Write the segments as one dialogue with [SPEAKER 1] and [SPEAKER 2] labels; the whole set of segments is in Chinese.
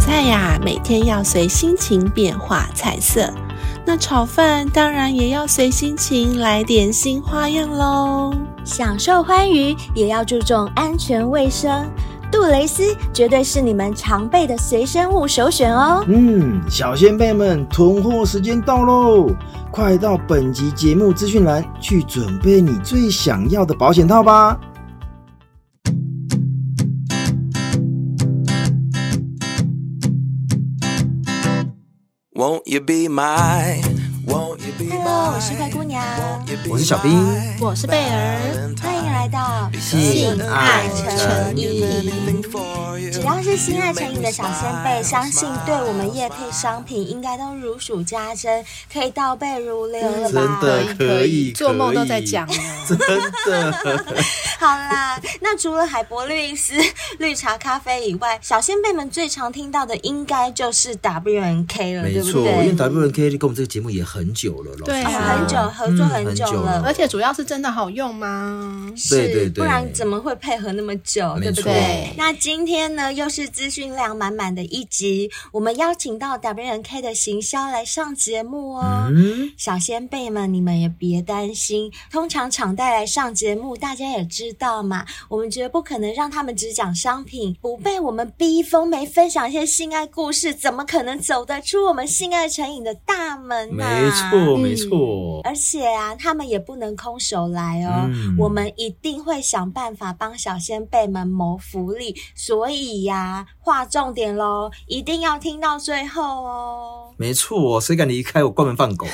[SPEAKER 1] 菜呀、每天要随心情变化菜色。那炒饭当然也要随心情来点新花样喽。
[SPEAKER 2] 享受欢愉也要注重安全卫生。杜蕾斯绝对是你们常备的随身物首选哦。
[SPEAKER 3] 嗯，小先辈们，囤货时间到喽！快到本集节目资讯栏去准备你最想要的保险套吧。
[SPEAKER 4] Won't you be mine? Won't you be
[SPEAKER 2] Hello，
[SPEAKER 4] mine?
[SPEAKER 2] 我是灰姑娘，
[SPEAKER 3] 我是小兵
[SPEAKER 1] 我是贝儿
[SPEAKER 2] 欢迎来到。
[SPEAKER 3] 性爱
[SPEAKER 2] 成
[SPEAKER 1] 瘾
[SPEAKER 2] 只要是心爱成瘾的小先辈，相信对我们业配商品应该都如数家珍，可以倒背如流了吧？
[SPEAKER 3] 真的可以
[SPEAKER 5] 做梦都在
[SPEAKER 3] 可以
[SPEAKER 5] 讲呢。
[SPEAKER 3] 真的，
[SPEAKER 2] 好啦，那除了海博绿丝、绿茶咖啡以外，小先辈们最常听到的应该就是 WNK 了，
[SPEAKER 3] 没
[SPEAKER 2] 对不
[SPEAKER 3] 错，因为
[SPEAKER 2] 对？
[SPEAKER 3] WNK 跟我们这个节目也很久了，老嗯
[SPEAKER 5] 对
[SPEAKER 3] 师
[SPEAKER 5] 啊
[SPEAKER 2] 很久合作很
[SPEAKER 3] 嗯
[SPEAKER 2] 久了
[SPEAKER 5] 而且主要是真的好用吗？
[SPEAKER 2] 是
[SPEAKER 3] 对对对
[SPEAKER 2] 不然怎么会配合那么久，
[SPEAKER 3] 没
[SPEAKER 2] 对嗯不
[SPEAKER 3] 错
[SPEAKER 2] 对？那今天呢，又是资讯量满满的一集，我们邀请到 WNK 的行销来上节目哦。
[SPEAKER 3] 嗯，
[SPEAKER 2] 小先辈们，你们也别担心。通常厂代来上节目，大家也知道嘛，我们绝不可能让他们只讲商品，不被我们逼疯，没分享一些性爱故事，怎么可能走得出我们性爱成瘾的大门啊呢、
[SPEAKER 3] 没错没错，
[SPEAKER 2] 而且啊，他们也不能空手来哦，
[SPEAKER 3] 嗯
[SPEAKER 2] 我们一定会想办法帮小先辈们谋福利。所以呀、划重点喽，一定要听到最后哦。
[SPEAKER 3] 没错，谁敢离开我关门放狗？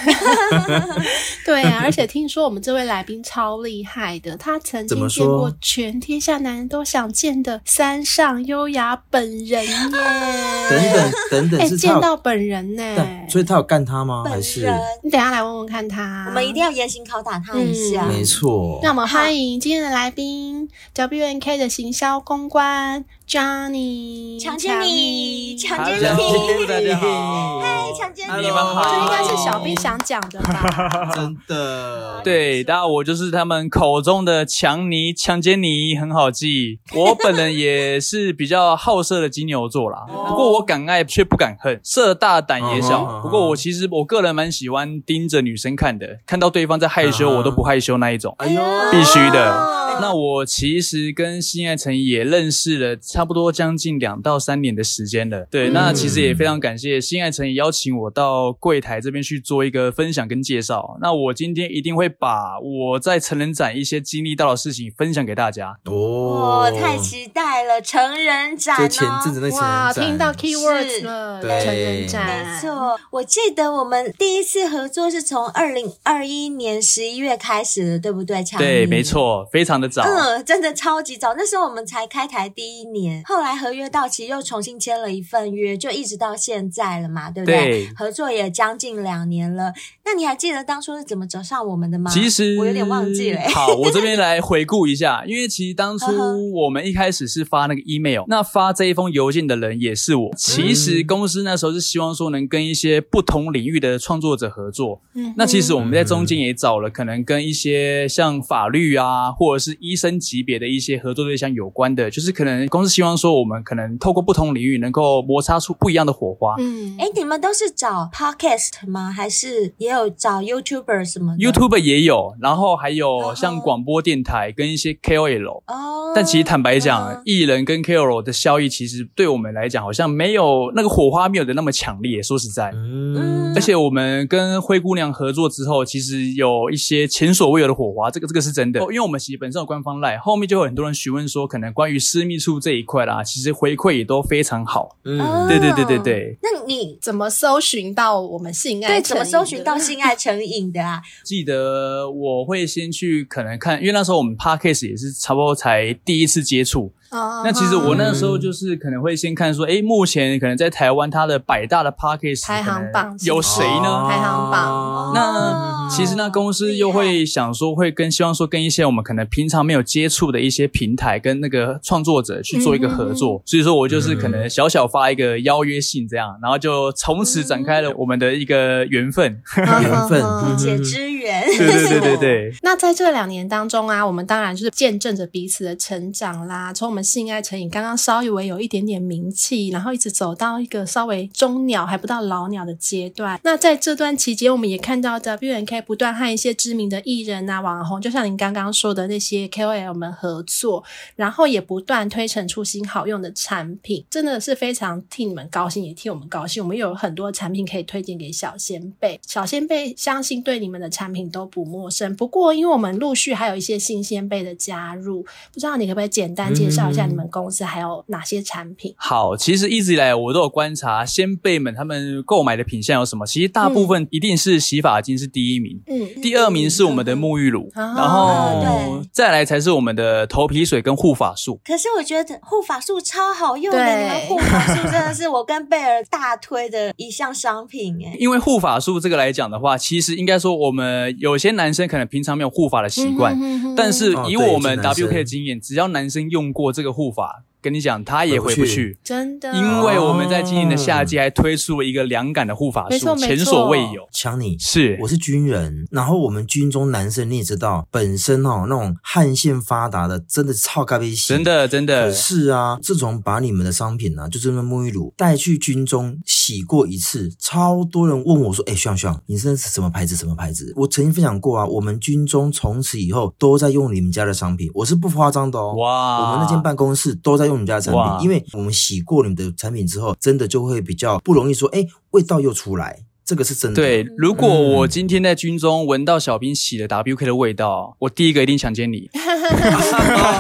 [SPEAKER 5] 对啊，而且听说我们这位来宾超厉害的，他曾
[SPEAKER 3] 怎么
[SPEAKER 5] 经
[SPEAKER 3] 说
[SPEAKER 5] 见过全天下男人都想见的山上优雅本人耶！
[SPEAKER 3] 等等等
[SPEAKER 5] 哎、
[SPEAKER 3] 等，是他
[SPEAKER 5] 见
[SPEAKER 3] 有
[SPEAKER 5] 到本人呢、
[SPEAKER 3] 但所以他有干他吗？
[SPEAKER 2] 本
[SPEAKER 3] 还是
[SPEAKER 2] 人，
[SPEAKER 5] 你等一下来问问看他。
[SPEAKER 2] 我们一定要严刑拷打他一下。
[SPEAKER 6] 嗯
[SPEAKER 3] 没错，
[SPEAKER 5] 让我们欢迎今天的来宾 W N K 的行销公关 Johnny，
[SPEAKER 2] 强奸你强
[SPEAKER 3] 大
[SPEAKER 2] 奸
[SPEAKER 3] 家好
[SPEAKER 2] 你
[SPEAKER 3] 大家好，
[SPEAKER 2] 嗨强奸
[SPEAKER 3] 你
[SPEAKER 2] 你
[SPEAKER 3] 们好
[SPEAKER 5] 这应该是小兵想讲的 吧？
[SPEAKER 3] 真的，
[SPEAKER 7] 对，大家我就是他们口中的强尼、强奸尼，很好 记。我本人也是比较好色的金牛座啦，
[SPEAKER 2] 哦
[SPEAKER 7] 不过我敢爱却不敢恨，色大胆也
[SPEAKER 3] 嗯哼嗯
[SPEAKER 7] 小。
[SPEAKER 3] 哼
[SPEAKER 7] 不过我其实我个人蛮喜欢盯着女生看的，看到对方在害羞，
[SPEAKER 3] 嗯哼
[SPEAKER 7] 我都不害羞那一种，
[SPEAKER 3] 哎呦，
[SPEAKER 7] 必须的。
[SPEAKER 2] 哦
[SPEAKER 7] 那我其实跟新爱成也认识了差不多将近两到三年的时间了。对，那其实也非常感谢新爱成也邀请我到柜台这边去做一个分享跟介绍。那我今天一定会把我在成人展一些经历到的事情分享给大家。
[SPEAKER 3] 哦
[SPEAKER 2] 哇，，太期待了，成人展哦！
[SPEAKER 3] 这前阵子那成人
[SPEAKER 5] 哇，
[SPEAKER 3] 展
[SPEAKER 5] 听到
[SPEAKER 2] 是
[SPEAKER 5] keywords 了，
[SPEAKER 3] 对
[SPEAKER 5] 成人展，
[SPEAKER 2] 没，错，我记得我们第一次合作是从二零二一年十一月开始的，对不对？强尼
[SPEAKER 7] 对，没。错，非常的早。
[SPEAKER 2] 嗯，真的超级早，那时候我们才开台第一年，后来合约到期又重新签了一份约，就一直到现在了嘛，对不对？
[SPEAKER 7] 对
[SPEAKER 2] 合作也将近两年了，那你还记得当初是怎么找上我们的吗？
[SPEAKER 7] 其实
[SPEAKER 2] 我有点忘记 了、欸
[SPEAKER 7] 好，我这边来回顾 一下，因为其实当初
[SPEAKER 2] 嗯哼
[SPEAKER 7] 我们一开始是发那个 email，那发这一封邮件的人也是我。其实公司那时候是希望说能跟一些不同领域的创作者合作。
[SPEAKER 5] 嗯
[SPEAKER 7] 那其实我们在中间也找了可能跟一些像法律啊，或者是医生级别的一些合作对象有关的，就是可能公司希望说我们可能透过不同领域能够摩擦出不一样的火花。
[SPEAKER 5] 嗯，
[SPEAKER 2] 哎，你们都是找 podcast 吗？还是也有找 YouTuber 什么的
[SPEAKER 7] YouTube 也有，然后还有
[SPEAKER 2] 嗯
[SPEAKER 7] 像
[SPEAKER 2] 哼
[SPEAKER 7] 广播电台跟一些 KOL，
[SPEAKER 2] 哦。
[SPEAKER 7] 但其实坦白讲，
[SPEAKER 2] 嗯
[SPEAKER 7] 艺人跟 KOL 的效益其实对我们来讲好像没有那个火花没有的那么强烈。说实在，
[SPEAKER 3] 嗯
[SPEAKER 7] 而且我们跟灰姑娘合作之后，其实有一些前所未有的火花，这个这个是真
[SPEAKER 3] 哦
[SPEAKER 7] 的。因为我们其实本身有官方 line，后面就有很多人询问说，可能关于私密处这一块啦，其实回馈也都非常好。
[SPEAKER 3] 嗯，
[SPEAKER 7] 对对对对对，
[SPEAKER 2] 哦那你
[SPEAKER 5] 怎么搜寻到我们性爱？
[SPEAKER 2] 对怎么搜寻到？性爱成瘾的 啊？
[SPEAKER 7] 记得我会先去可能看，因为那时候我们 podcast 也是差不多才第一次接触，那
[SPEAKER 5] 那
[SPEAKER 7] 其实我那时候就是可能会先看说，诶，目前可能在台湾它的百大的 podcast
[SPEAKER 5] 排行榜
[SPEAKER 7] 可能有谁呢？
[SPEAKER 5] 排行榜哦
[SPEAKER 7] 那其实那公司又会想说，会跟希望说跟一些我们可能平常没有接触的一些平台跟那个创作者去做一个合
[SPEAKER 5] 嗯
[SPEAKER 7] 作，所以说我就是可能小小发一个邀约 信这样，然后就从此展开了我们的一个缘分。
[SPEAKER 3] 缘分
[SPEAKER 5] 嗯
[SPEAKER 2] 解之人。
[SPEAKER 7] 对对对对对，
[SPEAKER 5] 那在这两年当中啊，我们当然就是见证着彼此的成长啦。从我们性爱成瘾刚刚稍微有一点点名气，然后一直走到一个稍微中鸟还不到老鸟的阶段。那在这段期间，我们也看到 W N K 不断和一些知名的艺人啊、网红，就像您刚刚说的那些 K O L 们合作，然后也不断推陈出新好用的产品，真的是非常替你们高兴，也替我们高兴。我们有很多产品可以推荐给小先辈，小先辈相信对你们的产品都不陌生。不过，因为我们陆续还有一些新先辈的加入，不知道你可不可以简单介绍一下
[SPEAKER 7] 嗯
[SPEAKER 5] 你们公司还有哪些产品？
[SPEAKER 7] 好，其实一直以来我都有观察先辈们他们购买的品项有什么，其实大部分一定是洗发精是第一名，
[SPEAKER 5] 嗯
[SPEAKER 7] 第二名是我们的沐浴乳，
[SPEAKER 5] 啊
[SPEAKER 7] 然后
[SPEAKER 2] 对
[SPEAKER 7] 再来才是我们的头皮水跟护发素。
[SPEAKER 2] 可是我觉得护发素超好用的，
[SPEAKER 5] 对
[SPEAKER 2] 你们护发素真的是我跟贝尔大推的一项商品 哎、
[SPEAKER 7] 因为护发素这个来讲的话，其实应该说我们有些男生可能平常没有护发的习惯，
[SPEAKER 5] 嗯
[SPEAKER 7] 但是
[SPEAKER 6] 哦
[SPEAKER 7] 以
[SPEAKER 6] 对
[SPEAKER 7] 我们
[SPEAKER 6] 是男生
[SPEAKER 7] WK 的经验，只要男生用过这个护发，跟你讲他也回
[SPEAKER 6] 回
[SPEAKER 7] 不
[SPEAKER 6] 不去
[SPEAKER 7] 去。
[SPEAKER 5] 真的，
[SPEAKER 7] 因为我们在今年的夏季还推出了一个凉感的护发
[SPEAKER 5] 没
[SPEAKER 7] 素，
[SPEAKER 5] 错没错
[SPEAKER 7] 前所未有。
[SPEAKER 6] 强你。
[SPEAKER 7] 是
[SPEAKER 6] 我，是军人，然后我们军中男生你也知道，本身哦那种汗腺发达的，真的超咖啡系
[SPEAKER 7] 真。的真
[SPEAKER 6] 可
[SPEAKER 7] 的，
[SPEAKER 6] 是啊，自从把你们的商品啊，就是那沐浴乳带去军中洗过一次，超多人问我说：“哎、炫炫，你这是什么牌子？什么牌子？”我曾经分享过啊，我们军中从此以后都在用你们家的商品，我是不夸张的哦。
[SPEAKER 7] 哇
[SPEAKER 6] 我们那间办公室都在用你们家的产
[SPEAKER 7] 哇
[SPEAKER 6] 品，因为我们洗过你们的产品之后，真的就会比较不容易说，哎、味道又出来，这个是真的。
[SPEAKER 7] 对，如果
[SPEAKER 6] 嗯
[SPEAKER 7] 我今天在军中闻到小兵洗的 WK 的味道，我第一个一定强奸你。
[SPEAKER 6] 哦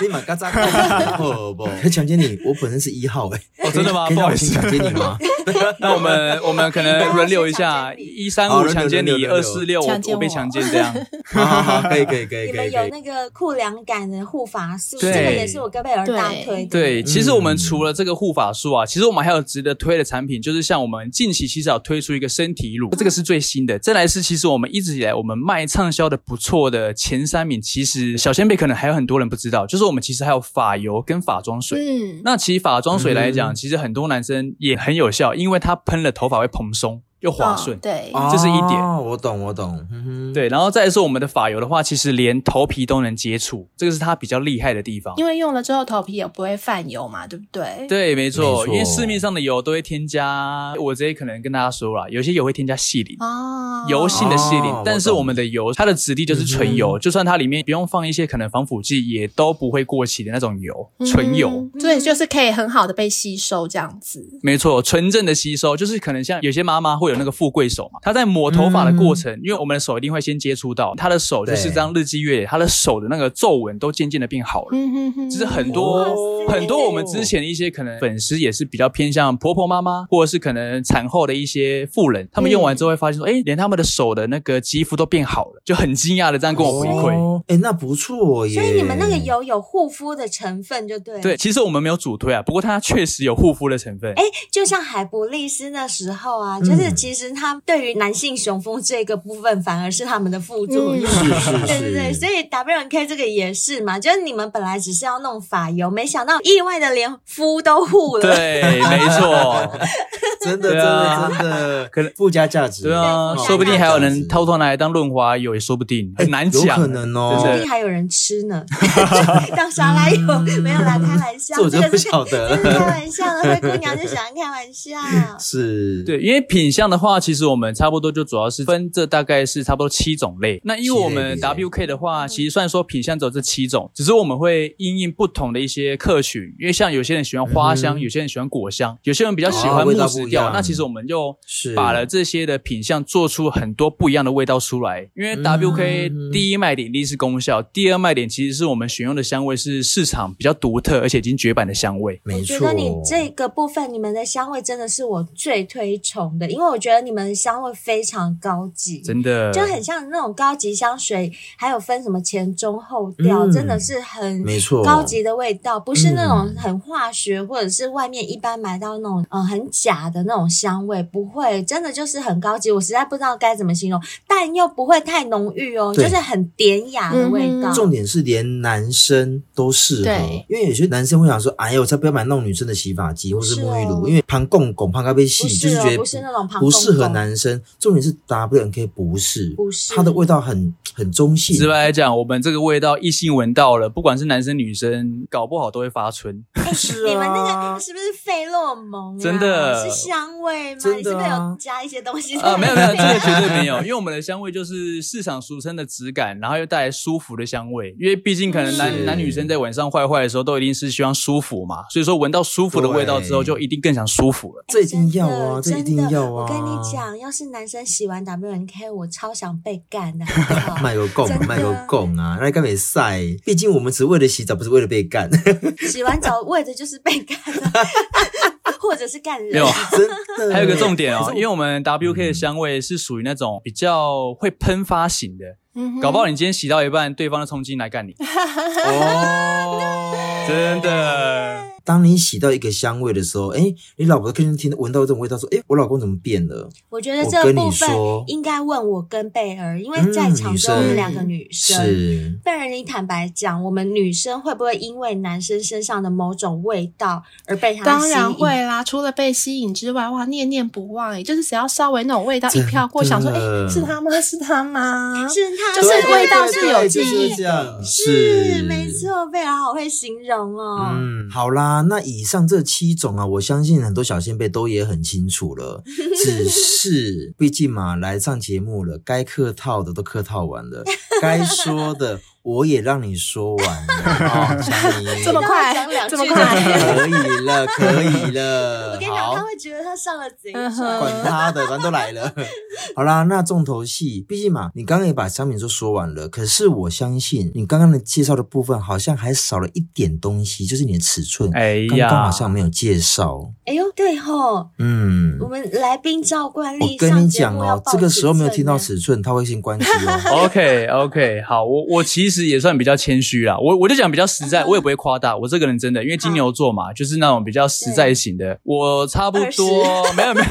[SPEAKER 6] 你买嘎扎好不？可以强奸你，我本身是一号哎、
[SPEAKER 7] 哦真的吗
[SPEAKER 6] 可以让
[SPEAKER 7] 不好
[SPEAKER 6] 我
[SPEAKER 7] 意思
[SPEAKER 6] 先强奸你吗？
[SPEAKER 7] 那我 们我们可能轮流一下，一三
[SPEAKER 6] 好
[SPEAKER 7] 五
[SPEAKER 6] 哦轮流
[SPEAKER 7] 强奸你，
[SPEAKER 6] 轮流
[SPEAKER 7] 二
[SPEAKER 6] 轮流
[SPEAKER 7] 四六我
[SPEAKER 5] 强奸
[SPEAKER 7] 我被
[SPEAKER 5] 我
[SPEAKER 7] 强奸这样。
[SPEAKER 6] 好好好，可以可以可以
[SPEAKER 2] 你
[SPEAKER 6] 可
[SPEAKER 2] 们
[SPEAKER 6] 以
[SPEAKER 2] 有
[SPEAKER 6] 可以。
[SPEAKER 2] 那个酷凉感的护发素，这
[SPEAKER 7] 对
[SPEAKER 2] 个也是我跟贝尔大推的。
[SPEAKER 7] 对，其实
[SPEAKER 6] 嗯
[SPEAKER 7] 我们除了这个护发素啊，其实我们还有值得推的产品，就是像我们近期其实有推出一个身体乳，这个是最新的。再来是，其实我们一直以来我们卖畅销的不错的前三名，其实小先辈可能还有很多人不知道，就是我们其实还有发油跟发妆水。
[SPEAKER 5] 嗯，
[SPEAKER 7] 那其实发妆水来讲，
[SPEAKER 6] 嗯
[SPEAKER 7] 其实很多男生也很有效，因为它喷了头发会蓬松又滑顺。
[SPEAKER 5] 哦对，
[SPEAKER 7] 这是一点
[SPEAKER 6] 哦，我懂我懂。嗯哼
[SPEAKER 7] 对，然后再来说我们的发油的话，其实连头皮都能接触，这个是它比较厉害的地方。
[SPEAKER 5] 因为用了之后头皮也不会泛油嘛，对不对？
[SPEAKER 7] 对，没错，
[SPEAKER 6] 没错
[SPEAKER 7] 因为市面上的油都会添加，我直接可能跟大家说啦，有些油会添加细磷。
[SPEAKER 5] 哦，
[SPEAKER 7] 油性的细磷，
[SPEAKER 6] 哦
[SPEAKER 7] 但是
[SPEAKER 6] 我懂嗯
[SPEAKER 7] 我们的油，它的质地就是纯油，就算它里面不用放一些可能防腐剂，也都不会过期的那种油，纯油，
[SPEAKER 5] 嗯，所以就是可以很好的被吸收这样子。
[SPEAKER 7] 没错，纯正的吸收，就是可能像有些妈妈会有那个富贵手嘛，她在抹头发的过程，因为我们的手一定会先接触到，她的手就是
[SPEAKER 6] 对
[SPEAKER 7] 这样日积月累，她的手的那个皱纹都渐渐的变好了，
[SPEAKER 5] 嗯哼哼，
[SPEAKER 7] 就是很多、
[SPEAKER 6] 哦
[SPEAKER 7] 很多我们之前一些可能粉丝也是比较偏向婆婆妈妈，或者是可能产后的一些妇人，他们用完之后会发现说，哎、连他们的手的那个肌肤都变好了，就很惊讶的这样跟我回馈。
[SPEAKER 6] 哦哎、那不错耶。
[SPEAKER 2] 所以你们那个油有护肤的成分，就对。
[SPEAKER 7] 对，，其实我们没有主推啊，不过它确实有护肤的成分。
[SPEAKER 2] 哎，就像海博利斯那时候啊，就是其实它对于男性雄风这个部分，反而是他们的副作 用。
[SPEAKER 6] 是是是，
[SPEAKER 2] 对对对，所以 W N K 这个也是嘛，就是你们本来只是要弄发油，没想到意外的连肤都护了。
[SPEAKER 7] 对，没错，
[SPEAKER 6] 真的真
[SPEAKER 7] 对啊
[SPEAKER 6] 的真的，哦
[SPEAKER 7] 可能
[SPEAKER 6] 附加价值。
[SPEAKER 7] 对啊，
[SPEAKER 2] 对
[SPEAKER 7] 说不定还有人
[SPEAKER 6] 偷
[SPEAKER 7] 偷偷拿来当润滑油，也说不定，很难讲，
[SPEAKER 6] 哎有可能哦。
[SPEAKER 2] 说
[SPEAKER 7] 真
[SPEAKER 2] 不
[SPEAKER 7] 的
[SPEAKER 2] 定还有人吃呢， 当沙拉油没有啦，开玩笑，
[SPEAKER 6] 这我就
[SPEAKER 2] 这
[SPEAKER 6] 不
[SPEAKER 2] 个是开
[SPEAKER 6] 晓得
[SPEAKER 2] 这是开
[SPEAKER 6] 了。
[SPEAKER 2] 玩笑的，灰姑娘就喜欢开玩笑。
[SPEAKER 6] 是，
[SPEAKER 7] 对，因为品相的话，其实我们差不多就主要是分这大概是差不多七种类。那因为我们
[SPEAKER 6] 七类
[SPEAKER 7] WK 的话，其实虽然说品相只有这七种，只是我们会因应不同的一些客群，因为像有些人喜欢花香，有些人喜欢果香，有些人比较喜
[SPEAKER 6] 嗯哦
[SPEAKER 7] 欢
[SPEAKER 6] 味
[SPEAKER 7] 木
[SPEAKER 6] 道不
[SPEAKER 7] 质
[SPEAKER 6] 一
[SPEAKER 7] 调。
[SPEAKER 6] 样
[SPEAKER 7] 那其实我们就是把了这些的品相做出很多不一样的味道出来。
[SPEAKER 6] 嗯
[SPEAKER 7] 因为 WK 第一卖点一定是功效，第二卖点其实是我们选用的香味是市场比较独特而且已经绝版的香味。
[SPEAKER 6] 没
[SPEAKER 2] 我觉
[SPEAKER 6] 错。
[SPEAKER 2] 得你这个部分，你们的香味真的是我最推崇的，因为我觉得你们的香味非常高级，
[SPEAKER 7] 真的
[SPEAKER 2] 就很像那种高级香水，还有分什么前中后调，
[SPEAKER 6] 嗯
[SPEAKER 2] 真的是很
[SPEAKER 6] 没错
[SPEAKER 2] 高级的味道，不是那种很化学、或者是外面一般买到那种嗯、呃很假的那种香味，不会，真的就是很高级。我实在不知道该怎么形容，但又不会太浓郁哦，就
[SPEAKER 6] 对
[SPEAKER 2] 是很典雅的味道。
[SPEAKER 5] 嗯
[SPEAKER 6] 重点是连男生都适合
[SPEAKER 5] 对，
[SPEAKER 6] 因为有些男生会想说：“哎呀，我才不要买那种女生的洗发剂或是
[SPEAKER 2] 是
[SPEAKER 6] 沐浴
[SPEAKER 2] 哦
[SPEAKER 6] 乳，因为盘贡拱盘咖啡细，
[SPEAKER 2] 不
[SPEAKER 6] 就是是
[SPEAKER 2] 哦
[SPEAKER 6] 觉得
[SPEAKER 2] 不是那种旁
[SPEAKER 6] 不适合
[SPEAKER 2] 公公
[SPEAKER 6] 男生。重点是 W N K 不是，
[SPEAKER 2] 不是
[SPEAKER 6] 它的味道很很中性，
[SPEAKER 7] 直白来讲，我们这个味道异性闻到了，不管是男生女生，搞不好都会发春。
[SPEAKER 6] 是
[SPEAKER 2] 你们那
[SPEAKER 6] 啊
[SPEAKER 2] 个是哦不是费洛蒙、啊？
[SPEAKER 7] 真的
[SPEAKER 2] 是香味吗？
[SPEAKER 6] 真
[SPEAKER 2] 你
[SPEAKER 6] 的
[SPEAKER 2] 是不是
[SPEAKER 6] 啊
[SPEAKER 2] 有加一些东西？
[SPEAKER 7] 啊，没有没有，这 个绝对没有，因为我们的香味就是市场俗称的质感，然后又带来舒服的香味。因为毕竟可
[SPEAKER 2] 嗯
[SPEAKER 7] 能
[SPEAKER 6] 是
[SPEAKER 7] 男男女生在晚上坏坏的时候，都一定是希望舒服嘛，所以说闻到舒服的味道之后，
[SPEAKER 6] 对
[SPEAKER 7] 就一定更想舒服了。
[SPEAKER 6] 这一定要啊，
[SPEAKER 2] 真
[SPEAKER 6] 这
[SPEAKER 2] 的
[SPEAKER 6] 一定要啊！
[SPEAKER 2] 我跟你，讲，要是男生洗完 W N K，我超想被干的，好不好
[SPEAKER 6] 卖个供
[SPEAKER 2] 真的，
[SPEAKER 6] 卖个供啊，那该没晒。毕竟我们只是为了洗澡，不是为了被干。
[SPEAKER 7] 哦
[SPEAKER 2] 洗完澡为的就是被干的，或者是干人。
[SPEAKER 7] 没有
[SPEAKER 6] 真的，哎
[SPEAKER 7] 还有一个重点哦，因为
[SPEAKER 6] 为
[SPEAKER 7] 我们 WK 的香味是属于那种比较会喷发型的，
[SPEAKER 5] 嗯
[SPEAKER 7] 搞不
[SPEAKER 5] 好
[SPEAKER 7] 好你今天洗到一半，对方就冲进来干你，
[SPEAKER 6] 哦，
[SPEAKER 7] 真的。
[SPEAKER 6] 当你洗到一个香味的时候，哎，你老婆听听闻到这种味道，说，哎，我老公怎么变了？
[SPEAKER 2] 我觉得
[SPEAKER 6] 我
[SPEAKER 2] 这
[SPEAKER 6] 跟你
[SPEAKER 2] 部分
[SPEAKER 6] 说
[SPEAKER 2] 应该问我跟贝儿，因为
[SPEAKER 6] 嗯
[SPEAKER 2] 在场
[SPEAKER 6] 女
[SPEAKER 2] 只有我们
[SPEAKER 6] 生
[SPEAKER 2] 两个女生。
[SPEAKER 6] 是，
[SPEAKER 2] 贝尔，你坦白讲，我们女生会不会因为男生身上的某种味道而被他
[SPEAKER 5] 当
[SPEAKER 2] 吸
[SPEAKER 5] 然
[SPEAKER 2] 引
[SPEAKER 5] 会啦，除了被吸引之外，哇，念念不忘哎，就是只要稍微那种味道一飘过，
[SPEAKER 6] 真
[SPEAKER 5] 想
[SPEAKER 6] 的
[SPEAKER 5] 说哎、是他吗？是他 吗？
[SPEAKER 2] 是他，
[SPEAKER 5] 啊就是
[SPEAKER 2] 对
[SPEAKER 5] 味道
[SPEAKER 6] 对
[SPEAKER 5] 是有
[SPEAKER 6] 对
[SPEAKER 5] 记
[SPEAKER 6] 就
[SPEAKER 5] 忆
[SPEAKER 6] 是这样，
[SPEAKER 2] 是没。错，贝尔好会形容哦。
[SPEAKER 6] 嗯，好啦，那以上这七种啊，我相信很多小先辈都也很清楚 了。只是，毕竟嘛，来上节目了，该客套的都客套完了，该说的我也让你说完了。哦，强尼，
[SPEAKER 5] 这么
[SPEAKER 2] 你都要讲两
[SPEAKER 5] 快，
[SPEAKER 2] 句
[SPEAKER 5] 这么快，
[SPEAKER 6] 可以了，可以 了。
[SPEAKER 2] 我跟你讲，
[SPEAKER 6] 好
[SPEAKER 2] 他。会觉得他上了贼
[SPEAKER 5] 嗯
[SPEAKER 2] 船。
[SPEAKER 5] 哼
[SPEAKER 6] 管他的，反正都来了。 好啦，那重头戏，毕竟嘛，你刚刚也把商品都说完了，可是我相信你刚刚的介绍的部分好像还少了一点东西，就是你的尺寸。
[SPEAKER 7] 哎
[SPEAKER 6] 刚
[SPEAKER 7] 呀，
[SPEAKER 6] 刚好像没有介绍。
[SPEAKER 2] 哎呦，对吼，
[SPEAKER 6] 嗯
[SPEAKER 2] 我，们来宾照惯
[SPEAKER 6] 我
[SPEAKER 2] 例，
[SPEAKER 6] 跟你
[SPEAKER 2] 上
[SPEAKER 6] 讲
[SPEAKER 2] 节目要
[SPEAKER 6] 哦，
[SPEAKER 2] 报
[SPEAKER 6] 这个时候没有听到
[SPEAKER 2] 尺
[SPEAKER 6] 尺寸，他会先关机哦。
[SPEAKER 7] OK OK，好，我我其实也算比较谦虚啦，我我就讲比较实在，我也不会夸大，我这个人真的，因为金牛座嘛，就是那种比较实在型的，我差不多没有没有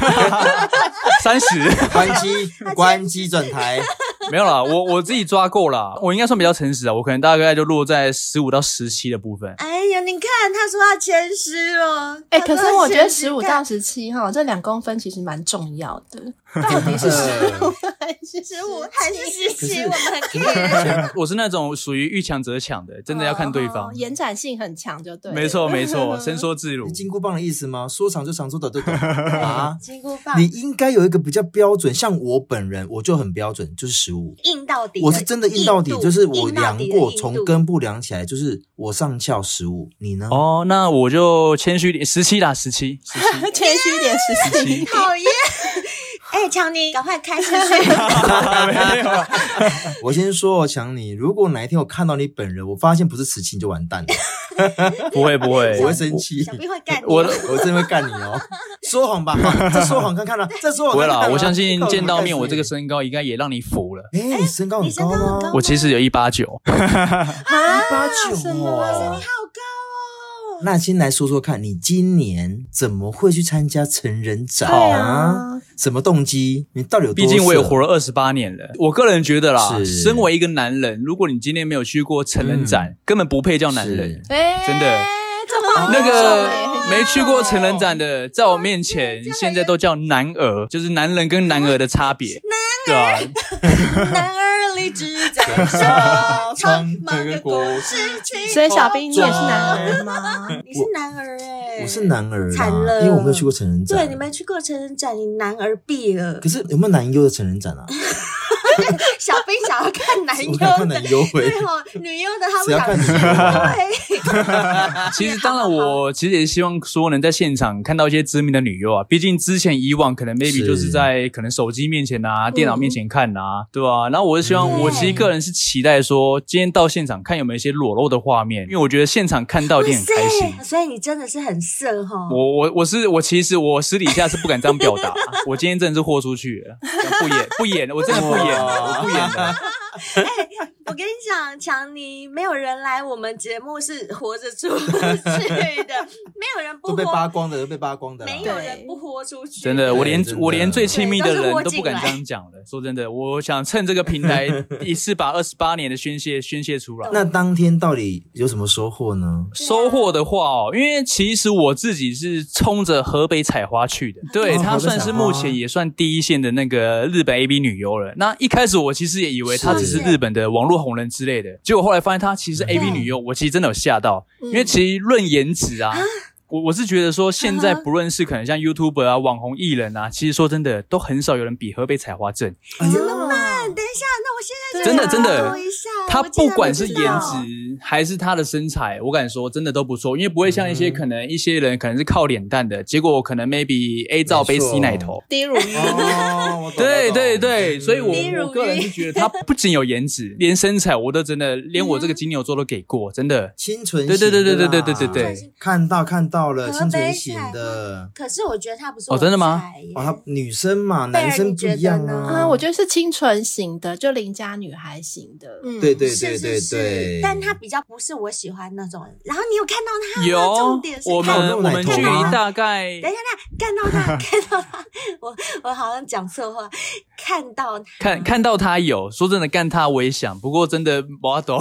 [SPEAKER 7] 三十
[SPEAKER 6] 关 机，关机转台。
[SPEAKER 7] 没有啦，我我自己抓够啦，我应该算比较诚实啊，我可能大概就落在十五到十七的部分
[SPEAKER 2] 寸呢。。哎呀，你看他说他谦虚了，他
[SPEAKER 5] 哎、可
[SPEAKER 2] 说哦
[SPEAKER 5] 是
[SPEAKER 2] 他
[SPEAKER 5] 我觉得
[SPEAKER 2] 谦虚
[SPEAKER 5] 十五
[SPEAKER 2] 干
[SPEAKER 5] 到十七哈，这两公分其实蛮重要 的。到底
[SPEAKER 6] 真的
[SPEAKER 5] 是
[SPEAKER 2] 十五还是十
[SPEAKER 6] 可
[SPEAKER 2] 七，
[SPEAKER 6] 是
[SPEAKER 2] 我们 很 care。
[SPEAKER 7] 我是那种属于遇强则强的，真的要看对方
[SPEAKER 5] 哦。延展性很强就对。
[SPEAKER 7] 没错没错，伸缩自如。
[SPEAKER 6] 金箍棒的意思吗？说长就长，说短 就短啊。
[SPEAKER 2] 金箍棒
[SPEAKER 6] 你应该有一个比较标准，像我本人我就很标准，就是十五。
[SPEAKER 2] 硬到底，
[SPEAKER 6] 我是真的硬到底，
[SPEAKER 2] 硬度
[SPEAKER 6] 就是我
[SPEAKER 2] 硬到
[SPEAKER 6] 量
[SPEAKER 2] 底的
[SPEAKER 6] 过，
[SPEAKER 2] 硬
[SPEAKER 6] 从
[SPEAKER 2] 度
[SPEAKER 6] 根部量起来，就是我上翘十五，你呢？
[SPEAKER 7] 哦，那我就谦虚点，十七啦，十七，十七。
[SPEAKER 5] 谦虚一点十七。
[SPEAKER 2] 讨厌。哎，强尼，赶快开视讯。
[SPEAKER 6] 我先说哦，强尼，如果哪一天我看到你本人，我发现不是慈青就完蛋了，
[SPEAKER 7] 不会不会，
[SPEAKER 6] 我会生气
[SPEAKER 2] 小，兵会干你。
[SPEAKER 7] 我
[SPEAKER 6] 我真的会干你哦。说谎吧，好再说谎看看啦，再说谎
[SPEAKER 7] 不会
[SPEAKER 6] 看看
[SPEAKER 7] 啦，
[SPEAKER 6] 啦。
[SPEAKER 7] 我相信
[SPEAKER 6] 看
[SPEAKER 7] 见到面，我
[SPEAKER 6] 们
[SPEAKER 7] 这
[SPEAKER 6] 干
[SPEAKER 7] 个
[SPEAKER 6] 谁，
[SPEAKER 7] 身高应该也让你服了。
[SPEAKER 6] 哎，你身高很高
[SPEAKER 2] 你身高很
[SPEAKER 6] 吗
[SPEAKER 2] 高？啊
[SPEAKER 7] 我其实有一八九，
[SPEAKER 6] 一八九
[SPEAKER 5] 什么
[SPEAKER 6] 哦。
[SPEAKER 2] 好高哦。
[SPEAKER 6] 那先来说说看，你今年怎么会去参加成人展
[SPEAKER 5] 对啊？
[SPEAKER 6] 什么动机？你到底有多
[SPEAKER 7] 毕
[SPEAKER 6] 色？
[SPEAKER 7] 竟我也活了二十八年了。我个人觉得啦，
[SPEAKER 6] 是
[SPEAKER 7] 身为一个男人，如果你今天没有去过成人展，根本不配叫男人。
[SPEAKER 5] 哎、
[SPEAKER 7] 真的，
[SPEAKER 5] 这
[SPEAKER 2] 哦
[SPEAKER 5] 话
[SPEAKER 7] 那个
[SPEAKER 5] 很
[SPEAKER 7] 没去过成人展的，在我面前现在都叫男儿，就是男人跟男儿的差别。对 啊，
[SPEAKER 2] 男儿立志在手，苍茫的故事情。
[SPEAKER 5] 所以小兵，你也是男儿 吗？
[SPEAKER 2] 你是男儿哎，
[SPEAKER 6] 我是。男儿啦
[SPEAKER 2] 惨，了
[SPEAKER 6] 因为我没有去过成人展。
[SPEAKER 2] 对，你没去过成人展，你男儿毙了
[SPEAKER 6] 可。是有没有男优的成人 展啊？
[SPEAKER 2] 小兵想要看男
[SPEAKER 6] 我想
[SPEAKER 2] 优
[SPEAKER 6] 看
[SPEAKER 2] 的
[SPEAKER 6] 男。优回。
[SPEAKER 2] 对哦，女优的他不
[SPEAKER 6] 谁要看
[SPEAKER 2] 想
[SPEAKER 6] 女
[SPEAKER 2] 去，
[SPEAKER 6] 优啊
[SPEAKER 2] 对，
[SPEAKER 7] 其实当然我其实也希望说能在现场看到一些知名的女优啊，毕竟之前以往可能 maybe
[SPEAKER 6] 是
[SPEAKER 7] 就是在可能手机面前啊、电脑面前看啊，对吧、然后我是希望，
[SPEAKER 2] 嗯
[SPEAKER 7] 我其实个人是期待说今天到现场看有没有一些裸露的画面，因为我觉得现场看到一定很开心。
[SPEAKER 2] 哇塞所以你真的是很色哦哈。
[SPEAKER 7] 我我我是我其实我私底下是不敢这样表达，我今天真的是豁出去了，不演不演，我真的不演，
[SPEAKER 6] 哇
[SPEAKER 7] 我不演了。
[SPEAKER 2] 我跟你讲，强尼，没有人来我们节目是活着出去 的，没有人不
[SPEAKER 6] 都被
[SPEAKER 2] 活
[SPEAKER 6] 扒，光的，都被扒光的啦。
[SPEAKER 2] 没有
[SPEAKER 5] 对
[SPEAKER 2] 人不豁出去。
[SPEAKER 7] 真的，我连
[SPEAKER 6] 真的
[SPEAKER 7] 我连最亲密的
[SPEAKER 2] 对都是
[SPEAKER 7] 人
[SPEAKER 2] 窝
[SPEAKER 7] 都不
[SPEAKER 2] 进
[SPEAKER 7] 敢
[SPEAKER 2] 来
[SPEAKER 7] 这样讲了。说真的，我想趁这个 平台一次把二十八年的宣泄宣泄出来。
[SPEAKER 6] 那当天到底有什么收获呢？
[SPEAKER 7] 啊收获的话哦，因为其实我自己是冲着河北采花去的，对
[SPEAKER 6] 哦
[SPEAKER 7] 她算是目前也算第一线的那个日本 A B 女优了。那一开始我其实也以为她只是日本的网络红人之类的，结果后来发现她其实 A B 女优，我其实真的有吓到，因为其实论颜值啊。我我是觉得说，现在
[SPEAKER 2] 啊哈
[SPEAKER 7] 不论是可能像 YouTuber 啊、网红艺人啊，其实说真的，都很少有人比河北采花正。
[SPEAKER 6] 哎呦，
[SPEAKER 2] 等一下，那我现在就
[SPEAKER 7] 真的
[SPEAKER 2] 来
[SPEAKER 7] 真的
[SPEAKER 2] 搜一下
[SPEAKER 7] 她
[SPEAKER 2] 啊我竟
[SPEAKER 7] 不
[SPEAKER 2] 然
[SPEAKER 7] 管是
[SPEAKER 2] 知
[SPEAKER 7] 颜
[SPEAKER 2] 道
[SPEAKER 7] 值还是她的身材，我敢说真的都不错，因为不会像一
[SPEAKER 6] 嗯
[SPEAKER 7] 些可能一些人可能是靠脸蛋的，结果可能 maybe A 罩杯
[SPEAKER 6] 没错
[SPEAKER 7] C 奶头。
[SPEAKER 5] 低如鱼
[SPEAKER 6] 哦我懂我
[SPEAKER 7] 对
[SPEAKER 6] 懂
[SPEAKER 7] 对对，
[SPEAKER 6] 嗯
[SPEAKER 7] 所以我
[SPEAKER 2] 比如
[SPEAKER 7] 我个人是觉得她不仅有颜值，连身材我都真
[SPEAKER 2] 嗯
[SPEAKER 7] 的，连我这个金牛座都给过，真的。
[SPEAKER 6] 清纯
[SPEAKER 7] 对对对对对对对对
[SPEAKER 6] 型的啦
[SPEAKER 7] 对，
[SPEAKER 6] 看到看到了，
[SPEAKER 2] 河
[SPEAKER 6] 清
[SPEAKER 2] 北
[SPEAKER 6] 纯型
[SPEAKER 2] 彩
[SPEAKER 6] 的。
[SPEAKER 2] 可是我觉得他不是
[SPEAKER 7] 哦真的吗
[SPEAKER 6] 哦，他女生嘛，
[SPEAKER 2] 贝尔
[SPEAKER 6] 男生
[SPEAKER 2] 你
[SPEAKER 6] 不
[SPEAKER 2] 觉得
[SPEAKER 6] 一样
[SPEAKER 2] 呢
[SPEAKER 5] 啊，
[SPEAKER 6] 啊。
[SPEAKER 5] 我觉得是清纯型的，就邻家女孩型的。嗯，
[SPEAKER 6] 对对
[SPEAKER 2] 是
[SPEAKER 6] 对
[SPEAKER 2] 是
[SPEAKER 6] 对
[SPEAKER 2] 是
[SPEAKER 6] 对，，
[SPEAKER 2] 但他比较不是我喜欢那种人。然后你有看到他吗？
[SPEAKER 7] 有
[SPEAKER 2] 啊重点是
[SPEAKER 7] 我
[SPEAKER 2] 看
[SPEAKER 6] 哦
[SPEAKER 7] 们
[SPEAKER 2] 到
[SPEAKER 7] 我
[SPEAKER 2] 他
[SPEAKER 7] 们距
[SPEAKER 6] 看
[SPEAKER 7] 离
[SPEAKER 6] 到她
[SPEAKER 7] 大概
[SPEAKER 2] 等一下，看到 他，看到他，我我好像讲错话，看到他，
[SPEAKER 7] 看看到她有，说真的干她我也想，不过真的我懂，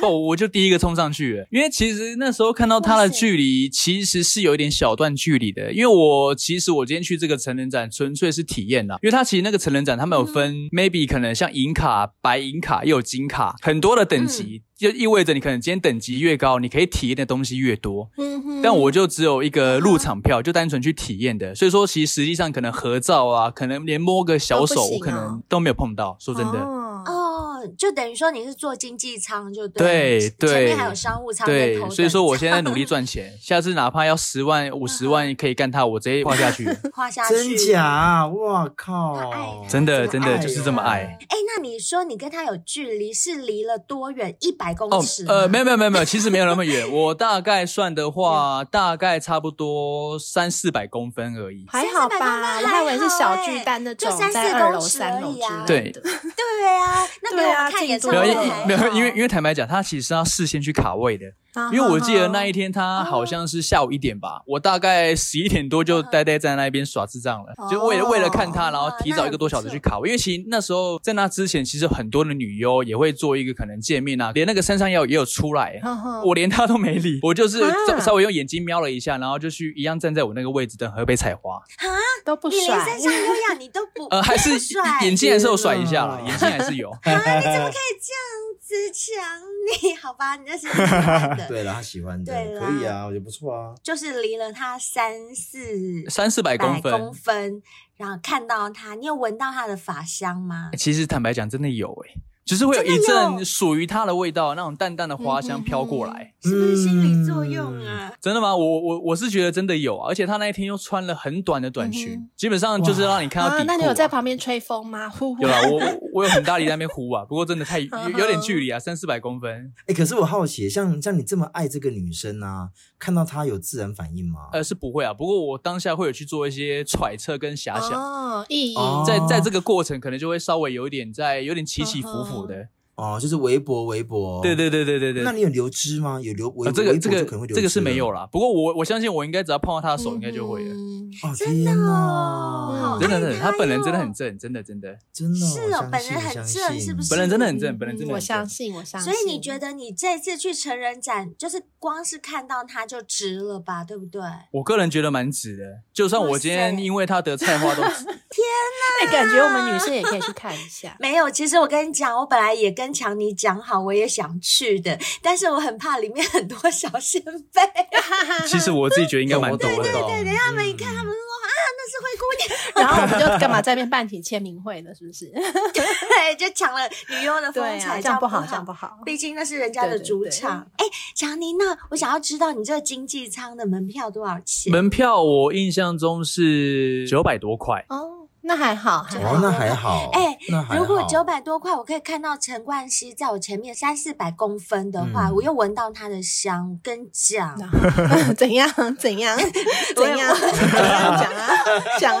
[SPEAKER 7] 不我就第一个冲上去了，因为其实那时候看到她的距离其实是有一点小段距离的，因为我其实我今天去这个成人展纯粹是体验啦，因为它其实那个成人展他们有分、maybe 可能像银卡、白银卡也有金卡，很多的等级。就意味着你可能今天等级越高，你可以体验的东西越多。
[SPEAKER 5] 嗯哼
[SPEAKER 7] 但我就只有一个入场票，就单纯去体验的。所以说，其实实际上可能合照啊，可能连摸个小
[SPEAKER 5] 都不
[SPEAKER 7] 手，
[SPEAKER 5] 行哦
[SPEAKER 7] 我可能都没有碰到。说真的，
[SPEAKER 5] 哦
[SPEAKER 2] 哦，就等于说你是坐经济舱就
[SPEAKER 7] 对
[SPEAKER 2] 对了，前
[SPEAKER 7] 对
[SPEAKER 2] 面还有商务舱跟头
[SPEAKER 7] 对，
[SPEAKER 2] 等
[SPEAKER 7] 所以说我
[SPEAKER 2] 舱
[SPEAKER 7] 现在 努力赚钱，下次 哪怕要十万、
[SPEAKER 5] 嗯
[SPEAKER 7] 五十万可以干他，我直接花下去。
[SPEAKER 2] 画下去，
[SPEAKER 6] 真假？
[SPEAKER 2] 他
[SPEAKER 6] 哇
[SPEAKER 2] 爱
[SPEAKER 6] 靠
[SPEAKER 2] 他！
[SPEAKER 7] 真的
[SPEAKER 2] 这
[SPEAKER 7] 真
[SPEAKER 2] 么
[SPEAKER 7] 的
[SPEAKER 2] 爱
[SPEAKER 6] 就是
[SPEAKER 2] 他
[SPEAKER 6] 这么爱。
[SPEAKER 2] 哎，那你说你跟他有距离是离了多远？一百公
[SPEAKER 7] 哦
[SPEAKER 2] 尺，吗？
[SPEAKER 7] 呃，没有没有没有没有，其实没有那么远，我大概算的
[SPEAKER 5] 嗯
[SPEAKER 7] 话，大概差不多三四百公分而已。
[SPEAKER 5] 还好
[SPEAKER 2] 300公分
[SPEAKER 5] 吧，我还以为是小
[SPEAKER 2] 还好欸
[SPEAKER 5] 巨蛋那
[SPEAKER 2] 就
[SPEAKER 5] 种
[SPEAKER 2] 三，四
[SPEAKER 5] 在二
[SPEAKER 2] 公
[SPEAKER 5] 楼、
[SPEAKER 2] 尺
[SPEAKER 5] 三
[SPEAKER 2] 而
[SPEAKER 5] 楼
[SPEAKER 2] 已啊
[SPEAKER 5] 之类的。
[SPEAKER 2] 对啊，那比
[SPEAKER 5] 对
[SPEAKER 2] 我
[SPEAKER 5] 啊
[SPEAKER 2] 们看
[SPEAKER 5] 进
[SPEAKER 2] 演唱
[SPEAKER 5] 度
[SPEAKER 7] 没有
[SPEAKER 2] 会
[SPEAKER 7] 因
[SPEAKER 2] 还
[SPEAKER 7] 没有，
[SPEAKER 2] 好
[SPEAKER 7] 因为因为坦白讲，他其实要事先去卡位的。
[SPEAKER 5] 啊
[SPEAKER 7] 因为我记得那一天他好像是下午一点吧，我大概十一点多就呆呆在那边耍智障了，就为了为了看他，然后提早一个多小时去卡位。因为其实那时候在那之前，其实很多的女优也会做一个可能见面啊，连那个山上耀也有出来。
[SPEAKER 5] 呵呵
[SPEAKER 2] 嗯
[SPEAKER 7] 我连他都没理，我就是
[SPEAKER 5] 嗯啊
[SPEAKER 7] 稍稍微用眼睛瞄了一下，然后就去一样站在我那个位置等河北采花。
[SPEAKER 5] 都不
[SPEAKER 2] 你连
[SPEAKER 5] 甩
[SPEAKER 2] 身，上优雅你都不，
[SPEAKER 7] 呃，还是
[SPEAKER 2] 不帅，
[SPEAKER 7] 眼睛还是有甩一下啦，
[SPEAKER 6] 天哪
[SPEAKER 7] 眼睛还是有。
[SPEAKER 2] 啊，你怎么可以这样子抢你？好吧，你那是你喜欢 的，
[SPEAKER 6] 对了，他喜欢的，
[SPEAKER 2] 对啦
[SPEAKER 6] 可以啊，我觉得不错啊。
[SPEAKER 2] 就是离了他三四
[SPEAKER 7] 三四百公
[SPEAKER 2] 百
[SPEAKER 7] 分，
[SPEAKER 2] 公分，然后看到他，你有闻到他的发香吗？
[SPEAKER 7] 其实坦白讲，真的有诶、只是会有
[SPEAKER 2] 真的
[SPEAKER 7] 一
[SPEAKER 2] 有
[SPEAKER 7] 阵属于它的味道，那种淡淡的花香飘过来。
[SPEAKER 2] 是不是心理
[SPEAKER 7] 嗯
[SPEAKER 2] 作用啊？
[SPEAKER 7] 真的吗？我我我是觉得真的有啊，而且他那一天又穿了很短的短裙，
[SPEAKER 5] 嗯哼
[SPEAKER 7] 基本上就是让你看到底裤、
[SPEAKER 5] 啊，那你有在？旁边吹风吗？呼呼
[SPEAKER 7] 有啦，啊我我我有很大力在那边呼啊，不过真的太有
[SPEAKER 5] 嗯哼
[SPEAKER 7] 有点距离啊，三四百公分，
[SPEAKER 6] 哎，可是我好奇，像像你这么爱这个女生啊，看到她有自然反应吗？
[SPEAKER 7] 呃是不会啊，不过我当下会有去做一些揣测跟遐想，
[SPEAKER 5] 哦，意淫
[SPEAKER 6] 哦
[SPEAKER 7] 在在这个过程可能就会稍微有一点在有点起起伏伏的，
[SPEAKER 6] 哦，就是微博微博。
[SPEAKER 7] 对对对对对对。
[SPEAKER 6] 那你有留汁吗？有留微博
[SPEAKER 7] 呃这个
[SPEAKER 6] 微
[SPEAKER 7] 这
[SPEAKER 6] 博就可能会
[SPEAKER 7] 个
[SPEAKER 6] 留啊
[SPEAKER 7] 这个是
[SPEAKER 6] 汁
[SPEAKER 7] 没
[SPEAKER 6] 了
[SPEAKER 7] 有啦，不过我我相信我应该只要碰到他的手，应该就会了。
[SPEAKER 5] 嗯
[SPEAKER 6] 哦，
[SPEAKER 2] 真的
[SPEAKER 6] 天
[SPEAKER 2] 哦
[SPEAKER 6] 哪
[SPEAKER 2] 好
[SPEAKER 7] 真的，真
[SPEAKER 2] 爱
[SPEAKER 7] 的，
[SPEAKER 2] 他
[SPEAKER 7] 他本人真的
[SPEAKER 2] 哟
[SPEAKER 7] 很正，真的真的，
[SPEAKER 6] 真的
[SPEAKER 2] 是哦
[SPEAKER 6] 哦，
[SPEAKER 2] 本人
[SPEAKER 6] 相信
[SPEAKER 2] 很
[SPEAKER 6] 相
[SPEAKER 2] 正
[SPEAKER 6] 信
[SPEAKER 2] 是不是
[SPEAKER 7] 本人真的很正，本人真的
[SPEAKER 5] 嗯我
[SPEAKER 7] 很正
[SPEAKER 5] 相。信，我相
[SPEAKER 2] 所
[SPEAKER 5] 信。
[SPEAKER 2] 以你觉得你这次去成人展，就是光是看到他就值了吧，对不对？
[SPEAKER 7] 我个人觉得蛮值的，就算我今
[SPEAKER 2] 哇
[SPEAKER 7] 天
[SPEAKER 2] 塞。
[SPEAKER 7] 因为他得菜花都
[SPEAKER 5] 哎，感觉我们女生也可以去看一下
[SPEAKER 2] 没有，其实我跟你讲，我本来也跟强尼讲好，我也想去的，但是我很怕里面很多小先辈，
[SPEAKER 7] 哦其实我自己觉得应该 蛮多
[SPEAKER 6] 懂我
[SPEAKER 7] 的。
[SPEAKER 6] 懂
[SPEAKER 2] 对，等他们一看，
[SPEAKER 6] 嗯
[SPEAKER 2] 他们说啊，那是灰姑娘，
[SPEAKER 5] 然后我们就干嘛在那边办起签名会呢？是不是？
[SPEAKER 2] 对，就抢了女优的风
[SPEAKER 5] 对啊，
[SPEAKER 2] 采，
[SPEAKER 5] 这样
[SPEAKER 2] 不
[SPEAKER 5] 不好，这样不好。
[SPEAKER 2] 毕竟那是人家的
[SPEAKER 5] 对对
[SPEAKER 2] 主
[SPEAKER 5] 对
[SPEAKER 2] 场。哎，强尼，那我想要知道你这个经济舱的门票多少钱？
[SPEAKER 7] 门票我印象中是九百多块，
[SPEAKER 5] 哦，那还好， 还
[SPEAKER 6] 哦，
[SPEAKER 5] 好。
[SPEAKER 6] 那还好，
[SPEAKER 2] 哎
[SPEAKER 6] 那还好。
[SPEAKER 2] 如果九百多块，我可以看到陈冠希在我前面三四百公分的话，
[SPEAKER 6] 嗯
[SPEAKER 2] 我又闻到他的香。我跟你讲，
[SPEAKER 5] 然后怎样？怎样？怎样？怎样讲啊？讲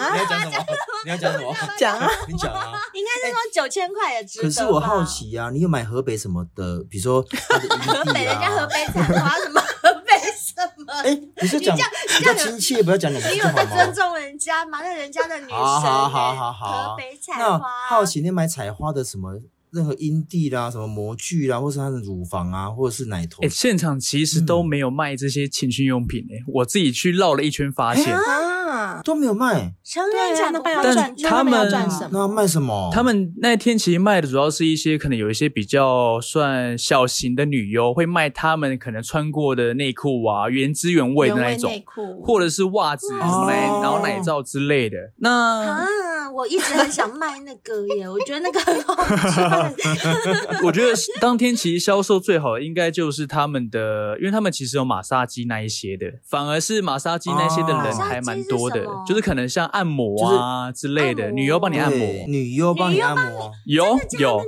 [SPEAKER 6] 你要
[SPEAKER 5] 啊？
[SPEAKER 6] 讲 什么？你要讲什么？
[SPEAKER 5] 讲 啊！
[SPEAKER 6] 你讲啊！
[SPEAKER 2] 应该是说九千块也值得。
[SPEAKER 6] 可是我好，奇啊，你有买河北什么的？比如 说它的营地啊
[SPEAKER 2] 河北人家河北产花什么河北什么？
[SPEAKER 6] 哎，不是讲
[SPEAKER 2] 你这样
[SPEAKER 6] 比较亲切，不要讲两个
[SPEAKER 2] 你
[SPEAKER 6] 字
[SPEAKER 2] 有
[SPEAKER 6] 好
[SPEAKER 2] 在
[SPEAKER 6] 吗
[SPEAKER 2] 尊？重人家吗？那人家的女神、欸，
[SPEAKER 6] 好好好好好，
[SPEAKER 2] 河北采
[SPEAKER 6] 那
[SPEAKER 2] 花。
[SPEAKER 6] 好奇，你买采花的什么？任何阴蒂啦，什么模具啦，或是它的乳房啊，或者是奶头
[SPEAKER 7] 哎、，现场其实都没有卖这些情趣用品诶、欸我自己去绕了一圈发现，
[SPEAKER 5] 啊！
[SPEAKER 6] 都没有卖，
[SPEAKER 2] 成人展不
[SPEAKER 5] 对啊
[SPEAKER 2] 会赚
[SPEAKER 5] 那办
[SPEAKER 7] 但
[SPEAKER 5] 那
[SPEAKER 2] 钱，
[SPEAKER 7] 他
[SPEAKER 5] 们要
[SPEAKER 7] 们
[SPEAKER 5] 赚什么
[SPEAKER 6] 那要卖什么？
[SPEAKER 7] 他们那天其实卖的主要是一些可能有一些比较算小型的女优会卖他们可能穿过的内裤啊，原汁原味的那一
[SPEAKER 5] 原味
[SPEAKER 7] 种
[SPEAKER 5] 内，裤，
[SPEAKER 7] 或者是袜子、
[SPEAKER 2] 哇
[SPEAKER 7] 什么奶
[SPEAKER 6] 哦
[SPEAKER 7] 然后奶罩之类的。那
[SPEAKER 2] 啊，我一直很想卖那个耶，我觉得那个很好赚。
[SPEAKER 7] 我觉得是当天其实销售最好的应该就是他们的，因为他们其实有马杀鸡那一些的，反而是马杀鸡那些的
[SPEAKER 6] 哦
[SPEAKER 7] 人还蛮多
[SPEAKER 2] 马杀鸡
[SPEAKER 7] 的
[SPEAKER 2] 是什么，
[SPEAKER 7] 就是可能像按摩啊之类
[SPEAKER 2] 按
[SPEAKER 7] 的，
[SPEAKER 2] 摩
[SPEAKER 7] 女优帮你按摩，
[SPEAKER 6] 对女优帮你按摩，
[SPEAKER 7] 有
[SPEAKER 2] 真的假的女
[SPEAKER 7] 有
[SPEAKER 2] 优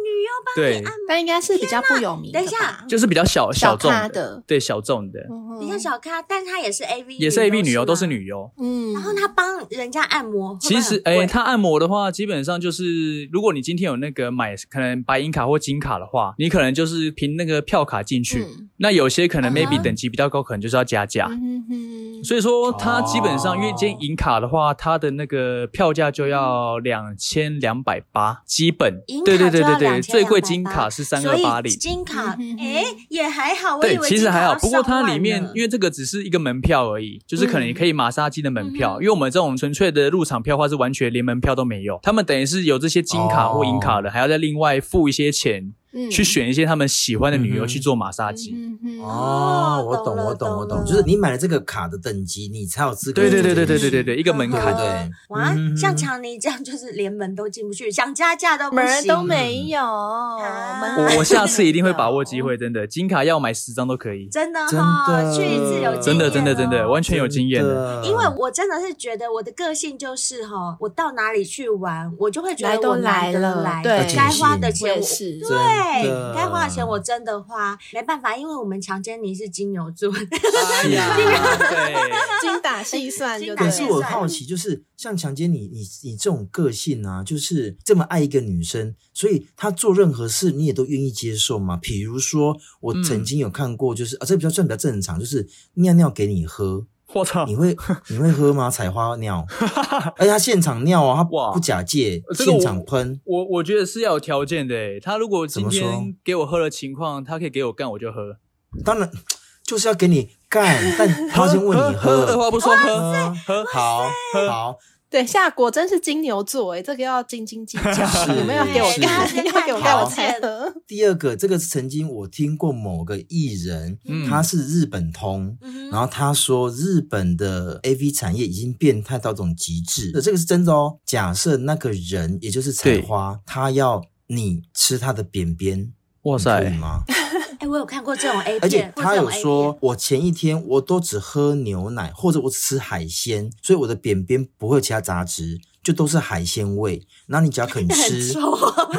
[SPEAKER 2] 帮
[SPEAKER 7] 对，
[SPEAKER 5] 但应该是比较不有名的
[SPEAKER 2] 等
[SPEAKER 5] 吧。
[SPEAKER 2] 一下
[SPEAKER 7] 就是比较小
[SPEAKER 5] 小
[SPEAKER 7] 众
[SPEAKER 5] 咖的，
[SPEAKER 7] 对小众的，
[SPEAKER 5] 嗯
[SPEAKER 2] 比较小咖，但她也是 A V，
[SPEAKER 7] 也是 A B 女优，
[SPEAKER 2] 吗
[SPEAKER 7] 都是。女优。
[SPEAKER 5] 嗯，
[SPEAKER 2] 然后她帮人家按摩，
[SPEAKER 7] 其实，
[SPEAKER 2] 哎、
[SPEAKER 7] 哎、它按摩的话，基本上就是，如果你今天有那个买可能白银卡或金卡的话，你可能就是凭那个票卡进去。
[SPEAKER 5] 嗯
[SPEAKER 7] 那有些可能 maybe
[SPEAKER 2] 嗯
[SPEAKER 7] 等级比较高，可能就是要加价。
[SPEAKER 5] 嗯哼
[SPEAKER 7] 所以说，它基本上，
[SPEAKER 6] 哦
[SPEAKER 7] 因为今天银卡的话，它的那个票价就要两千两百八，基本
[SPEAKER 2] 银。卡
[SPEAKER 7] 对对对
[SPEAKER 2] 就要
[SPEAKER 7] 对对，最贵金
[SPEAKER 2] 2280
[SPEAKER 7] 卡是三
[SPEAKER 2] 所
[SPEAKER 7] 二
[SPEAKER 2] 以
[SPEAKER 7] 八零。
[SPEAKER 2] 金卡哎、
[SPEAKER 5] 嗯哼哼
[SPEAKER 2] 也还好，我以
[SPEAKER 7] 对，
[SPEAKER 2] 为
[SPEAKER 7] 其实
[SPEAKER 2] 金卡
[SPEAKER 7] 还好，
[SPEAKER 2] 要
[SPEAKER 7] 不过它
[SPEAKER 2] 上
[SPEAKER 7] 里
[SPEAKER 2] 万
[SPEAKER 7] 面
[SPEAKER 2] 呢
[SPEAKER 7] 因为这个只是一个门票而已，就是可能也可以马杀鸡的门
[SPEAKER 2] 嗯嗯嗯
[SPEAKER 7] 票，
[SPEAKER 2] 哼
[SPEAKER 7] 因为我们这种纯粹的入场票的话是完全连门票都没有，他们等于是有这些金卡或银卡的，还要再另外付一些钱、
[SPEAKER 5] 嗯
[SPEAKER 7] 去选一些他们喜欢的女优
[SPEAKER 6] 嗯哼
[SPEAKER 7] 去做马杀鸡。
[SPEAKER 5] 嗯哼
[SPEAKER 6] 哦，我
[SPEAKER 2] 懂
[SPEAKER 6] 懂，
[SPEAKER 2] 了
[SPEAKER 6] 我懂，
[SPEAKER 2] 懂
[SPEAKER 6] 我懂，
[SPEAKER 2] 了
[SPEAKER 6] 就是你买了这个卡的等级，你才有资格
[SPEAKER 7] 对
[SPEAKER 6] 做这件事。
[SPEAKER 7] 对对对对对对对，一个门
[SPEAKER 2] 嗯
[SPEAKER 7] 槛
[SPEAKER 2] 哼。
[SPEAKER 6] 对，
[SPEAKER 2] 哇，
[SPEAKER 6] 嗯
[SPEAKER 2] 像强尼这样就是连门都进不去，想加价都不
[SPEAKER 5] 门儿
[SPEAKER 2] 行。
[SPEAKER 5] 都没有，啊
[SPEAKER 6] 啊
[SPEAKER 5] 门儿
[SPEAKER 7] 我我下次一定会把 握机会，真的，金卡要买十张都可以，
[SPEAKER 2] 真的
[SPEAKER 6] 真
[SPEAKER 2] 哈、
[SPEAKER 6] 的
[SPEAKER 2] 去一次有经
[SPEAKER 7] 真的真的
[SPEAKER 2] 验
[SPEAKER 7] 真的
[SPEAKER 2] 哦
[SPEAKER 7] 完全有经验的。
[SPEAKER 6] 的
[SPEAKER 2] 因为我真的是觉得我的个性就是哈，我到哪里去玩，我就会觉
[SPEAKER 5] 来
[SPEAKER 2] 得
[SPEAKER 5] 都
[SPEAKER 2] 我来
[SPEAKER 5] 来
[SPEAKER 2] 得
[SPEAKER 5] 了
[SPEAKER 2] 来
[SPEAKER 5] 对
[SPEAKER 2] 该花的
[SPEAKER 5] 我
[SPEAKER 2] 钱
[SPEAKER 5] 也
[SPEAKER 2] 我
[SPEAKER 5] 是。
[SPEAKER 6] 真的
[SPEAKER 2] 对，该花的钱我真的花，没办法，因为我们强奸你是金牛座，
[SPEAKER 6] 哎呀
[SPEAKER 7] 啊对。
[SPEAKER 5] 精打细 算就
[SPEAKER 2] 精打
[SPEAKER 6] 可
[SPEAKER 5] 对了，
[SPEAKER 6] 是
[SPEAKER 2] 也
[SPEAKER 6] 我
[SPEAKER 2] 算
[SPEAKER 6] 好奇，就是像强奸你，你你这种个性啊，就是这么爱一个女生，所以她做任何事你也都愿意接受吗？比如说，我
[SPEAKER 7] 嗯
[SPEAKER 6] 曾经有看过，就是、啊，这比较算比较正常，就是尿尿给你喝，
[SPEAKER 7] 我操
[SPEAKER 6] 你！会你会喝吗？采花 尿，而且她现场尿啊，她
[SPEAKER 7] 哇
[SPEAKER 6] 不假借，
[SPEAKER 7] 这个我
[SPEAKER 6] 现场喷，
[SPEAKER 7] 我我觉得是要有条件的诶，他如果今
[SPEAKER 6] 怎么说
[SPEAKER 7] 天给我喝的情况，他可以给我干，我就喝。
[SPEAKER 6] 当然就是要给你干，但她先问你
[SPEAKER 7] 喝的
[SPEAKER 6] 喝，
[SPEAKER 7] 话不说喝，
[SPEAKER 6] 喝好好，
[SPEAKER 5] 等一下，果真是金牛座哎，这个要斤斤计较，
[SPEAKER 6] 是
[SPEAKER 5] 有没有给我
[SPEAKER 6] 是
[SPEAKER 5] 干？
[SPEAKER 2] 是
[SPEAKER 5] 要给我干，
[SPEAKER 6] 好
[SPEAKER 5] 我才喝。
[SPEAKER 6] 第二个，这个是曾经我听过某个艺人，
[SPEAKER 7] 嗯
[SPEAKER 6] 他是日本通。
[SPEAKER 2] 嗯
[SPEAKER 6] 然后他说，日本的 A V 产业已经变态到这种极致，这个是真的哦。假设那个人，也就是采花，他要你吃他的便便，
[SPEAKER 7] 哇
[SPEAKER 6] 你可以
[SPEAKER 7] 塞，
[SPEAKER 6] 吗？
[SPEAKER 2] 哼，哎，我有看过这种 A
[SPEAKER 6] 而
[SPEAKER 2] 片
[SPEAKER 6] 且，
[SPEAKER 2] 或者
[SPEAKER 6] 他
[SPEAKER 2] 这
[SPEAKER 6] 有
[SPEAKER 2] 种 A 片
[SPEAKER 6] 说，我前一天我都只喝牛奶，或者我只吃海鲜，所以我的便便不会有其他杂质，就都是海鲜味。然后你只要 肯
[SPEAKER 2] 很
[SPEAKER 6] 吃，
[SPEAKER 2] 臭哦，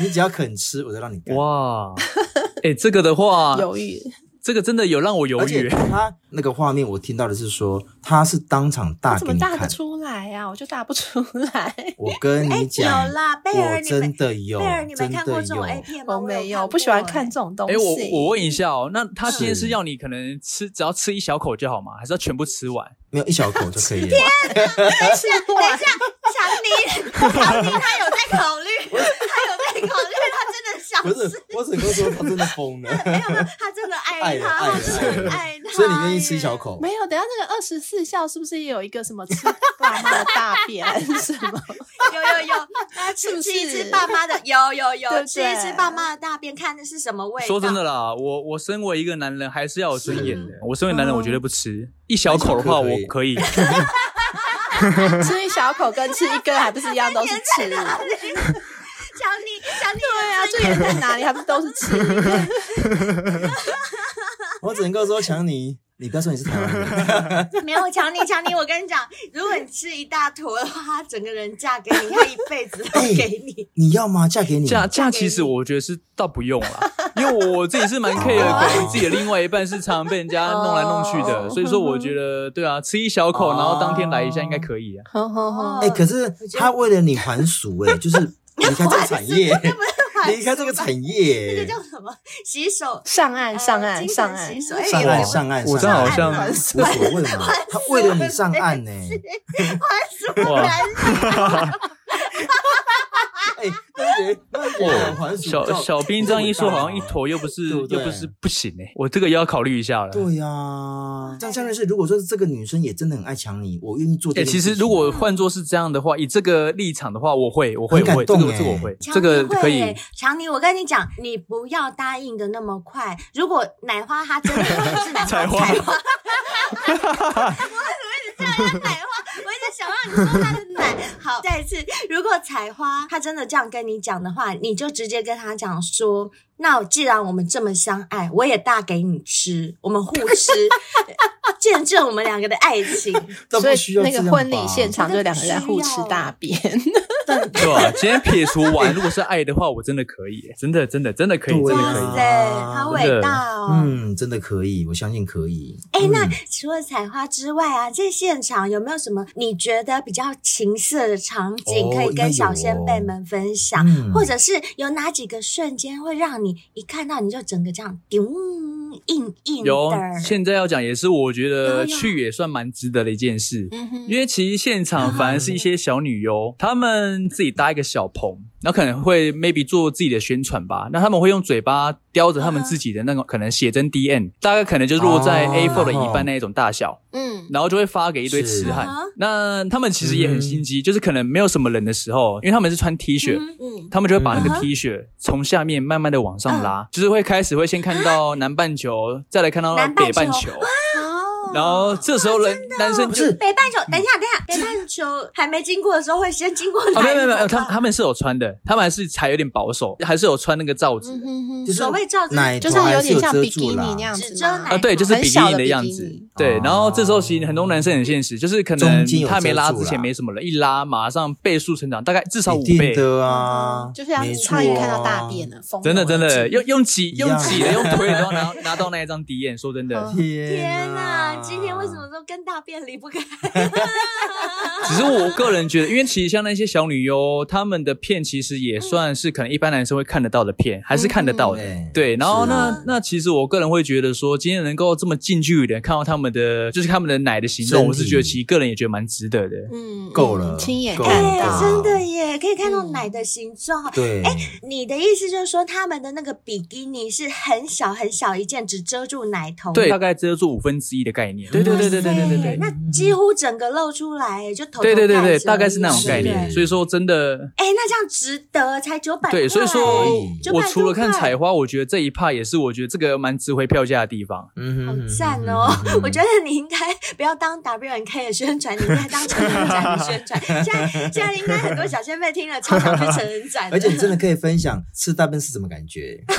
[SPEAKER 6] 你只要肯吃，我就让你干。
[SPEAKER 7] 哇！哎，这个的话，
[SPEAKER 5] 犹豫，
[SPEAKER 7] 这个真的有让我犹
[SPEAKER 6] 而且
[SPEAKER 7] 豫。
[SPEAKER 6] 他那个画面，我听到的是说他是当场大
[SPEAKER 5] 怎
[SPEAKER 6] 给
[SPEAKER 5] 么
[SPEAKER 6] 你
[SPEAKER 5] 大得
[SPEAKER 6] 看。
[SPEAKER 5] 出来啊？我就大不出 来，
[SPEAKER 6] 我跟你讲，
[SPEAKER 2] 哎有啦贝尔
[SPEAKER 6] 我
[SPEAKER 2] 你们
[SPEAKER 6] 真的有，
[SPEAKER 2] 贝尔，你没
[SPEAKER 6] 真
[SPEAKER 2] 看过
[SPEAKER 6] 的
[SPEAKER 2] 这种哎 A
[SPEAKER 6] 有。
[SPEAKER 2] 片吗？
[SPEAKER 5] 我没
[SPEAKER 2] 有
[SPEAKER 5] 有，
[SPEAKER 2] 看
[SPEAKER 5] 不喜欢
[SPEAKER 2] 过
[SPEAKER 5] 看欸这种东西。
[SPEAKER 7] 哎，我我问一下哦，那他
[SPEAKER 6] 是
[SPEAKER 7] 今天是要你可能吃，只要吃一小口就好吗？还是要全部吃完？
[SPEAKER 6] 没有一小口就可以了。
[SPEAKER 2] 欸
[SPEAKER 5] 吃完
[SPEAKER 2] 强尼，强尼他有在 考虑，他有在考虑，他
[SPEAKER 6] 不
[SPEAKER 2] 真的想
[SPEAKER 6] 是
[SPEAKER 2] 吃，，
[SPEAKER 6] 我只能够说他真的疯了，
[SPEAKER 2] 没有没有，他真的爱
[SPEAKER 6] 爱了
[SPEAKER 2] 他，他
[SPEAKER 6] 爱了
[SPEAKER 2] 真
[SPEAKER 6] 爱
[SPEAKER 2] 的
[SPEAKER 6] 了
[SPEAKER 2] 爱他耶，
[SPEAKER 6] 所以你愿意吃一小口？
[SPEAKER 5] 没有，等一下那个二十四孝是不是也有一个什么吃爸妈的大 便什么？
[SPEAKER 2] 有有 有，他
[SPEAKER 5] 是
[SPEAKER 2] 吃
[SPEAKER 5] 不
[SPEAKER 2] 吃一吃
[SPEAKER 5] 是
[SPEAKER 2] 爸妈的，有有有，
[SPEAKER 5] 对不
[SPEAKER 2] 吃一吃
[SPEAKER 5] 对
[SPEAKER 2] 爸妈的大便，看的是什么味道。
[SPEAKER 7] 说真的，啦，我我身为一个男人，还是要有尊严的。我身为男人，
[SPEAKER 5] 嗯
[SPEAKER 7] 我绝对不吃一小口的话，
[SPEAKER 6] 一小
[SPEAKER 7] 我
[SPEAKER 6] 口
[SPEAKER 7] 可以。
[SPEAKER 5] 吃一小口跟吃一根还不是一样都是吃？ 对
[SPEAKER 2] 想你想你，
[SPEAKER 5] 啊，这也 在哪里？还不是都是吃？
[SPEAKER 6] 我只能够说强尼，你不要说你是台湾 人，
[SPEAKER 2] 没有强尼，强尼，我跟你讲，如果你吃一大坨的话，他整个人嫁给你，他一辈子
[SPEAKER 6] 哎
[SPEAKER 2] 都给你。
[SPEAKER 6] 你要吗？嫁给你？
[SPEAKER 7] 嫁嫁
[SPEAKER 2] 给
[SPEAKER 7] 其实
[SPEAKER 2] 你
[SPEAKER 7] 我觉得是倒不用啦，因为我我自己是蛮 care
[SPEAKER 6] 哦
[SPEAKER 7] 可能自己的另外一半是常被人家弄来弄去的，
[SPEAKER 2] 哦
[SPEAKER 7] 所以说我觉得对啊，吃一小口，然后当天来一下应该可以啊。
[SPEAKER 5] 好好
[SPEAKER 2] 哦
[SPEAKER 5] 好，
[SPEAKER 6] 哎、可是他为了你还俗、哎，就是离开这个产业， 离开这个产
[SPEAKER 2] 这
[SPEAKER 6] 业
[SPEAKER 2] 个，叫什么？洗手，
[SPEAKER 5] 上岸上岸
[SPEAKER 2] 呃精神
[SPEAKER 5] 上岸
[SPEAKER 2] 洗，手，哎
[SPEAKER 6] 上
[SPEAKER 2] 有
[SPEAKER 6] 岸
[SPEAKER 2] 有
[SPEAKER 6] 上岸，
[SPEAKER 7] 我这
[SPEAKER 6] 上岸
[SPEAKER 7] 好像
[SPEAKER 2] 还
[SPEAKER 6] 无
[SPEAKER 2] 俗
[SPEAKER 6] 所谓嘛，他为了你上岸呢、
[SPEAKER 2] 还俗
[SPEAKER 7] 哇
[SPEAKER 2] 男
[SPEAKER 6] 哎、那谁那谁敢还俗
[SPEAKER 7] 哦小
[SPEAKER 6] 照
[SPEAKER 7] 小兵这样一说，好像一坨又不是
[SPEAKER 6] 哦对不对
[SPEAKER 7] 又不是不行哎、我这个也要考虑一下了。
[SPEAKER 6] 对呀、
[SPEAKER 5] 哎
[SPEAKER 6] 这样相当于是，如果说这个女生也真的很爱抢你，我愿意做
[SPEAKER 7] 哎、
[SPEAKER 6] 这件
[SPEAKER 7] 其
[SPEAKER 6] 事情。
[SPEAKER 7] 实如果换做是这样的话，以这个立场的话，我会，我会，
[SPEAKER 6] 很
[SPEAKER 7] 我
[SPEAKER 6] 感
[SPEAKER 7] 会，这个
[SPEAKER 6] 动哎
[SPEAKER 7] 这个我 会，
[SPEAKER 2] 强
[SPEAKER 7] 这个
[SPEAKER 2] 尼会
[SPEAKER 7] 可 以
[SPEAKER 2] 耶。强尼，我跟你讲，你不要答应的那么快。如果奶花她真的是 奶花，
[SPEAKER 7] 采花
[SPEAKER 2] 采花我为什么一直叫她奶花？我一直想让你说她的奶。好，再一次，如果采花她真的这样跟你讲的话，你就直接跟她讲说。那既然我们这么相爱，我也大给你吃，我们互吃， 见证我们两个的爱情。
[SPEAKER 6] 但
[SPEAKER 5] 所
[SPEAKER 6] 不
[SPEAKER 5] 以
[SPEAKER 6] 需要
[SPEAKER 5] 那
[SPEAKER 6] 这
[SPEAKER 5] 个
[SPEAKER 6] 样
[SPEAKER 5] 婚礼
[SPEAKER 6] 吧
[SPEAKER 5] 现场就两个人互
[SPEAKER 2] 真的不
[SPEAKER 5] 吃
[SPEAKER 2] 需要
[SPEAKER 5] 大便，
[SPEAKER 7] 对吧、今天撇除完，如果是爱的话，我真的可以、真的真的真的可以，真
[SPEAKER 6] 对
[SPEAKER 7] 的
[SPEAKER 2] 哇
[SPEAKER 6] 啊
[SPEAKER 7] 可以。
[SPEAKER 2] 塞，好伟大哦！
[SPEAKER 6] 嗯，真的可以，我相信可以。
[SPEAKER 2] 哎、那
[SPEAKER 6] 嗯
[SPEAKER 2] 除了采花之外啊，在现场有没有什么你觉得比较情色的场景
[SPEAKER 6] 哦
[SPEAKER 2] 可以
[SPEAKER 6] 应该有
[SPEAKER 2] 跟小先辈们分享？
[SPEAKER 6] 嗯
[SPEAKER 2] 或者是有哪几个瞬间会让你一看到你就整个这样丢硬硬的？
[SPEAKER 7] 有，现在要讲也是我觉
[SPEAKER 2] 有有
[SPEAKER 7] 得去也算蛮值得的一件事，
[SPEAKER 5] 嗯哼
[SPEAKER 7] 因为其实现场反而是一些小女
[SPEAKER 2] 嗯
[SPEAKER 7] 优，她们自己搭一个小棚，然后可能会 maybe 做自己的宣传吧，那他们会用嘴巴叼着他们自己的那种可能写真 D N，大概可能就落在
[SPEAKER 2] 啊
[SPEAKER 6] 哦
[SPEAKER 7] A4 的一半那一种大小，
[SPEAKER 5] 嗯，
[SPEAKER 7] 然后就会发给一堆痴汉
[SPEAKER 2] 是嗯啊。
[SPEAKER 7] 那他们其实也很心机，就是可能没有什么人的时候，因为他们是穿 T 恤，
[SPEAKER 2] 嗯
[SPEAKER 5] 嗯，
[SPEAKER 7] 他们就会把那
[SPEAKER 2] 嗯
[SPEAKER 7] 个
[SPEAKER 2] 哼
[SPEAKER 7] T 恤从下面慢慢的往
[SPEAKER 2] 嗯
[SPEAKER 7] 上拉，就是会开始会先看到南 半球，再来看到
[SPEAKER 2] 南半
[SPEAKER 7] 北半
[SPEAKER 2] 球
[SPEAKER 7] 球，
[SPEAKER 2] 哦
[SPEAKER 7] 然后这时候人男生嗯
[SPEAKER 6] 不
[SPEAKER 7] 就是
[SPEAKER 2] 北半球，等一下，等一下，北半球还没经过的时候会先经过哪
[SPEAKER 7] 啊，
[SPEAKER 2] 一
[SPEAKER 7] 没有没
[SPEAKER 2] 个
[SPEAKER 7] 有没有，他们
[SPEAKER 2] 吧
[SPEAKER 7] 他们是有穿的，他们还是还有点保守，还是有穿那个罩子
[SPEAKER 2] 嗯
[SPEAKER 7] 的。
[SPEAKER 6] 就是
[SPEAKER 2] 所谓罩子
[SPEAKER 6] 奶
[SPEAKER 5] 嗯就
[SPEAKER 6] 哎头
[SPEAKER 5] 是有
[SPEAKER 6] 还是
[SPEAKER 5] 点
[SPEAKER 6] 有
[SPEAKER 5] 像
[SPEAKER 6] 遮
[SPEAKER 5] 比基
[SPEAKER 6] 住
[SPEAKER 5] 尼
[SPEAKER 6] 啦
[SPEAKER 5] 那样子
[SPEAKER 2] 只遮
[SPEAKER 5] 嘛
[SPEAKER 2] 奶
[SPEAKER 7] 啊，对，就是
[SPEAKER 5] 很
[SPEAKER 7] 比基
[SPEAKER 5] 小
[SPEAKER 7] 尼
[SPEAKER 5] 的
[SPEAKER 7] 的样
[SPEAKER 5] 比基
[SPEAKER 7] 子
[SPEAKER 5] 尼，
[SPEAKER 7] 对。
[SPEAKER 6] 哦
[SPEAKER 7] 然后这时候其实很多男生很现实，就是可能
[SPEAKER 6] 中间有
[SPEAKER 7] 他没拉之
[SPEAKER 6] 遮住
[SPEAKER 7] 前
[SPEAKER 6] 啦
[SPEAKER 7] 没什么人，一拉马上倍数成长，大概至少五
[SPEAKER 6] 一定
[SPEAKER 7] 倍。
[SPEAKER 6] 的啊，
[SPEAKER 5] 嗯就是要
[SPEAKER 6] 没
[SPEAKER 5] 你
[SPEAKER 6] 错
[SPEAKER 5] 差
[SPEAKER 6] 啊
[SPEAKER 5] 点看到大便。了，啊疯
[SPEAKER 7] 真的
[SPEAKER 5] 了
[SPEAKER 7] 真的，
[SPEAKER 5] 又
[SPEAKER 7] 用用挤
[SPEAKER 6] 一
[SPEAKER 7] 用
[SPEAKER 6] 样
[SPEAKER 7] 挤的用推的都要 拿拿到那一张 D N，说真
[SPEAKER 2] 嗯
[SPEAKER 7] 的，
[SPEAKER 6] 天
[SPEAKER 2] 天
[SPEAKER 6] 哪
[SPEAKER 2] 哪！！今天为什么都跟大便离不 开？
[SPEAKER 7] 只是我个人觉得，因为其实像那些小女优，她们的片其实也算是可能一般男生会看得到的片，还是看得到的。
[SPEAKER 6] 嗯
[SPEAKER 7] 对，然后
[SPEAKER 6] 是
[SPEAKER 7] 那那其实我个人会觉得说，今天能够这么近距离的看到他们的，就是他们的奶的行
[SPEAKER 6] 身
[SPEAKER 7] 动，
[SPEAKER 6] 体
[SPEAKER 7] 我是觉得其实个人也觉得蛮值得的。
[SPEAKER 5] 嗯
[SPEAKER 6] 够了
[SPEAKER 5] 亲眼
[SPEAKER 6] 够
[SPEAKER 5] 看
[SPEAKER 6] 了
[SPEAKER 5] 到，
[SPEAKER 2] 哎真的耶，可以看到
[SPEAKER 5] 嗯
[SPEAKER 2] 奶的形状，
[SPEAKER 6] 对，
[SPEAKER 5] 哎
[SPEAKER 2] 你的意思就是说，他们的那个比基尼是很小很小一件，只遮住奶头。
[SPEAKER 7] 对，大概遮住五分之一的概念。对
[SPEAKER 6] 对
[SPEAKER 7] 对
[SPEAKER 6] 对对对
[SPEAKER 7] 对对
[SPEAKER 6] 对
[SPEAKER 7] 对对
[SPEAKER 6] 对
[SPEAKER 7] 对
[SPEAKER 6] 对
[SPEAKER 7] 对
[SPEAKER 2] 那几乎整个露出来，就头
[SPEAKER 7] 对对对
[SPEAKER 2] 头盖
[SPEAKER 7] 对，
[SPEAKER 2] 着
[SPEAKER 7] 大概是那种概
[SPEAKER 2] 而
[SPEAKER 7] 念。
[SPEAKER 2] 已
[SPEAKER 6] 是
[SPEAKER 7] 所以说真的，
[SPEAKER 2] 哎，那这样值得，才九百。
[SPEAKER 7] 对，所以说
[SPEAKER 6] 就
[SPEAKER 7] 我除了看采
[SPEAKER 2] 花，
[SPEAKER 7] 花，我觉得这一趴也是我觉得这个蛮值回票价的地方。
[SPEAKER 6] 嗯哼
[SPEAKER 2] 好
[SPEAKER 6] 嗯哼
[SPEAKER 2] 赞哦
[SPEAKER 6] 嗯哼！
[SPEAKER 2] 我觉得你应该不要当 WNK 的宣传，你应该当成人展的宣 传。现在现在应该很多小先辈听了超想去成人展的，
[SPEAKER 6] 而且你真的可以分享吃大便是什么感觉，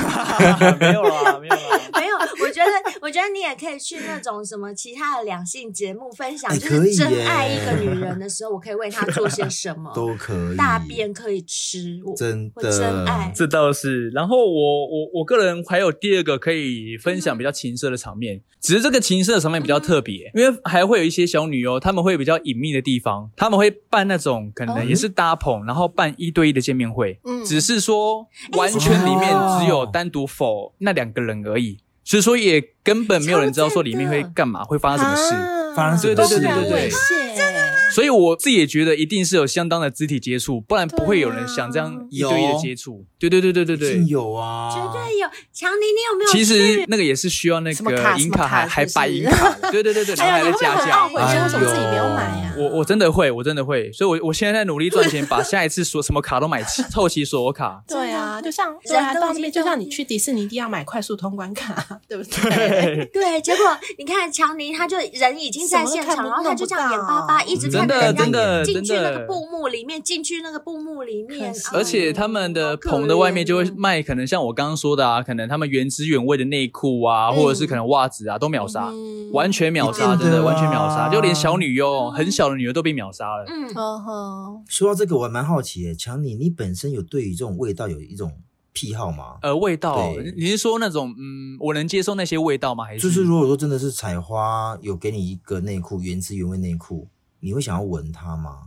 [SPEAKER 7] 没有啦，没有啦。
[SPEAKER 2] 没有，我觉得，我觉得你也可以去那种什么其他的两性节目分享，
[SPEAKER 6] 哎
[SPEAKER 2] 就
[SPEAKER 6] 可以
[SPEAKER 2] 是真
[SPEAKER 6] 耶
[SPEAKER 2] 爱一个女人的时候，我可以为她做些什么。
[SPEAKER 6] 都可以。
[SPEAKER 2] 大便可以吃，我
[SPEAKER 6] 真
[SPEAKER 2] 我
[SPEAKER 6] 的
[SPEAKER 2] 真爱。
[SPEAKER 7] 这倒是。然后我我我个人还有第二个可以分享比较情色的场面，只是这个情色的场面比较特别，因为还会有一些小女优，她们会比较隐秘的地方，她们会办那种可
[SPEAKER 2] 哦
[SPEAKER 7] 能也是搭棚，然后办一对一的见面会，
[SPEAKER 5] 嗯
[SPEAKER 7] 只是说完全里面只有
[SPEAKER 6] 哦
[SPEAKER 7] 单独否那两个人而已，所以说也根本没有人知道说里面会干嘛，会发生什么事。
[SPEAKER 5] 啊
[SPEAKER 6] 发生什么
[SPEAKER 7] 对对对对对对
[SPEAKER 5] 对，真的
[SPEAKER 7] 所以我自己也觉得一定是有相当的肢体接触，不然不会有人想这样一对一的
[SPEAKER 6] 有
[SPEAKER 7] 接触。对对对对对
[SPEAKER 6] 一
[SPEAKER 7] 对，
[SPEAKER 6] 定有啊，
[SPEAKER 2] 绝对有，哎强尼，你有没有？
[SPEAKER 7] 其实那个也是需要那
[SPEAKER 5] 什么卡
[SPEAKER 7] 个银卡还
[SPEAKER 5] 什么卡是
[SPEAKER 7] 还
[SPEAKER 5] 不是
[SPEAKER 7] 白银卡的，对对对对，然后还在加价。
[SPEAKER 5] 我觉得为什么自己没有买啊？
[SPEAKER 7] 我我真的会，我真的会，所以我我现在在努力赚钱，把下一次所什么卡都买齐，凑齐所有卡。
[SPEAKER 5] 对啊，就像
[SPEAKER 2] 真
[SPEAKER 5] 对
[SPEAKER 2] 的
[SPEAKER 5] 啊，
[SPEAKER 2] 人都已
[SPEAKER 5] 到那
[SPEAKER 2] 经
[SPEAKER 5] 边就像你去迪士尼一定要买快速通关卡， 对不对？
[SPEAKER 7] 对，
[SPEAKER 2] 对，结果你看强尼，他就人已经在现
[SPEAKER 5] 什么都看
[SPEAKER 2] 场，
[SPEAKER 5] 不
[SPEAKER 2] 然后他就这样
[SPEAKER 5] 弄
[SPEAKER 2] 眼
[SPEAKER 5] 不
[SPEAKER 2] 巴巴
[SPEAKER 5] 到
[SPEAKER 2] 一直
[SPEAKER 7] 真
[SPEAKER 2] 看到人
[SPEAKER 7] 啊
[SPEAKER 2] 家
[SPEAKER 7] 真的真的
[SPEAKER 2] 进去
[SPEAKER 7] 真
[SPEAKER 2] 那
[SPEAKER 7] 的
[SPEAKER 2] 个啊布幕里面，进去那个布幕里面嗯
[SPEAKER 5] 可惜，
[SPEAKER 7] 而且他们的棚的外面就会卖，可能像我刚刚说的啊，可能他们原汁原味的内裤啊，
[SPEAKER 2] 嗯
[SPEAKER 7] 或者是可能袜子啊，都秒杀，
[SPEAKER 5] 嗯
[SPEAKER 7] 完全秒
[SPEAKER 6] 一
[SPEAKER 7] 杀，
[SPEAKER 6] 定的
[SPEAKER 7] 真的
[SPEAKER 6] 啊
[SPEAKER 7] 完全秒杀，就连小女优很小的女优都被秒杀了。
[SPEAKER 2] 嗯，
[SPEAKER 5] 嗯哼，
[SPEAKER 6] 说到这个，我还蛮好奇耶，强尼，你本身有对于这种味道有一种癖好吗？
[SPEAKER 7] 呃，味道
[SPEAKER 6] 对，
[SPEAKER 7] 你是说那种嗯，我能接受那些味道吗？还是
[SPEAKER 6] 就是如果说真的是采花有给你一个内裤原汁原味内裤，你会想要闻它吗？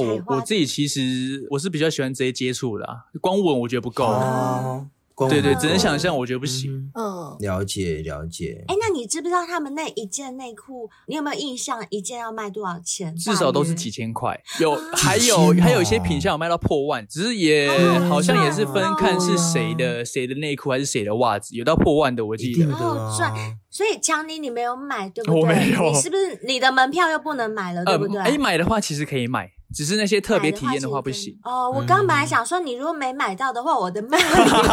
[SPEAKER 2] 采
[SPEAKER 7] 我
[SPEAKER 2] 花
[SPEAKER 7] 我自己其实我是比较喜欢直接接触的、啊，光闻我觉得不够。
[SPEAKER 6] 哦，光
[SPEAKER 7] 对对，
[SPEAKER 6] 闻
[SPEAKER 7] 只能想象，我觉得不行。
[SPEAKER 6] 嗯
[SPEAKER 5] 嗯，
[SPEAKER 6] 了解了解
[SPEAKER 2] 哎、，那你知不知道他们那一件内裤，你有没有印象？一件要卖多少钱？
[SPEAKER 7] 至少都是
[SPEAKER 2] 大约
[SPEAKER 7] 几千块，有
[SPEAKER 6] 千
[SPEAKER 7] 还有
[SPEAKER 6] 哦
[SPEAKER 7] 还有一些品相有卖到破万，只是也
[SPEAKER 2] 哦
[SPEAKER 7] 好像也是
[SPEAKER 2] 赚
[SPEAKER 7] 分
[SPEAKER 2] 哦
[SPEAKER 7] 看是谁的谁的内裤还是谁的袜子，有到破万的我
[SPEAKER 6] 一
[SPEAKER 7] 记
[SPEAKER 6] 定
[SPEAKER 7] 得
[SPEAKER 6] 的
[SPEAKER 2] 哦
[SPEAKER 6] 啊
[SPEAKER 2] 赚。所以强尼你没有买，对不对？
[SPEAKER 7] 我没有
[SPEAKER 2] 你是不是你的门票又不能买了，对不对？
[SPEAKER 7] 哎买的话其实可以买，只是那些特别体验的话
[SPEAKER 2] 话
[SPEAKER 7] 不行。。
[SPEAKER 2] 哦，我
[SPEAKER 6] 嗯
[SPEAKER 2] 刚本来想说，你如果没买到的话， 我的卖，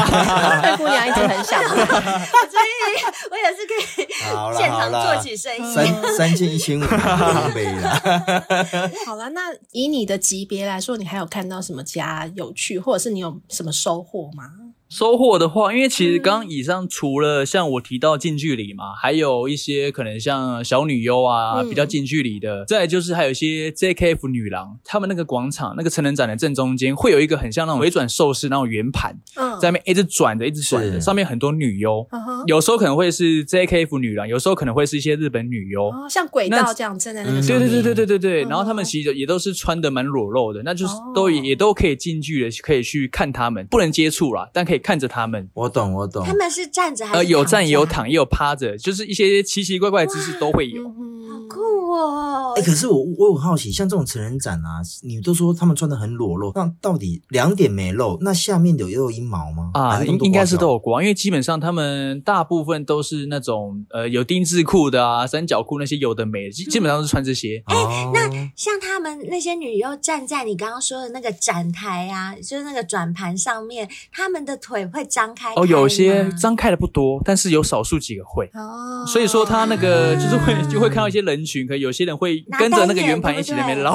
[SPEAKER 5] 灰姑娘一直很想买，
[SPEAKER 2] 所以我也是可以
[SPEAKER 6] 好啦
[SPEAKER 2] 现
[SPEAKER 6] 好
[SPEAKER 2] 场
[SPEAKER 6] 啦嗯
[SPEAKER 2] 做起生意。
[SPEAKER 6] 三三件一千五，浪费了。
[SPEAKER 5] 好了，那以你的级别来说，你还有看到什么家有趣，或者是你有什么收获吗？
[SPEAKER 7] 收获的话，因为
[SPEAKER 5] 嗯
[SPEAKER 7] 其实刚刚以上除了像我提到近距离嘛，还有一些可能像小女优啊，
[SPEAKER 5] 嗯
[SPEAKER 7] 比较近距离的，再来就是还有一些 JKF 女郎，他们那个广场那个成人展的正中间会有一个很像那种回转寿司那种圆盘，
[SPEAKER 5] 嗯，
[SPEAKER 7] 在那边一直转着，一直转着，
[SPEAKER 6] 是
[SPEAKER 7] 上面很多女优，
[SPEAKER 5] 嗯哼，
[SPEAKER 7] 有时候可能会是 JKF 女郎，有时候可能会是一些日本女优。
[SPEAKER 5] 哦，像轨道这样站在那个
[SPEAKER 6] 嗯
[SPEAKER 5] 上
[SPEAKER 7] 对
[SPEAKER 5] 面，
[SPEAKER 7] 对对对对对对，
[SPEAKER 5] 嗯
[SPEAKER 7] 然后他们其实也都是穿的蛮裸露的，那就是都
[SPEAKER 5] 哦
[SPEAKER 7] 也也都可以近距离地可以去看他们，不能接触啦，但可以看着他们。
[SPEAKER 6] 我懂我懂
[SPEAKER 2] 他，们是站着还是
[SPEAKER 7] 呃，有
[SPEAKER 2] 着啊
[SPEAKER 7] 站也有，躺也有趴着，就是一些奇奇怪怪的姿势都会有。
[SPEAKER 5] 嗯哼，
[SPEAKER 2] 酷哦
[SPEAKER 6] 哎、！可是我我很好奇，像这种成人展啊，你都说他们穿的很裸露，那到底两点没露，那下面有又有阴毛吗？还
[SPEAKER 7] 啊，
[SPEAKER 6] 是
[SPEAKER 7] 应
[SPEAKER 6] 多
[SPEAKER 7] 应该
[SPEAKER 6] 光
[SPEAKER 7] 是
[SPEAKER 6] 脚
[SPEAKER 7] 都有光，因为基本上他们大部分都是那种呃有丁字裤的啊、三角裤那些有的没的，基基本上都是穿这些。
[SPEAKER 6] 哦
[SPEAKER 2] 哎那像他们那些女优站在你刚刚说的那个展台啊，就是那个转盘上面，他们的腿会张开
[SPEAKER 7] 哦，有些
[SPEAKER 2] 张。
[SPEAKER 7] 张开的不多，但是有少数几个会。
[SPEAKER 5] 哦，
[SPEAKER 7] 所以说他那个就是会
[SPEAKER 6] 嗯
[SPEAKER 7] 就会看到一些人群，可能有些人会跟着那个圆盘一起在那边捞，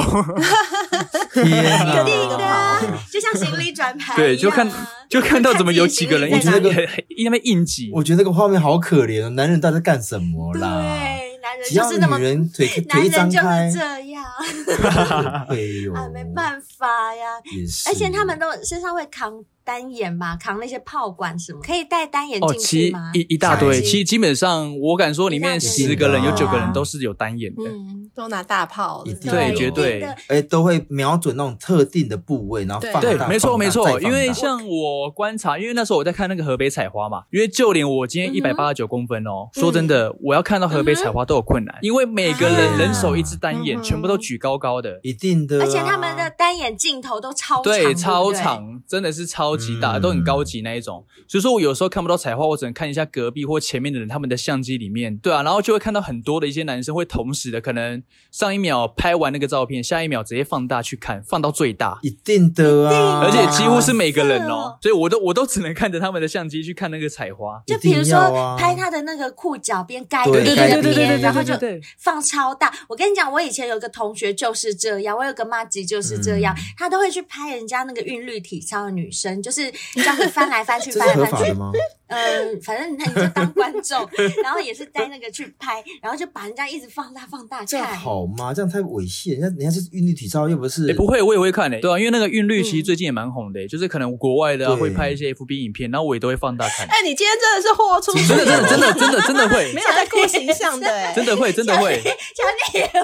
[SPEAKER 6] 天
[SPEAKER 2] 肯定的
[SPEAKER 6] 啊！
[SPEAKER 2] 啊，就像行李转盘一样啊。
[SPEAKER 7] 对，就看就看到怎么有几个人一
[SPEAKER 2] 看
[SPEAKER 7] 直
[SPEAKER 2] 自己行
[SPEAKER 7] 在
[SPEAKER 2] 李
[SPEAKER 7] 那边 一那边应急。
[SPEAKER 6] 我觉得那个画面好可怜哦，男人到底在干什么
[SPEAKER 2] 在哪
[SPEAKER 6] 啦？
[SPEAKER 2] 里对，男人
[SPEAKER 6] 只
[SPEAKER 2] 就
[SPEAKER 6] 要
[SPEAKER 2] 是那么，
[SPEAKER 6] 女人腿
[SPEAKER 2] 男
[SPEAKER 6] 腿一
[SPEAKER 2] 人
[SPEAKER 6] 张
[SPEAKER 2] 就
[SPEAKER 6] 开
[SPEAKER 2] 是，这样 啊，
[SPEAKER 6] 哎呦，
[SPEAKER 2] 没办法呀。
[SPEAKER 6] 也是。
[SPEAKER 2] 而且他们都身上会扛单眼嘛，扛那些炮管什么，可以带单眼
[SPEAKER 7] 哦，
[SPEAKER 2] 进去
[SPEAKER 7] 其
[SPEAKER 2] 吗？
[SPEAKER 7] 一一大
[SPEAKER 2] 相
[SPEAKER 7] 堆，
[SPEAKER 2] 机
[SPEAKER 7] 其实基本上我敢说里面十个人
[SPEAKER 6] 一大
[SPEAKER 7] 有
[SPEAKER 6] 堆
[SPEAKER 7] 九个人都是有单眼的，
[SPEAKER 5] 嗯，都拿大炮了，
[SPEAKER 6] 一定
[SPEAKER 5] 这样
[SPEAKER 7] 对，
[SPEAKER 6] 对
[SPEAKER 7] 绝
[SPEAKER 2] 一定
[SPEAKER 7] 对
[SPEAKER 2] 的。
[SPEAKER 6] 哎都会瞄准那种特定的部位，然后
[SPEAKER 5] 对
[SPEAKER 6] 放大。
[SPEAKER 7] 对
[SPEAKER 6] 放，大
[SPEAKER 7] 没错
[SPEAKER 6] 放大
[SPEAKER 7] 没
[SPEAKER 6] 再
[SPEAKER 7] 错，
[SPEAKER 6] 放大
[SPEAKER 7] 因为像我观察，因为那时候我在看那个河北采花嘛，因为就连我今天
[SPEAKER 2] 嗯哼
[SPEAKER 7] 一百八十九公分哦，说真的，我要看到河北采花都有困难，因为每个
[SPEAKER 6] 啊
[SPEAKER 7] 人人手一只单
[SPEAKER 5] 嗯
[SPEAKER 7] 眼，
[SPEAKER 5] 哼
[SPEAKER 7] 全部都举高高的，
[SPEAKER 6] 一定的啊，
[SPEAKER 2] 而且他们的单眼镜头都超长，
[SPEAKER 7] 对，超
[SPEAKER 2] 长。
[SPEAKER 7] 长，真的是超级大，
[SPEAKER 6] 嗯
[SPEAKER 7] 都很高级那一种。所以说我有时候看不到彩花，我只能看一下隔壁或前面的人他们的相机里面，对啊，然后就会看到很多的一些男生会同时的，可能上一秒拍完那个照片，下一秒直接放大去看，放到最大。
[SPEAKER 6] 一定的啊，
[SPEAKER 7] 而且几乎是每个人
[SPEAKER 2] 是
[SPEAKER 7] 哦
[SPEAKER 2] 哦，
[SPEAKER 7] 所以我都我都只能看着他们的相机去看那个彩花。
[SPEAKER 2] 就
[SPEAKER 6] 一
[SPEAKER 2] 比
[SPEAKER 6] 定
[SPEAKER 2] 如
[SPEAKER 6] 要
[SPEAKER 2] 说
[SPEAKER 6] 啊
[SPEAKER 2] 拍他的那个裤脚边该
[SPEAKER 6] 对
[SPEAKER 2] 边
[SPEAKER 6] 对对对对对对
[SPEAKER 2] 边，然后
[SPEAKER 6] 对
[SPEAKER 2] 就
[SPEAKER 7] 对对
[SPEAKER 2] 放超大。我跟你讲，我以前有个同学就是这样，我有个妈吉就是这样，
[SPEAKER 6] 嗯
[SPEAKER 2] 她都会去拍人家那个韵律体操的女生，就是这样子翻来翻去，
[SPEAKER 6] 这
[SPEAKER 2] 翻
[SPEAKER 6] 是合
[SPEAKER 2] 来
[SPEAKER 6] 法
[SPEAKER 2] 翻去。
[SPEAKER 6] 的吗？
[SPEAKER 2] 嗯、反正你就当观众，然后也是带那个去拍，然后就把人家一直放大放大
[SPEAKER 6] 这样
[SPEAKER 2] 看。
[SPEAKER 6] 好吗？这样太猥亵，人家人家是韵律体操，又不是
[SPEAKER 7] 哎、不会，我也会看诶、对啊，因为那个韵律其
[SPEAKER 5] 嗯
[SPEAKER 7] 实最近也蛮红的、就是可能国外的、啊、
[SPEAKER 6] 对
[SPEAKER 7] 会拍一些 FB 影片，然后我也都会放大
[SPEAKER 5] 。
[SPEAKER 7] 看
[SPEAKER 5] 哎，你今天真的是豁出去，
[SPEAKER 7] 真的真的真的真的真的会
[SPEAKER 5] 没，有在顾形象的，哎
[SPEAKER 7] 真的会真的会。
[SPEAKER 2] 强烈也会，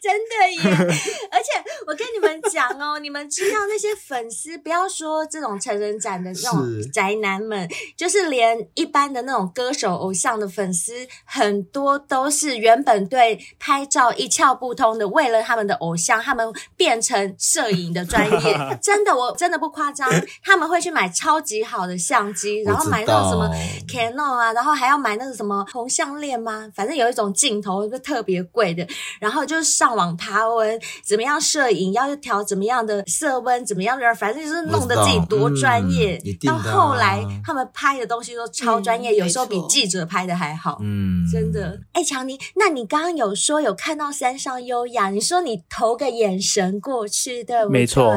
[SPEAKER 2] 真的耶！ 而且我跟你们讲哦，你们知道那些粉丝，不要说这种成人展的那
[SPEAKER 6] 是
[SPEAKER 2] 种宅男们，就是连一般的那种歌手偶像的粉丝，很多都是原本对拍照一窍不通的，为了他们的偶像，他们变成摄影的专 业。真的，我真的不夸张，他们会去买超级好的相机，然后买那种什么
[SPEAKER 6] 我知道
[SPEAKER 2] Canon 啊，然后还要买那个什么红项链吗？反正有一种镜头就特别贵的，然后就是上网爬文，怎么样摄饮药要调怎么样的色温，怎么样的，反正就是
[SPEAKER 6] 知
[SPEAKER 2] 弄得自己
[SPEAKER 6] 道
[SPEAKER 2] 多专
[SPEAKER 6] 嗯
[SPEAKER 2] 业。
[SPEAKER 6] 一定
[SPEAKER 2] 到
[SPEAKER 6] 的
[SPEAKER 2] 后来
[SPEAKER 6] 啊
[SPEAKER 2] 他们拍的东西都超
[SPEAKER 5] 嗯
[SPEAKER 2] 专业，有
[SPEAKER 5] 没
[SPEAKER 2] 时候比
[SPEAKER 5] 错
[SPEAKER 2] 记者拍的还好。
[SPEAKER 6] 嗯，
[SPEAKER 2] 真的，哎、强尼，那你刚刚有说有看到山上优雅，你说你投个眼神过去，对不对？
[SPEAKER 7] 没错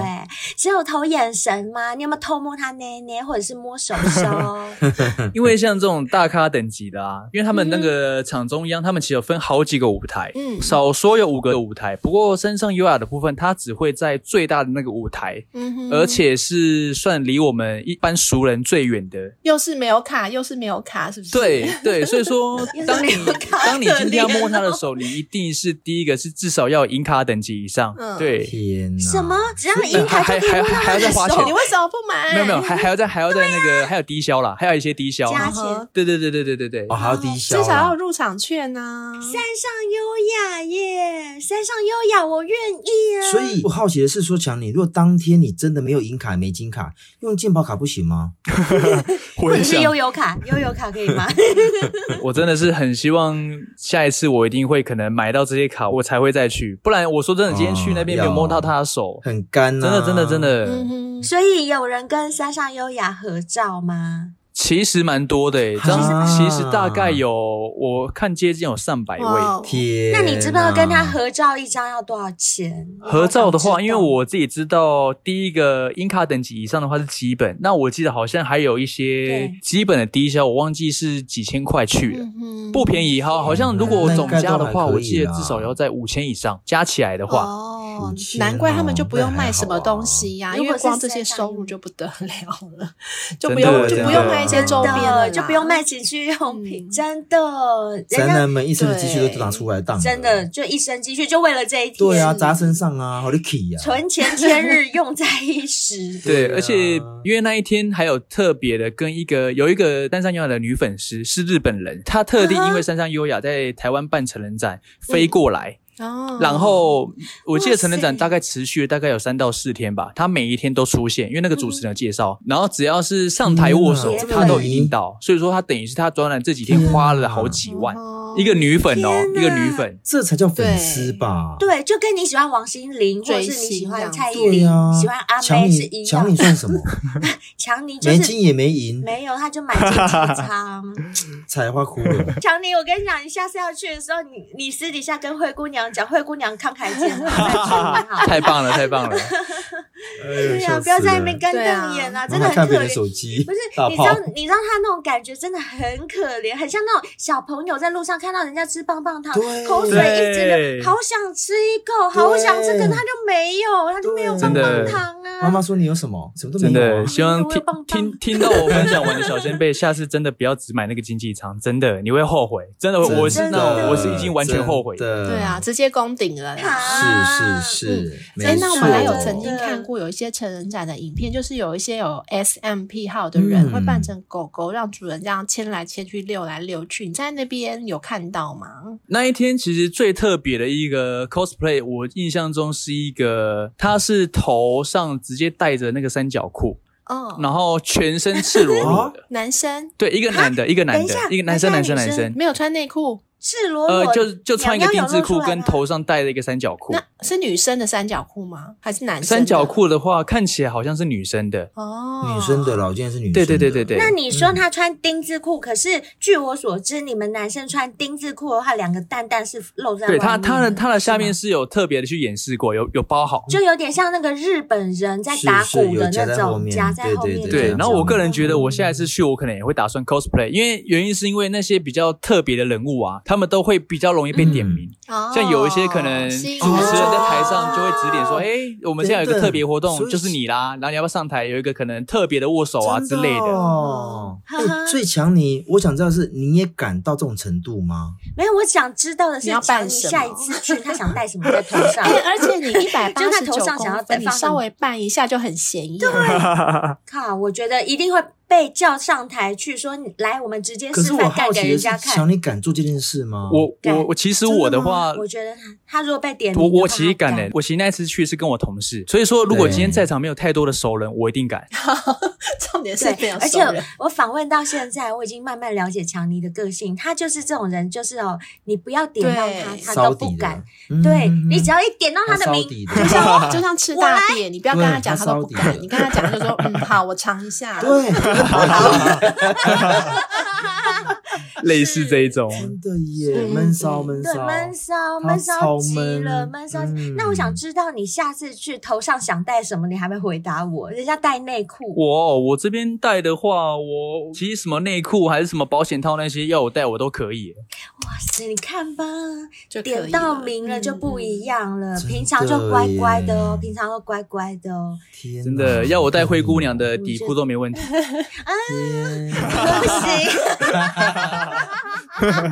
[SPEAKER 2] 只有投眼神吗？你有没有偷摸他捏捏，或者是摸手手？
[SPEAKER 7] 因为像这种大咖等级的啊，因为他们那个场中央，他们其实有分好几个舞台，
[SPEAKER 5] 嗯
[SPEAKER 7] 少说有五个舞台。不过身上优雅的部分，它只会在最大的那个舞台，
[SPEAKER 5] 嗯哼，
[SPEAKER 7] 而且是算离我们一般熟人最远的。
[SPEAKER 5] 又是没有卡，又是没有卡，是不是？
[SPEAKER 7] 对对，所以说
[SPEAKER 2] 又是
[SPEAKER 7] 当你
[SPEAKER 2] 没有卡
[SPEAKER 7] 当你今天要
[SPEAKER 2] 可怜哦
[SPEAKER 7] 摸他的手，你一定是第一个是至少要有银卡等级以上。
[SPEAKER 5] 嗯
[SPEAKER 7] 对，
[SPEAKER 6] 天哪，
[SPEAKER 2] 什么？
[SPEAKER 7] 嗯
[SPEAKER 2] 只要银台
[SPEAKER 7] 还还
[SPEAKER 2] 就可以
[SPEAKER 7] 还
[SPEAKER 2] 摸到
[SPEAKER 7] 还
[SPEAKER 2] 他
[SPEAKER 7] 要
[SPEAKER 2] 的
[SPEAKER 7] 再花
[SPEAKER 2] 手
[SPEAKER 7] 钱，
[SPEAKER 5] 你为什么不买？
[SPEAKER 7] 没有没有，还还要再还要再那个还有低消啦，还有一些低消。
[SPEAKER 2] 加
[SPEAKER 5] 嗯哼
[SPEAKER 2] 钱。
[SPEAKER 7] 对对对对对对对
[SPEAKER 6] 哦，，还要低消
[SPEAKER 5] 至少要
[SPEAKER 6] 啊
[SPEAKER 5] 有？入场券呐、啊。
[SPEAKER 2] 山上优雅耶，山上优雅，我愿意啊！
[SPEAKER 6] 所以我好奇的是说，强，你如果当天你真的没有银卡、没金卡，用健保卡不行吗？
[SPEAKER 2] 或
[SPEAKER 7] 我
[SPEAKER 2] 者
[SPEAKER 7] 也
[SPEAKER 2] 是
[SPEAKER 7] 想
[SPEAKER 2] 悠游 卡，悠游卡可以吗？
[SPEAKER 7] 我真的是很希望下一次我一定会可能买到这些卡，我才会再去。不然我说真的，今天去那边
[SPEAKER 6] 哦
[SPEAKER 7] 没有摸到他的手，
[SPEAKER 6] 很干啊
[SPEAKER 7] 真
[SPEAKER 6] 呐、
[SPEAKER 7] 的真的真。的，
[SPEAKER 5] 嗯哼，
[SPEAKER 2] 所以有人跟山上优雅合照吗？
[SPEAKER 7] 其实蛮多的诶、
[SPEAKER 6] 啊
[SPEAKER 7] 这样其实大概有我看接近有上百
[SPEAKER 5] 哇
[SPEAKER 7] 位。
[SPEAKER 5] 哦
[SPEAKER 6] 天哪，
[SPEAKER 2] 那你知不知道跟他合照一张要多少钱？
[SPEAKER 7] 合照的
[SPEAKER 2] 我好
[SPEAKER 7] 话，
[SPEAKER 2] 想知道
[SPEAKER 7] 因为我自己知道，第一个英卡等级以上的话是基本，那我记得好像还有一些
[SPEAKER 2] 对
[SPEAKER 7] 基本的低消，我忘记是几千块去了。
[SPEAKER 5] 嗯哼，
[SPEAKER 7] 不便宜哈，好像如果我总加的
[SPEAKER 6] 嗯
[SPEAKER 7] 话，
[SPEAKER 6] 那应该都还可以啦
[SPEAKER 7] 我记得至少要在五千以上，加起来的话，
[SPEAKER 5] 哦
[SPEAKER 6] 五，千
[SPEAKER 5] 难怪他们
[SPEAKER 6] 哦
[SPEAKER 5] 就不用
[SPEAKER 6] 那
[SPEAKER 5] 卖
[SPEAKER 6] 还
[SPEAKER 5] 什
[SPEAKER 6] 好
[SPEAKER 5] 么
[SPEAKER 6] 啊
[SPEAKER 5] 东西呀、
[SPEAKER 2] 如
[SPEAKER 5] 因
[SPEAKER 2] 果
[SPEAKER 5] 为
[SPEAKER 2] 是
[SPEAKER 5] 光这些
[SPEAKER 2] 山上
[SPEAKER 5] 收入就不得了了，就
[SPEAKER 7] 真
[SPEAKER 5] 不用
[SPEAKER 7] 的
[SPEAKER 5] 就
[SPEAKER 7] 真
[SPEAKER 5] 不用
[SPEAKER 7] 的
[SPEAKER 5] 卖一些周边了啦，
[SPEAKER 2] 的就不用卖情趣用品，
[SPEAKER 5] 嗯
[SPEAKER 2] 真的，
[SPEAKER 6] 宅
[SPEAKER 2] 人
[SPEAKER 6] 男
[SPEAKER 2] 家
[SPEAKER 6] 们啊一生的积蓄都拿出来当，
[SPEAKER 2] 真的。就一生积蓄就为了这一天，
[SPEAKER 6] 对啊，砸身上啊，好 lucky 啊！
[SPEAKER 2] 存钱千日用在一时。
[SPEAKER 6] 对
[SPEAKER 7] 对，
[SPEAKER 6] 啊
[SPEAKER 7] 而且因为那一天还有特别的，跟一个有一个山上优雅的女粉丝是日本人，她特地
[SPEAKER 2] 啊哈
[SPEAKER 7] 因为山上优雅在台湾办成人展飞过来，
[SPEAKER 5] 哦，
[SPEAKER 7] 然后我记得成人
[SPEAKER 2] 哇
[SPEAKER 7] 展
[SPEAKER 2] 塞
[SPEAKER 7] 大概持续了大概有三到四天吧，她每一天都出现，因为那个主持人有介绍，然后只要是上台握手，
[SPEAKER 2] 天哪
[SPEAKER 7] 她都一定到，所以说她等于是她专栏这几天花了好几万，
[SPEAKER 5] 哦
[SPEAKER 7] 一个女粉哦，
[SPEAKER 2] 天哪
[SPEAKER 7] 一个女粉。
[SPEAKER 6] 这才叫粉丝吧？
[SPEAKER 2] 对，就跟你喜欢王心凌，或者
[SPEAKER 5] 追
[SPEAKER 2] 是你喜
[SPEAKER 5] 星这
[SPEAKER 2] 欢
[SPEAKER 5] 样
[SPEAKER 2] 蔡依
[SPEAKER 6] 对
[SPEAKER 2] 林、
[SPEAKER 6] 啊，
[SPEAKER 2] 喜欢阿
[SPEAKER 6] 强
[SPEAKER 2] 妹
[SPEAKER 6] 你
[SPEAKER 2] 是一
[SPEAKER 6] 强
[SPEAKER 2] 样
[SPEAKER 6] 你。算什么？
[SPEAKER 2] 强尼 就
[SPEAKER 6] 没
[SPEAKER 2] 是
[SPEAKER 6] 金也没银，
[SPEAKER 2] 没有，他就买 经济舱。
[SPEAKER 6] 采花枯了。
[SPEAKER 2] 强尼，我跟你讲，你下次要去的时候，你你私底下跟灰姑娘讲，灰姑娘慷慨解囊再去你好。
[SPEAKER 7] 太棒了，太棒了！
[SPEAKER 6] 哎
[SPEAKER 2] 对
[SPEAKER 6] 呀，
[SPEAKER 2] 啊，
[SPEAKER 6] 笑
[SPEAKER 2] 不要
[SPEAKER 6] 死
[SPEAKER 2] 在那
[SPEAKER 6] 了
[SPEAKER 2] 边干
[SPEAKER 5] 对啊
[SPEAKER 2] 瞪眼啊，
[SPEAKER 6] 然
[SPEAKER 2] 真
[SPEAKER 6] 后
[SPEAKER 2] 的
[SPEAKER 6] 还看
[SPEAKER 2] 很
[SPEAKER 6] 别
[SPEAKER 2] 可
[SPEAKER 6] 人
[SPEAKER 2] 怜。
[SPEAKER 6] 手机，
[SPEAKER 2] 不是，
[SPEAKER 6] 大
[SPEAKER 2] 你知
[SPEAKER 6] 炮
[SPEAKER 2] 道，你知道他那种感觉真的很可怜，很像那种小朋友在路上看到人家吃棒棒糖，
[SPEAKER 6] 对
[SPEAKER 2] 口水一直
[SPEAKER 7] 对
[SPEAKER 2] 流，好想吃一口，好想吃，
[SPEAKER 6] 对
[SPEAKER 2] 可是他就没有，他就没有棒
[SPEAKER 6] 对
[SPEAKER 2] 棒
[SPEAKER 7] 真的
[SPEAKER 2] 糖啊。
[SPEAKER 6] 妈妈说你有什么？什么都
[SPEAKER 7] 真
[SPEAKER 6] 没有
[SPEAKER 7] 的，
[SPEAKER 6] 啊。
[SPEAKER 7] 希望
[SPEAKER 2] 我有
[SPEAKER 7] 听
[SPEAKER 2] 棒棒
[SPEAKER 7] 听听到我分享完的小先辈，下次真的不要只买那个经济舱，真的你会后悔，真的，我是
[SPEAKER 2] 真的
[SPEAKER 7] 那我是已经完全后悔。
[SPEAKER 6] 的。
[SPEAKER 5] 对啊，，直接攻顶了啦。
[SPEAKER 2] 啊
[SPEAKER 6] 是是是，
[SPEAKER 5] 哎
[SPEAKER 6] 没，
[SPEAKER 5] 那我
[SPEAKER 6] 错
[SPEAKER 5] 们还有曾经
[SPEAKER 2] 真的
[SPEAKER 5] 看过有一些成人展的影片，就是有一些有 S M 癖好的人
[SPEAKER 6] 嗯
[SPEAKER 5] 会扮成狗狗，让主人这样牵来牵去、溜来溜去。你在那边有看到吗？
[SPEAKER 7] 那一天其实最特别的一个 cosplay，我印象中是一个，他是头上直接戴着那个三角裤，
[SPEAKER 2] 哦
[SPEAKER 5] 嗯，
[SPEAKER 7] 然后全身赤裸裸 的，
[SPEAKER 5] 男生
[SPEAKER 7] 对，一个男的，一个男
[SPEAKER 2] 等一
[SPEAKER 7] 的
[SPEAKER 2] 下，
[SPEAKER 7] 一个男生，男
[SPEAKER 2] 男
[SPEAKER 7] 生，
[SPEAKER 2] 生
[SPEAKER 7] 男生，
[SPEAKER 5] 没有穿内裤，
[SPEAKER 2] 赤裸裸，
[SPEAKER 7] 呃，就就穿一个
[SPEAKER 2] 娘
[SPEAKER 7] 丁
[SPEAKER 2] 娘有
[SPEAKER 7] 字
[SPEAKER 2] 露出
[SPEAKER 7] 裤，
[SPEAKER 2] 来
[SPEAKER 7] 跟
[SPEAKER 2] 吗
[SPEAKER 7] 头上戴了一个三角裤。
[SPEAKER 5] 那是女生的三角裤吗？还是男生的
[SPEAKER 7] 三角？裤的话，看起来好像是女生的，
[SPEAKER 5] 哦，
[SPEAKER 6] 女生的啦，我今天是女生。
[SPEAKER 7] 对对对对对。
[SPEAKER 2] 那你
[SPEAKER 6] 嗯
[SPEAKER 2] 说他穿丁字裤，可是据我所知，你们男生穿丁字裤的话，两个蛋蛋是露在外
[SPEAKER 7] 对
[SPEAKER 2] 面
[SPEAKER 7] 它它的它的下
[SPEAKER 2] 是
[SPEAKER 7] 面
[SPEAKER 2] 吗
[SPEAKER 7] 是有特别的去演示过，有有包好。
[SPEAKER 2] 就有点像那个日本人在
[SPEAKER 6] 是
[SPEAKER 2] 打
[SPEAKER 6] 是
[SPEAKER 2] 鼓
[SPEAKER 6] 有
[SPEAKER 2] 的
[SPEAKER 6] 夹
[SPEAKER 2] 那
[SPEAKER 6] 在后
[SPEAKER 2] 种
[SPEAKER 6] 面
[SPEAKER 2] 夹在
[SPEAKER 6] 对
[SPEAKER 2] 后
[SPEAKER 6] 对
[SPEAKER 2] 面的那种。
[SPEAKER 6] 对
[SPEAKER 7] 对，然后我个人觉得，
[SPEAKER 2] 嗯
[SPEAKER 7] 我下一次去，我可能也会打算 cosplay，因为原因是因为那些比较特别的人物啊，他们都会比较容易被点名。
[SPEAKER 5] 哦
[SPEAKER 7] 嗯像有一些可能主持
[SPEAKER 5] 吸引
[SPEAKER 7] 人在台上
[SPEAKER 2] 哦
[SPEAKER 7] 就会指点说：“哎、我们现在有一个特别活
[SPEAKER 6] 等
[SPEAKER 7] 动，
[SPEAKER 6] 等
[SPEAKER 7] 就是你啦，然后你要不要上台？有一个可能特别的握手啊之类的。
[SPEAKER 6] 哦，
[SPEAKER 2] 哈
[SPEAKER 6] 哎
[SPEAKER 2] 哈
[SPEAKER 6] 所以强尼，我想知道的是你也敢到这种程度吗？
[SPEAKER 2] 没有，我想知道的是，
[SPEAKER 5] 你要扮
[SPEAKER 2] 你
[SPEAKER 5] 什么
[SPEAKER 2] 下一次去，他想戴什么在头上
[SPEAKER 5] 哎、？ 而且 你一百八
[SPEAKER 2] 就在
[SPEAKER 5] 十
[SPEAKER 2] 头
[SPEAKER 5] 九
[SPEAKER 2] 上想要
[SPEAKER 5] 公分，你
[SPEAKER 2] 放什么
[SPEAKER 5] 稍微扮一下就很显眼。
[SPEAKER 2] 靠，我觉得一定会被叫上台去说，你来，我们直接
[SPEAKER 6] 可是
[SPEAKER 2] 示
[SPEAKER 6] 我
[SPEAKER 2] 范
[SPEAKER 6] 好
[SPEAKER 2] 干给
[SPEAKER 6] 奇的
[SPEAKER 2] 人家
[SPEAKER 6] 是，
[SPEAKER 2] 看
[SPEAKER 6] 想。你敢做这件事吗？
[SPEAKER 7] 我
[SPEAKER 2] 敢
[SPEAKER 7] 我我其实
[SPEAKER 2] 真
[SPEAKER 7] 我的
[SPEAKER 2] 吗
[SPEAKER 7] 话，
[SPEAKER 2] 我觉得他他如果被点名
[SPEAKER 7] 我
[SPEAKER 2] 的话
[SPEAKER 7] 我其实敢
[SPEAKER 2] 他
[SPEAKER 7] 嘞、我其实那次去是跟我同事，所以说如果
[SPEAKER 6] 对
[SPEAKER 7] 今天在场没有太多的熟人，我一定 敢。
[SPEAKER 5] 重点是
[SPEAKER 2] 对
[SPEAKER 5] 非，常
[SPEAKER 2] 而且
[SPEAKER 5] 熟人。
[SPEAKER 2] 我访问到现在，我已经慢慢了解强尼的个性，他就是这种人，就是哦，你不要点到他，
[SPEAKER 5] 对
[SPEAKER 2] 他
[SPEAKER 6] 烧
[SPEAKER 2] 都
[SPEAKER 6] 底
[SPEAKER 2] 不
[SPEAKER 6] 的
[SPEAKER 2] 敢。，
[SPEAKER 6] 嗯
[SPEAKER 2] 对
[SPEAKER 6] 嗯
[SPEAKER 2] 你只要一点到他的
[SPEAKER 6] 烧
[SPEAKER 2] 名，
[SPEAKER 6] 底的
[SPEAKER 5] 就 像 就像吃大便，你不要跟他
[SPEAKER 6] 对
[SPEAKER 5] 讲，
[SPEAKER 6] 他
[SPEAKER 5] 他都
[SPEAKER 6] 烧
[SPEAKER 5] 不
[SPEAKER 6] 底
[SPEAKER 5] 敢。
[SPEAKER 6] 了
[SPEAKER 5] 你跟他讲，他就说嗯好，我尝一下。
[SPEAKER 6] 对，
[SPEAKER 7] 类似这一种，
[SPEAKER 6] 真的耶，
[SPEAKER 5] 嗯
[SPEAKER 6] 闷烧
[SPEAKER 5] 嗯
[SPEAKER 6] 闷
[SPEAKER 2] 对，
[SPEAKER 6] 烧，
[SPEAKER 2] 闷烧，
[SPEAKER 6] 他
[SPEAKER 2] 闷烧
[SPEAKER 6] 超
[SPEAKER 2] 急
[SPEAKER 6] 闷
[SPEAKER 2] 了，闷烧。
[SPEAKER 6] 嗯
[SPEAKER 2] 那我想知道你下次去头上想带什么，你还没回答我。人家带内裤，
[SPEAKER 7] 我我这边带的话，我其实什么内裤还是什么保险套那些要我带我都可以。
[SPEAKER 2] 哇塞，你看吧，
[SPEAKER 5] 就可以了嗯
[SPEAKER 2] 点到名了就不一样了。
[SPEAKER 6] 真
[SPEAKER 2] 平常就乖乖的哦
[SPEAKER 6] 的耶，
[SPEAKER 2] 平常都乖乖的哦。
[SPEAKER 6] 天
[SPEAKER 7] 真
[SPEAKER 6] 哪
[SPEAKER 7] 的要我带灰姑娘的底裤都没问题。
[SPEAKER 6] 天
[SPEAKER 2] 不 行，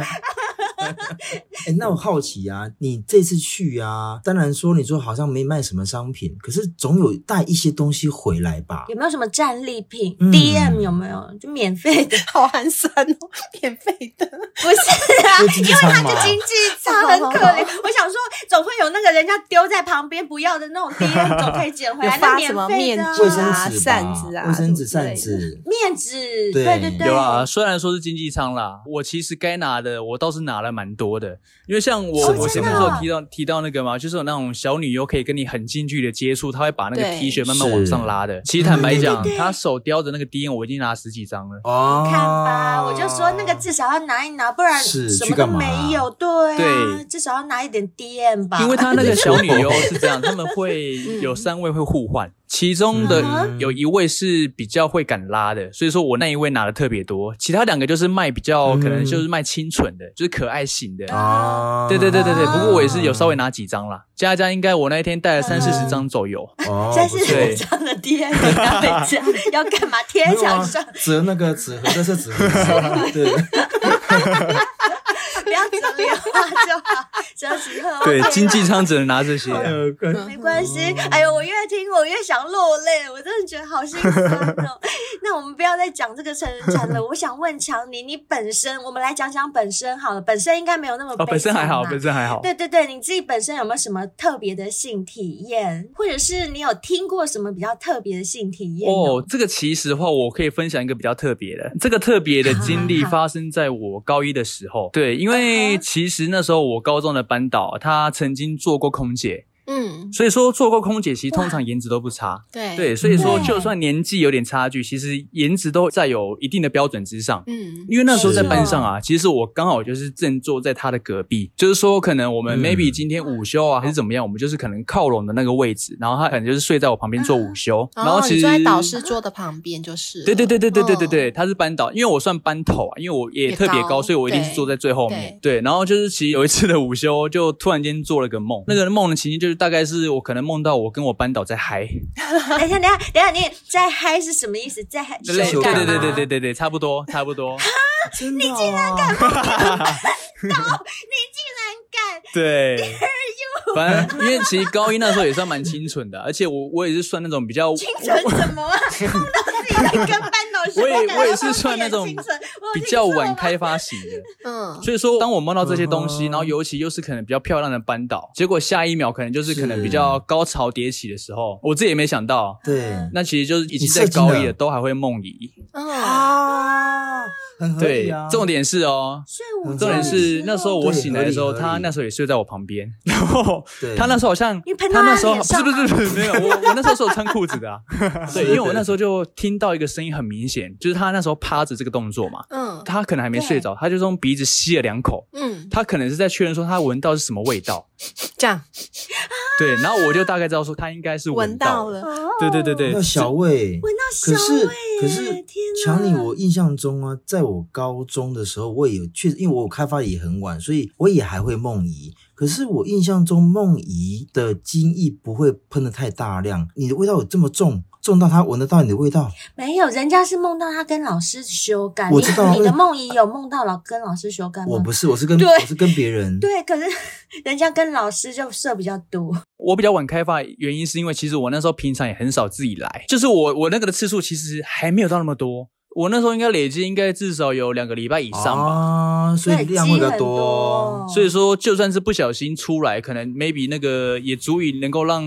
[SPEAKER 6] 哎、那我好奇啊，你这次去啊，当然说你说好像没卖什么商品，可是总有带一些东西回来吧？
[SPEAKER 2] 有没有什么战利品
[SPEAKER 6] 嗯
[SPEAKER 2] ？DM 有没有？就免费的。
[SPEAKER 5] 好寒酸哦，免费的。
[SPEAKER 2] 不是 啊，
[SPEAKER 6] 这是经
[SPEAKER 2] 因
[SPEAKER 6] 济
[SPEAKER 2] 为他
[SPEAKER 6] 舱嘛
[SPEAKER 2] 就经济舱很可 怜。我想说，总会有那个人家丢在旁边不要的那种 DM，总可以捡回
[SPEAKER 5] 有
[SPEAKER 2] 来，那
[SPEAKER 5] 发
[SPEAKER 2] 免
[SPEAKER 5] 什么
[SPEAKER 2] 费
[SPEAKER 5] 面
[SPEAKER 2] 的、
[SPEAKER 5] 具
[SPEAKER 6] 卫
[SPEAKER 5] 啊
[SPEAKER 6] 生纸吧、
[SPEAKER 5] 扇子啊
[SPEAKER 6] 卫生纸、
[SPEAKER 5] 什
[SPEAKER 6] 扇
[SPEAKER 5] 么之类的
[SPEAKER 6] 子，
[SPEAKER 2] 面纸，
[SPEAKER 6] 对
[SPEAKER 2] 对对对，
[SPEAKER 7] 有啊，虽然说是经济舱啦，我其实该拿的我倒是拿了蛮多的，因为像我、
[SPEAKER 6] 哦
[SPEAKER 7] 我
[SPEAKER 6] 真
[SPEAKER 7] 前
[SPEAKER 6] 的
[SPEAKER 7] 面
[SPEAKER 6] 啊
[SPEAKER 7] 不是有提到提到那个嘛，就是有那种小女优可以跟你很近距离的接触，她会把那个
[SPEAKER 5] 对
[SPEAKER 7] T 恤慢慢
[SPEAKER 6] 是
[SPEAKER 7] 往上拉的。其实坦白讲
[SPEAKER 2] 对对，对
[SPEAKER 7] 她手叼着那个 D N，我已经拿十几张了。
[SPEAKER 6] 哦，
[SPEAKER 2] 看
[SPEAKER 7] 啊
[SPEAKER 2] 吧，我就说那个至少要拿一拿，不然
[SPEAKER 6] 是
[SPEAKER 2] 什
[SPEAKER 6] 去
[SPEAKER 2] 么都
[SPEAKER 6] 干嘛
[SPEAKER 2] 没有。对啊，
[SPEAKER 7] 对
[SPEAKER 2] 至少要拿一点 DM 吧。
[SPEAKER 7] 因 为她那个小女优是这样，他们会有三位会互换，其中的
[SPEAKER 2] 嗯
[SPEAKER 7] 有一位是比较会敢拉的，所以说我那一位拿的特别多，其他两个就是卖比较可能就是卖清纯的，就是可爱型的。
[SPEAKER 6] 啊，
[SPEAKER 7] 对对对对对，
[SPEAKER 2] 哦
[SPEAKER 7] 不过我也是有稍微拿几张啦，加一加应该我那一天带了三四十
[SPEAKER 2] 嗯
[SPEAKER 7] 张左右。
[SPEAKER 6] 哦，
[SPEAKER 2] 三四
[SPEAKER 7] 对
[SPEAKER 2] 十张的 DM 拿回家要干 嘛？贴在
[SPEAKER 6] 没有啊
[SPEAKER 2] 墙上，
[SPEAKER 6] 折那个纸盒，这是纸盒，对，
[SPEAKER 2] 不要折莲花就好，折纸鹤。
[SPEAKER 7] 对
[SPEAKER 2] OK，
[SPEAKER 7] 经济舱只能拿 这
[SPEAKER 2] 哦
[SPEAKER 7] 些。
[SPEAKER 2] 没关系。哎呦，我越听我越想落泪，我真的觉得好心酸哦。 那我们不要再讲这个成人展了。我想问强尼，你本身，我们来讲讲本身好了。本身应该没有那么
[SPEAKER 7] 哦，本身还好，
[SPEAKER 2] 悲惨吧
[SPEAKER 7] 本身还好。
[SPEAKER 2] 对对对，你自己本身有没有什么特别的性体验，或者是你有听过什么比较特别的性体验？
[SPEAKER 7] 哦，，这个其实的话，我可以分享一个比较特别的，这个特别的经历
[SPEAKER 5] 啊
[SPEAKER 2] 好
[SPEAKER 7] 发生在我高一的时候。对，
[SPEAKER 5] 嗯
[SPEAKER 7] 因为其实那时候我高中的班导她曾经做过空姐，
[SPEAKER 5] 嗯，
[SPEAKER 7] 所以说做过空姐其实通常颜值都不差。
[SPEAKER 5] 对
[SPEAKER 7] 对，，所以说
[SPEAKER 2] 对
[SPEAKER 7] 就算年纪有点差距，其实颜值都在有一定的标准之上。
[SPEAKER 5] 嗯嗯
[SPEAKER 7] 因为那时候在班上啊，其实我刚好就是正坐在他的隔壁，就是说可能我们
[SPEAKER 6] 嗯
[SPEAKER 7] maybe 今天午休啊、还是怎么样，我们就是可能靠拢的那个位置，然后他可能就是睡在我旁边做午休，然后
[SPEAKER 5] 哦
[SPEAKER 7] 其
[SPEAKER 5] 你
[SPEAKER 7] 实、
[SPEAKER 5] 坐在导师桌的旁边就是了。
[SPEAKER 7] 对对对对对对对对，
[SPEAKER 5] 嗯，
[SPEAKER 7] 他是班导，因为我算班头啊，因为我也
[SPEAKER 5] 也
[SPEAKER 7] 特别
[SPEAKER 5] 高
[SPEAKER 7] 高，所以我一定是
[SPEAKER 5] 对
[SPEAKER 7] 坐在最后面。对，然后就是其实有一次的午休，就突然间做了个梦，那个梦的情境就是大概是我可能梦到我跟我班导在嗨，
[SPEAKER 2] 哎等一下，等一下，等一下，你在嗨是什么意思？在嗨
[SPEAKER 7] 对
[SPEAKER 2] 秀
[SPEAKER 7] 对
[SPEAKER 2] 干
[SPEAKER 7] 对对
[SPEAKER 2] 嘛
[SPEAKER 7] 对对对对，差不多差不多，
[SPEAKER 6] 真的啊，
[SPEAKER 2] 干
[SPEAKER 7] 对， 反正因为其实高一那时候也算蛮清纯的，而且我我也是算那种比较，
[SPEAKER 2] 清纯什 么啊？碰到自己在跟班导学，
[SPEAKER 7] 我 也
[SPEAKER 2] 感
[SPEAKER 7] 我也
[SPEAKER 2] 到
[SPEAKER 7] 是
[SPEAKER 2] 自己
[SPEAKER 7] 算那
[SPEAKER 2] 很
[SPEAKER 7] 种
[SPEAKER 2] 清纯我有
[SPEAKER 7] 比
[SPEAKER 2] 听
[SPEAKER 7] 较
[SPEAKER 2] 错
[SPEAKER 7] 晚
[SPEAKER 2] 吗
[SPEAKER 7] 开发型的。
[SPEAKER 2] 啊
[SPEAKER 5] 嗯，
[SPEAKER 7] 所以说，当我梦到这些东西，
[SPEAKER 6] 嗯哼
[SPEAKER 7] 然后尤其又是可能比较漂亮的班导，结果下一秒可能就是可能比较高潮迭起的时候，我自己也没想到。
[SPEAKER 6] 对
[SPEAKER 7] 那其实就是已经在
[SPEAKER 6] 你射精
[SPEAKER 7] 高一
[SPEAKER 6] 了
[SPEAKER 7] 了，都还会梦遗。
[SPEAKER 5] 嗯，
[SPEAKER 6] 啊，很合理
[SPEAKER 7] 对
[SPEAKER 6] 啊，，
[SPEAKER 7] 重点是哦，
[SPEAKER 2] 睡午觉
[SPEAKER 7] 重点
[SPEAKER 2] 的时
[SPEAKER 7] 是
[SPEAKER 2] 候
[SPEAKER 7] 那时候我
[SPEAKER 6] 对
[SPEAKER 7] 醒来的时候，
[SPEAKER 6] 合理合理
[SPEAKER 7] 他那时候也睡在我旁 边，然后
[SPEAKER 6] 对
[SPEAKER 7] 他那时候好像
[SPEAKER 2] 你喷到
[SPEAKER 7] 他那
[SPEAKER 2] 他
[SPEAKER 7] 时候
[SPEAKER 2] 脸
[SPEAKER 7] 不是
[SPEAKER 2] 上啊
[SPEAKER 7] 不是不是没有我我那时候是有穿裤子 的啊，对，因为我那时
[SPEAKER 6] 候
[SPEAKER 7] 候就听到一个声音很明显，就是他那时候趴着这个动作嘛，
[SPEAKER 5] 嗯
[SPEAKER 7] 他可能还没睡着，他就用鼻子吸了两口，
[SPEAKER 5] 嗯，
[SPEAKER 7] 他可能是在确认说他闻到是什么味道，
[SPEAKER 5] 这样
[SPEAKER 7] 对，然后我就大概知道说他应该是
[SPEAKER 5] 啊闻
[SPEAKER 7] 到
[SPEAKER 5] 到，了，
[SPEAKER 7] 对对对对
[SPEAKER 6] 那，小魏，
[SPEAKER 2] 哦闻到
[SPEAKER 6] 可
[SPEAKER 2] 香
[SPEAKER 6] 是
[SPEAKER 2] 味
[SPEAKER 6] 可
[SPEAKER 2] 耶
[SPEAKER 6] 是
[SPEAKER 2] 天
[SPEAKER 6] 强尼，
[SPEAKER 2] 哪
[SPEAKER 6] 我印象中啊，在我高中的时候，我也有确实，因为我开发也很晚，所以我也还会梦遗。可是我印象中梦遗的精液不会喷的太大量，你的味道有这么重，重到他闻得到你的味道，
[SPEAKER 2] 没有，人家是梦到他跟老师修改。
[SPEAKER 6] 我知道
[SPEAKER 2] 你你的
[SPEAKER 6] 嗯
[SPEAKER 2] 梦遗有梦到老跟老师修改吗？
[SPEAKER 6] 我不是，我是跟
[SPEAKER 2] 嗯对
[SPEAKER 6] 我是跟别人，
[SPEAKER 2] 对，可是 人家跟老师就射比较多，
[SPEAKER 7] 我比较晚开发，原因是因为其实我那时候平常也很少自己来，就是我我那个的次数其实还没有到那么多。我那时候应该累积应该至少有两个礼拜以上
[SPEAKER 5] 哦
[SPEAKER 7] 吧。
[SPEAKER 6] 啊，所以量会比较多。
[SPEAKER 7] 所以说，就算是不小心出来，可能 maybe 那个也足以能够让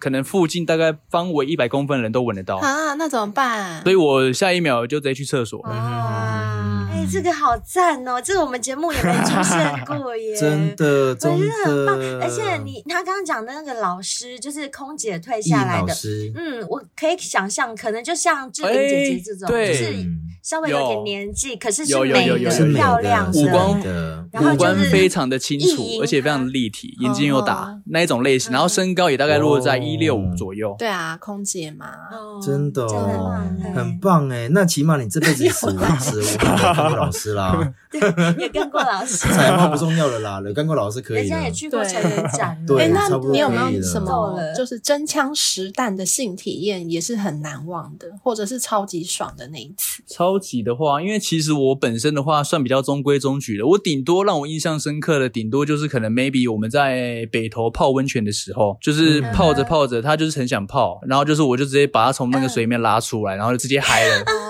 [SPEAKER 7] 可能附近大概方围一百公分的人都闻得到，
[SPEAKER 5] 啊，那怎么办？
[SPEAKER 7] 所以我下一秒就直接去厕
[SPEAKER 6] 嗯
[SPEAKER 7] 所。
[SPEAKER 5] 啊，
[SPEAKER 2] 哎、这个好赞哦！这个我们节目也没出现过耶，
[SPEAKER 6] 真的，
[SPEAKER 2] 我
[SPEAKER 6] 真
[SPEAKER 2] 觉得很棒。
[SPEAKER 6] 的，
[SPEAKER 2] 而且你他刚刚讲的那个老师，就是空姐退
[SPEAKER 6] 易
[SPEAKER 2] 下来
[SPEAKER 6] 老
[SPEAKER 2] 的，
[SPEAKER 6] 师，
[SPEAKER 2] 嗯，我可以想象，可能就像志玲姐姐这种，
[SPEAKER 7] 哎对
[SPEAKER 2] 就是
[SPEAKER 6] 嗯
[SPEAKER 2] 稍微有点年纪，可是是
[SPEAKER 7] 有有
[SPEAKER 2] 美
[SPEAKER 7] 有有
[SPEAKER 6] 是
[SPEAKER 7] 有
[SPEAKER 2] 的、
[SPEAKER 6] 美
[SPEAKER 2] 漂亮的，
[SPEAKER 6] 的，
[SPEAKER 7] 五官
[SPEAKER 6] 是美的，
[SPEAKER 2] 然后
[SPEAKER 7] 五官
[SPEAKER 2] 就是
[SPEAKER 7] 非常的清楚
[SPEAKER 2] 意淫，
[SPEAKER 7] 而且非常立体，眼睛又大
[SPEAKER 5] 哦
[SPEAKER 7] 那一种类型，然后身高也大概落在
[SPEAKER 6] 哦
[SPEAKER 7] 一六五左右。
[SPEAKER 5] 对啊，空姐嘛，
[SPEAKER 2] 哦
[SPEAKER 6] 真的
[SPEAKER 2] 真的
[SPEAKER 6] 哦
[SPEAKER 2] 很，
[SPEAKER 6] 很棒哎。那起码你这辈子十五十五年当过老师 啦，
[SPEAKER 2] 对，也跟过老师，
[SPEAKER 6] 才貌不重要了啦，有干过老师 可
[SPEAKER 2] 人
[SPEAKER 6] 以
[SPEAKER 2] 家
[SPEAKER 6] 了
[SPEAKER 2] 也。去过成人展，
[SPEAKER 6] 对
[SPEAKER 5] 哎，那
[SPEAKER 6] 差不多
[SPEAKER 5] 你有没
[SPEAKER 6] 可以
[SPEAKER 5] 有
[SPEAKER 6] 了
[SPEAKER 5] 什
[SPEAKER 2] 够
[SPEAKER 5] 么
[SPEAKER 2] 了
[SPEAKER 5] 就是真枪实弹的性体验也是很难忘的，或者是超级爽的那一次？
[SPEAKER 7] 超级的话，因为其实我本身的话算比较中规中矩的，我顶多让我印象深刻的，顶多就是可能 maybe 我们在北投泡温泉的时候，就是
[SPEAKER 6] 嗯
[SPEAKER 7] 泡着泡着，他就是很想泡，然后就是我就直接把他从那个水里面拉出来，然后就直接嗨了。
[SPEAKER 5] 哦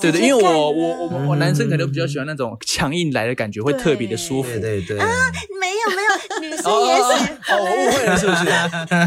[SPEAKER 7] 对对，因为
[SPEAKER 2] 太
[SPEAKER 7] 我
[SPEAKER 2] 感人
[SPEAKER 7] 我我我我男生可能比较喜欢那种强硬来的感觉，会特别的舒服。
[SPEAKER 6] 对对 对，
[SPEAKER 2] 没有没有，女
[SPEAKER 7] 哦
[SPEAKER 2] 生也
[SPEAKER 7] 哦，
[SPEAKER 2] 喜
[SPEAKER 7] 哦哦 我误会了，是不是？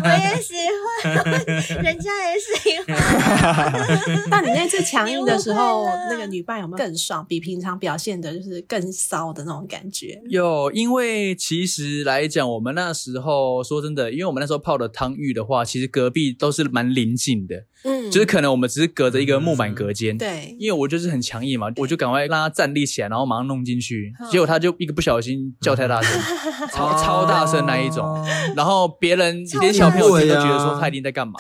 [SPEAKER 2] 我也喜欢， 人家也喜欢，
[SPEAKER 5] 那你那次强硬的时
[SPEAKER 2] 你
[SPEAKER 5] 候
[SPEAKER 2] 误会了，
[SPEAKER 5] 那个女伴有没有更爽，比平常表现的就是更骚的那种感觉？
[SPEAKER 7] 有，因为其实来讲，我们那时候说真的，因为我们那时候泡的汤浴的话，其实隔壁都是蛮临近的，
[SPEAKER 5] 嗯
[SPEAKER 7] 就是可能我们只是隔着一
[SPEAKER 6] 嗯
[SPEAKER 7] 个木板隔间。。
[SPEAKER 5] 对，
[SPEAKER 7] 因为我就是很强硬嘛，我就赶快让他站立起来，然后马上弄进去。
[SPEAKER 5] 嗯
[SPEAKER 7] 结果他就一个不小心叫太大 声，
[SPEAKER 2] 哦
[SPEAKER 7] 超超大声那一种，
[SPEAKER 6] 哦。
[SPEAKER 7] 然后别人
[SPEAKER 2] 超
[SPEAKER 7] 连小朋友
[SPEAKER 6] 大声
[SPEAKER 7] 听都觉得
[SPEAKER 6] 对啊
[SPEAKER 7] 说他一定在 干嘛，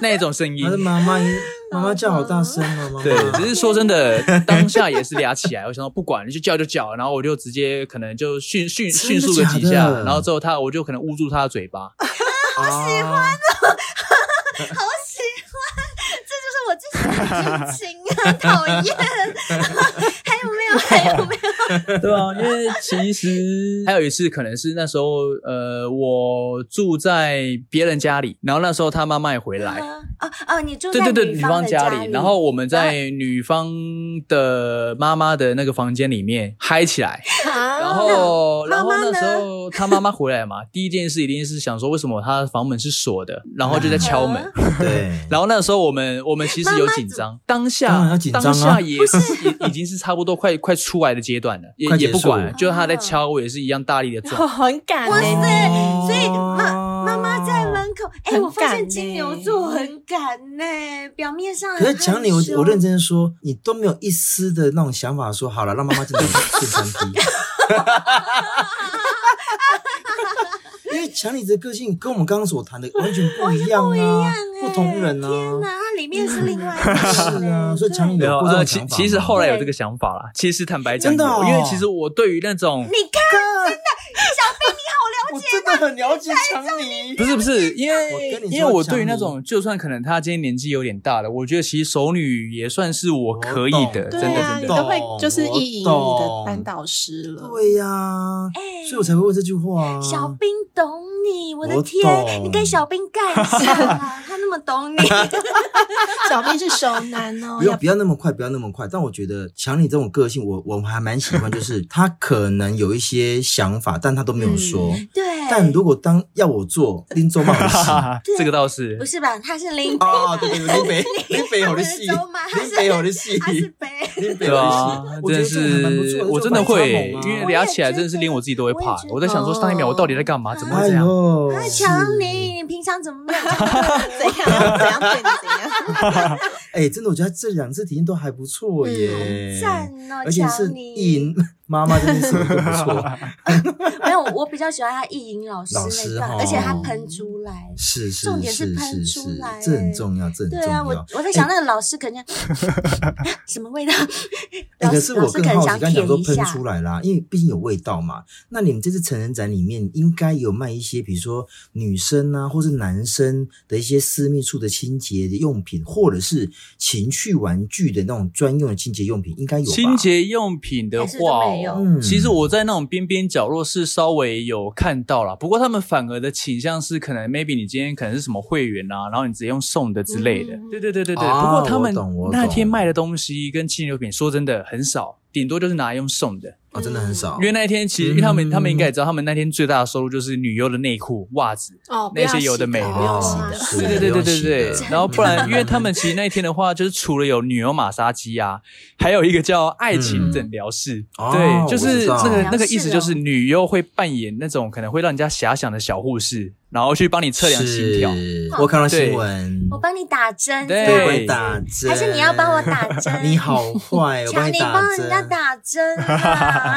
[SPEAKER 7] 那一种声音
[SPEAKER 6] 他。的妈妈音，妈妈叫好大声哦，妈妈。
[SPEAKER 7] 对，只是说真的，当下也是俩起来，我想说不管，就叫就叫，然后我就直接可能就迅迅
[SPEAKER 6] 真的
[SPEAKER 7] 迅速个几
[SPEAKER 6] 假
[SPEAKER 7] 下
[SPEAKER 6] 的，
[SPEAKER 7] 然后之后他我就可能捂住他的嘴巴，
[SPEAKER 6] 好喜
[SPEAKER 2] 啊
[SPEAKER 6] 欢。
[SPEAKER 2] 这就是我最喜欢的剧情啊！讨厌，还有没有？还有没有？
[SPEAKER 7] 对啊，因为其实 还有一次可能是那时候呃我住在别人家里，然后那时候他妈妈也回来。
[SPEAKER 2] 哦哦，你住
[SPEAKER 7] 对
[SPEAKER 2] 在
[SPEAKER 7] 对对，女
[SPEAKER 2] 方
[SPEAKER 7] 方
[SPEAKER 2] 的
[SPEAKER 7] 家
[SPEAKER 2] 里，啊
[SPEAKER 7] 里，然后我们在女方的妈妈的那个房间里面嗨起来，然
[SPEAKER 5] 啊
[SPEAKER 7] 后，然后
[SPEAKER 2] 妈妈
[SPEAKER 7] 那
[SPEAKER 2] 呢
[SPEAKER 7] 时候他妈妈回来嘛，第一件事一定是想说为什么他的房门是锁的，然后就在敲门。
[SPEAKER 6] 对，
[SPEAKER 7] 然后那时候我们我们其实有紧张，当
[SPEAKER 6] 当然
[SPEAKER 7] 下
[SPEAKER 6] 要紧张啊
[SPEAKER 7] 当下也是也已经是差不多快快出来的阶段了，也
[SPEAKER 6] 快结
[SPEAKER 7] 也
[SPEAKER 6] 束
[SPEAKER 7] 不管，就是他在敲，我也是一样大力的 撞。
[SPEAKER 5] 很感
[SPEAKER 2] 哇
[SPEAKER 5] 人
[SPEAKER 2] 塞
[SPEAKER 6] 哦
[SPEAKER 2] 所以妈妈妈在门口，哎，
[SPEAKER 5] 很
[SPEAKER 2] 我发现
[SPEAKER 5] 赶
[SPEAKER 2] 金
[SPEAKER 5] 呢
[SPEAKER 2] 牛座很敢呢，表面上
[SPEAKER 6] 可是
[SPEAKER 2] 嗯很
[SPEAKER 6] 讲你，我
[SPEAKER 2] 害羞
[SPEAKER 6] 我认真说，你都没有一丝的那种想法说好了，让妈妈进来进餐厅。因为强你的个性跟我们刚刚所谈的完全不一样啊，不
[SPEAKER 2] 哎
[SPEAKER 6] 同
[SPEAKER 2] 天
[SPEAKER 6] 人
[SPEAKER 2] 哪，
[SPEAKER 6] 啊。
[SPEAKER 2] 它里面是另外一个人
[SPEAKER 6] 是啊所以
[SPEAKER 2] 对
[SPEAKER 6] 强尼
[SPEAKER 7] 没有，
[SPEAKER 6] 有过这种
[SPEAKER 7] 呃，
[SPEAKER 6] 想
[SPEAKER 7] 其
[SPEAKER 6] 法吗
[SPEAKER 7] 其实后来有这个想法啦。其实坦白讲
[SPEAKER 6] 真
[SPEAKER 7] 有，
[SPEAKER 6] 的哦
[SPEAKER 7] 因为其实我对于那种
[SPEAKER 2] 你看，真的，
[SPEAKER 6] 我真的很了解强你
[SPEAKER 7] 不。是不是，因
[SPEAKER 6] 我
[SPEAKER 7] 为
[SPEAKER 6] 跟你说
[SPEAKER 7] 因为我对于那
[SPEAKER 6] 讲
[SPEAKER 7] 种，就算可能他今天年纪有点大了，我觉得其实熟女也算是我可以的，
[SPEAKER 6] 我懂
[SPEAKER 7] 真
[SPEAKER 5] 对
[SPEAKER 7] 的
[SPEAKER 5] 啊，
[SPEAKER 7] 真
[SPEAKER 5] 你
[SPEAKER 7] 的。
[SPEAKER 5] 都会
[SPEAKER 6] 懂
[SPEAKER 5] 就是
[SPEAKER 6] 我
[SPEAKER 5] 意淫你的
[SPEAKER 6] 懂
[SPEAKER 5] 班导师了。
[SPEAKER 6] 对呀、
[SPEAKER 2] 哎
[SPEAKER 6] 所以我才会问这句话啊。
[SPEAKER 2] 小兵懂你，我的
[SPEAKER 6] 我
[SPEAKER 2] 天，
[SPEAKER 6] 懂
[SPEAKER 2] 你跟小兵干一下啦，他那么懂 你。
[SPEAKER 5] 小编是熟男哦，
[SPEAKER 6] 不要不要那么快，不要那么快。但我觉得强你这种个性，我我还蛮喜欢，就是他可能有一些想法，但他都没有说。
[SPEAKER 2] 对，
[SPEAKER 6] 但如果当要我做， 拎周报的戏
[SPEAKER 7] 这个倒是
[SPEAKER 2] 不是吧？他是 林北，
[SPEAKER 6] 啊，对对对，拎北拎北好的戏，
[SPEAKER 2] 他不是周妈他是
[SPEAKER 6] 拎北好的戏，
[SPEAKER 2] 他是北。
[SPEAKER 6] 拎北
[SPEAKER 7] 对
[SPEAKER 6] 好
[SPEAKER 7] 啊
[SPEAKER 6] 的戏，，我
[SPEAKER 7] 真
[SPEAKER 6] 觉
[SPEAKER 7] 的
[SPEAKER 6] 得这种还蛮不错
[SPEAKER 7] 是，我真的会，
[SPEAKER 6] 啊
[SPEAKER 7] 因为聊起来真的是连我自己都会
[SPEAKER 2] 我也
[SPEAKER 7] 怕
[SPEAKER 2] 觉。得
[SPEAKER 7] 我在想说上一秒我到底在干嘛？怎么会
[SPEAKER 6] 哎
[SPEAKER 7] 这样？
[SPEAKER 6] 呦，
[SPEAKER 2] 啊，
[SPEAKER 6] 是
[SPEAKER 2] 强尼，你平常怎么没有这 样对我？
[SPEAKER 5] 怎样怎样对你怎样？
[SPEAKER 6] 哎，真的，我觉得这两次体验都还不错耶，
[SPEAKER 2] 嗯赞哦，
[SPEAKER 6] 而且是
[SPEAKER 2] 强尼！
[SPEAKER 6] 赢 妈妈这件事情都不错，
[SPEAKER 2] 没有，我比较喜欢他意淫老师
[SPEAKER 6] 老师
[SPEAKER 2] 那段，
[SPEAKER 6] 哦
[SPEAKER 2] 而且他喷出来。
[SPEAKER 6] 是是
[SPEAKER 2] 重点是
[SPEAKER 6] 是
[SPEAKER 2] 喷
[SPEAKER 6] 是
[SPEAKER 2] 出
[SPEAKER 6] 是
[SPEAKER 2] 来，
[SPEAKER 6] 这很重要，这很重
[SPEAKER 2] 对啊，我
[SPEAKER 6] 要。哎
[SPEAKER 2] 我在想那个老师 可能什么味道，
[SPEAKER 6] 欸、
[SPEAKER 2] 老
[SPEAKER 6] 可
[SPEAKER 2] 师
[SPEAKER 6] 是
[SPEAKER 2] 老
[SPEAKER 6] 我
[SPEAKER 2] 师
[SPEAKER 6] 更
[SPEAKER 2] 可能
[SPEAKER 6] 好奇，
[SPEAKER 2] 想
[SPEAKER 6] 刚
[SPEAKER 2] 舔
[SPEAKER 6] 讲说
[SPEAKER 2] 一
[SPEAKER 6] 喷
[SPEAKER 2] 下。
[SPEAKER 6] 出来啦，因为毕竟有味道嘛。那你们这次成人展里面应该有卖一些，比如说女生啊，或是男生的一些私密处的清洁的用品，或者是情趣玩具的那种专用的清洁用品，应该有吧？
[SPEAKER 7] 清洁用品的
[SPEAKER 2] 还是都
[SPEAKER 7] 话
[SPEAKER 2] 没
[SPEAKER 7] 哦、
[SPEAKER 2] 有
[SPEAKER 6] 嗯
[SPEAKER 7] 其实我在那种边边角落是稍微有看到啦，不过他们反而的倾向是可能 maybe 你今天可能是什么会员啊，然后你直接用送的之类的。
[SPEAKER 5] 嗯
[SPEAKER 7] 对对对对对。
[SPEAKER 6] 啊
[SPEAKER 7] 不过他们
[SPEAKER 6] 我懂我懂
[SPEAKER 7] 那天卖的东西跟清洁用品，说真的很少，顶多就是拿来用送的。
[SPEAKER 6] 哦，真的很少
[SPEAKER 7] 因。为那一天其
[SPEAKER 6] 嗯
[SPEAKER 7] 实，因为他们他们应该也知道，他们那天最大的收入就是女优的内裤、袜 子。
[SPEAKER 5] 哦，
[SPEAKER 7] 那些有的没
[SPEAKER 5] 不
[SPEAKER 7] 的
[SPEAKER 5] 要洗
[SPEAKER 6] 哦
[SPEAKER 5] 的，
[SPEAKER 6] 是
[SPEAKER 5] 不
[SPEAKER 7] 对
[SPEAKER 5] 要洗
[SPEAKER 7] 对
[SPEAKER 5] 的
[SPEAKER 7] 对对对
[SPEAKER 6] 不用洗的
[SPEAKER 7] 对，然后不然，因为他们其实那一天的话，就是除了有女优马杀鸡啊，还有一个叫爱情诊疗室，
[SPEAKER 6] 嗯哦
[SPEAKER 7] 对，就
[SPEAKER 6] 我
[SPEAKER 7] 是
[SPEAKER 6] 知道
[SPEAKER 7] 那个
[SPEAKER 2] 疗室哦
[SPEAKER 7] 那个意思就是女优会扮演那种可能会让人家遐想的小护士，然后去帮你测量心跳。
[SPEAKER 6] 是我看到新闻，
[SPEAKER 2] 我帮你打针，
[SPEAKER 7] 对
[SPEAKER 2] 这样
[SPEAKER 6] 我帮你打针，
[SPEAKER 2] 还是你要帮我 打针
[SPEAKER 6] 你好坏，我帮
[SPEAKER 2] 强
[SPEAKER 6] 你
[SPEAKER 2] 你
[SPEAKER 6] 打
[SPEAKER 2] 帮人家
[SPEAKER 6] 针，
[SPEAKER 2] 打针 啊！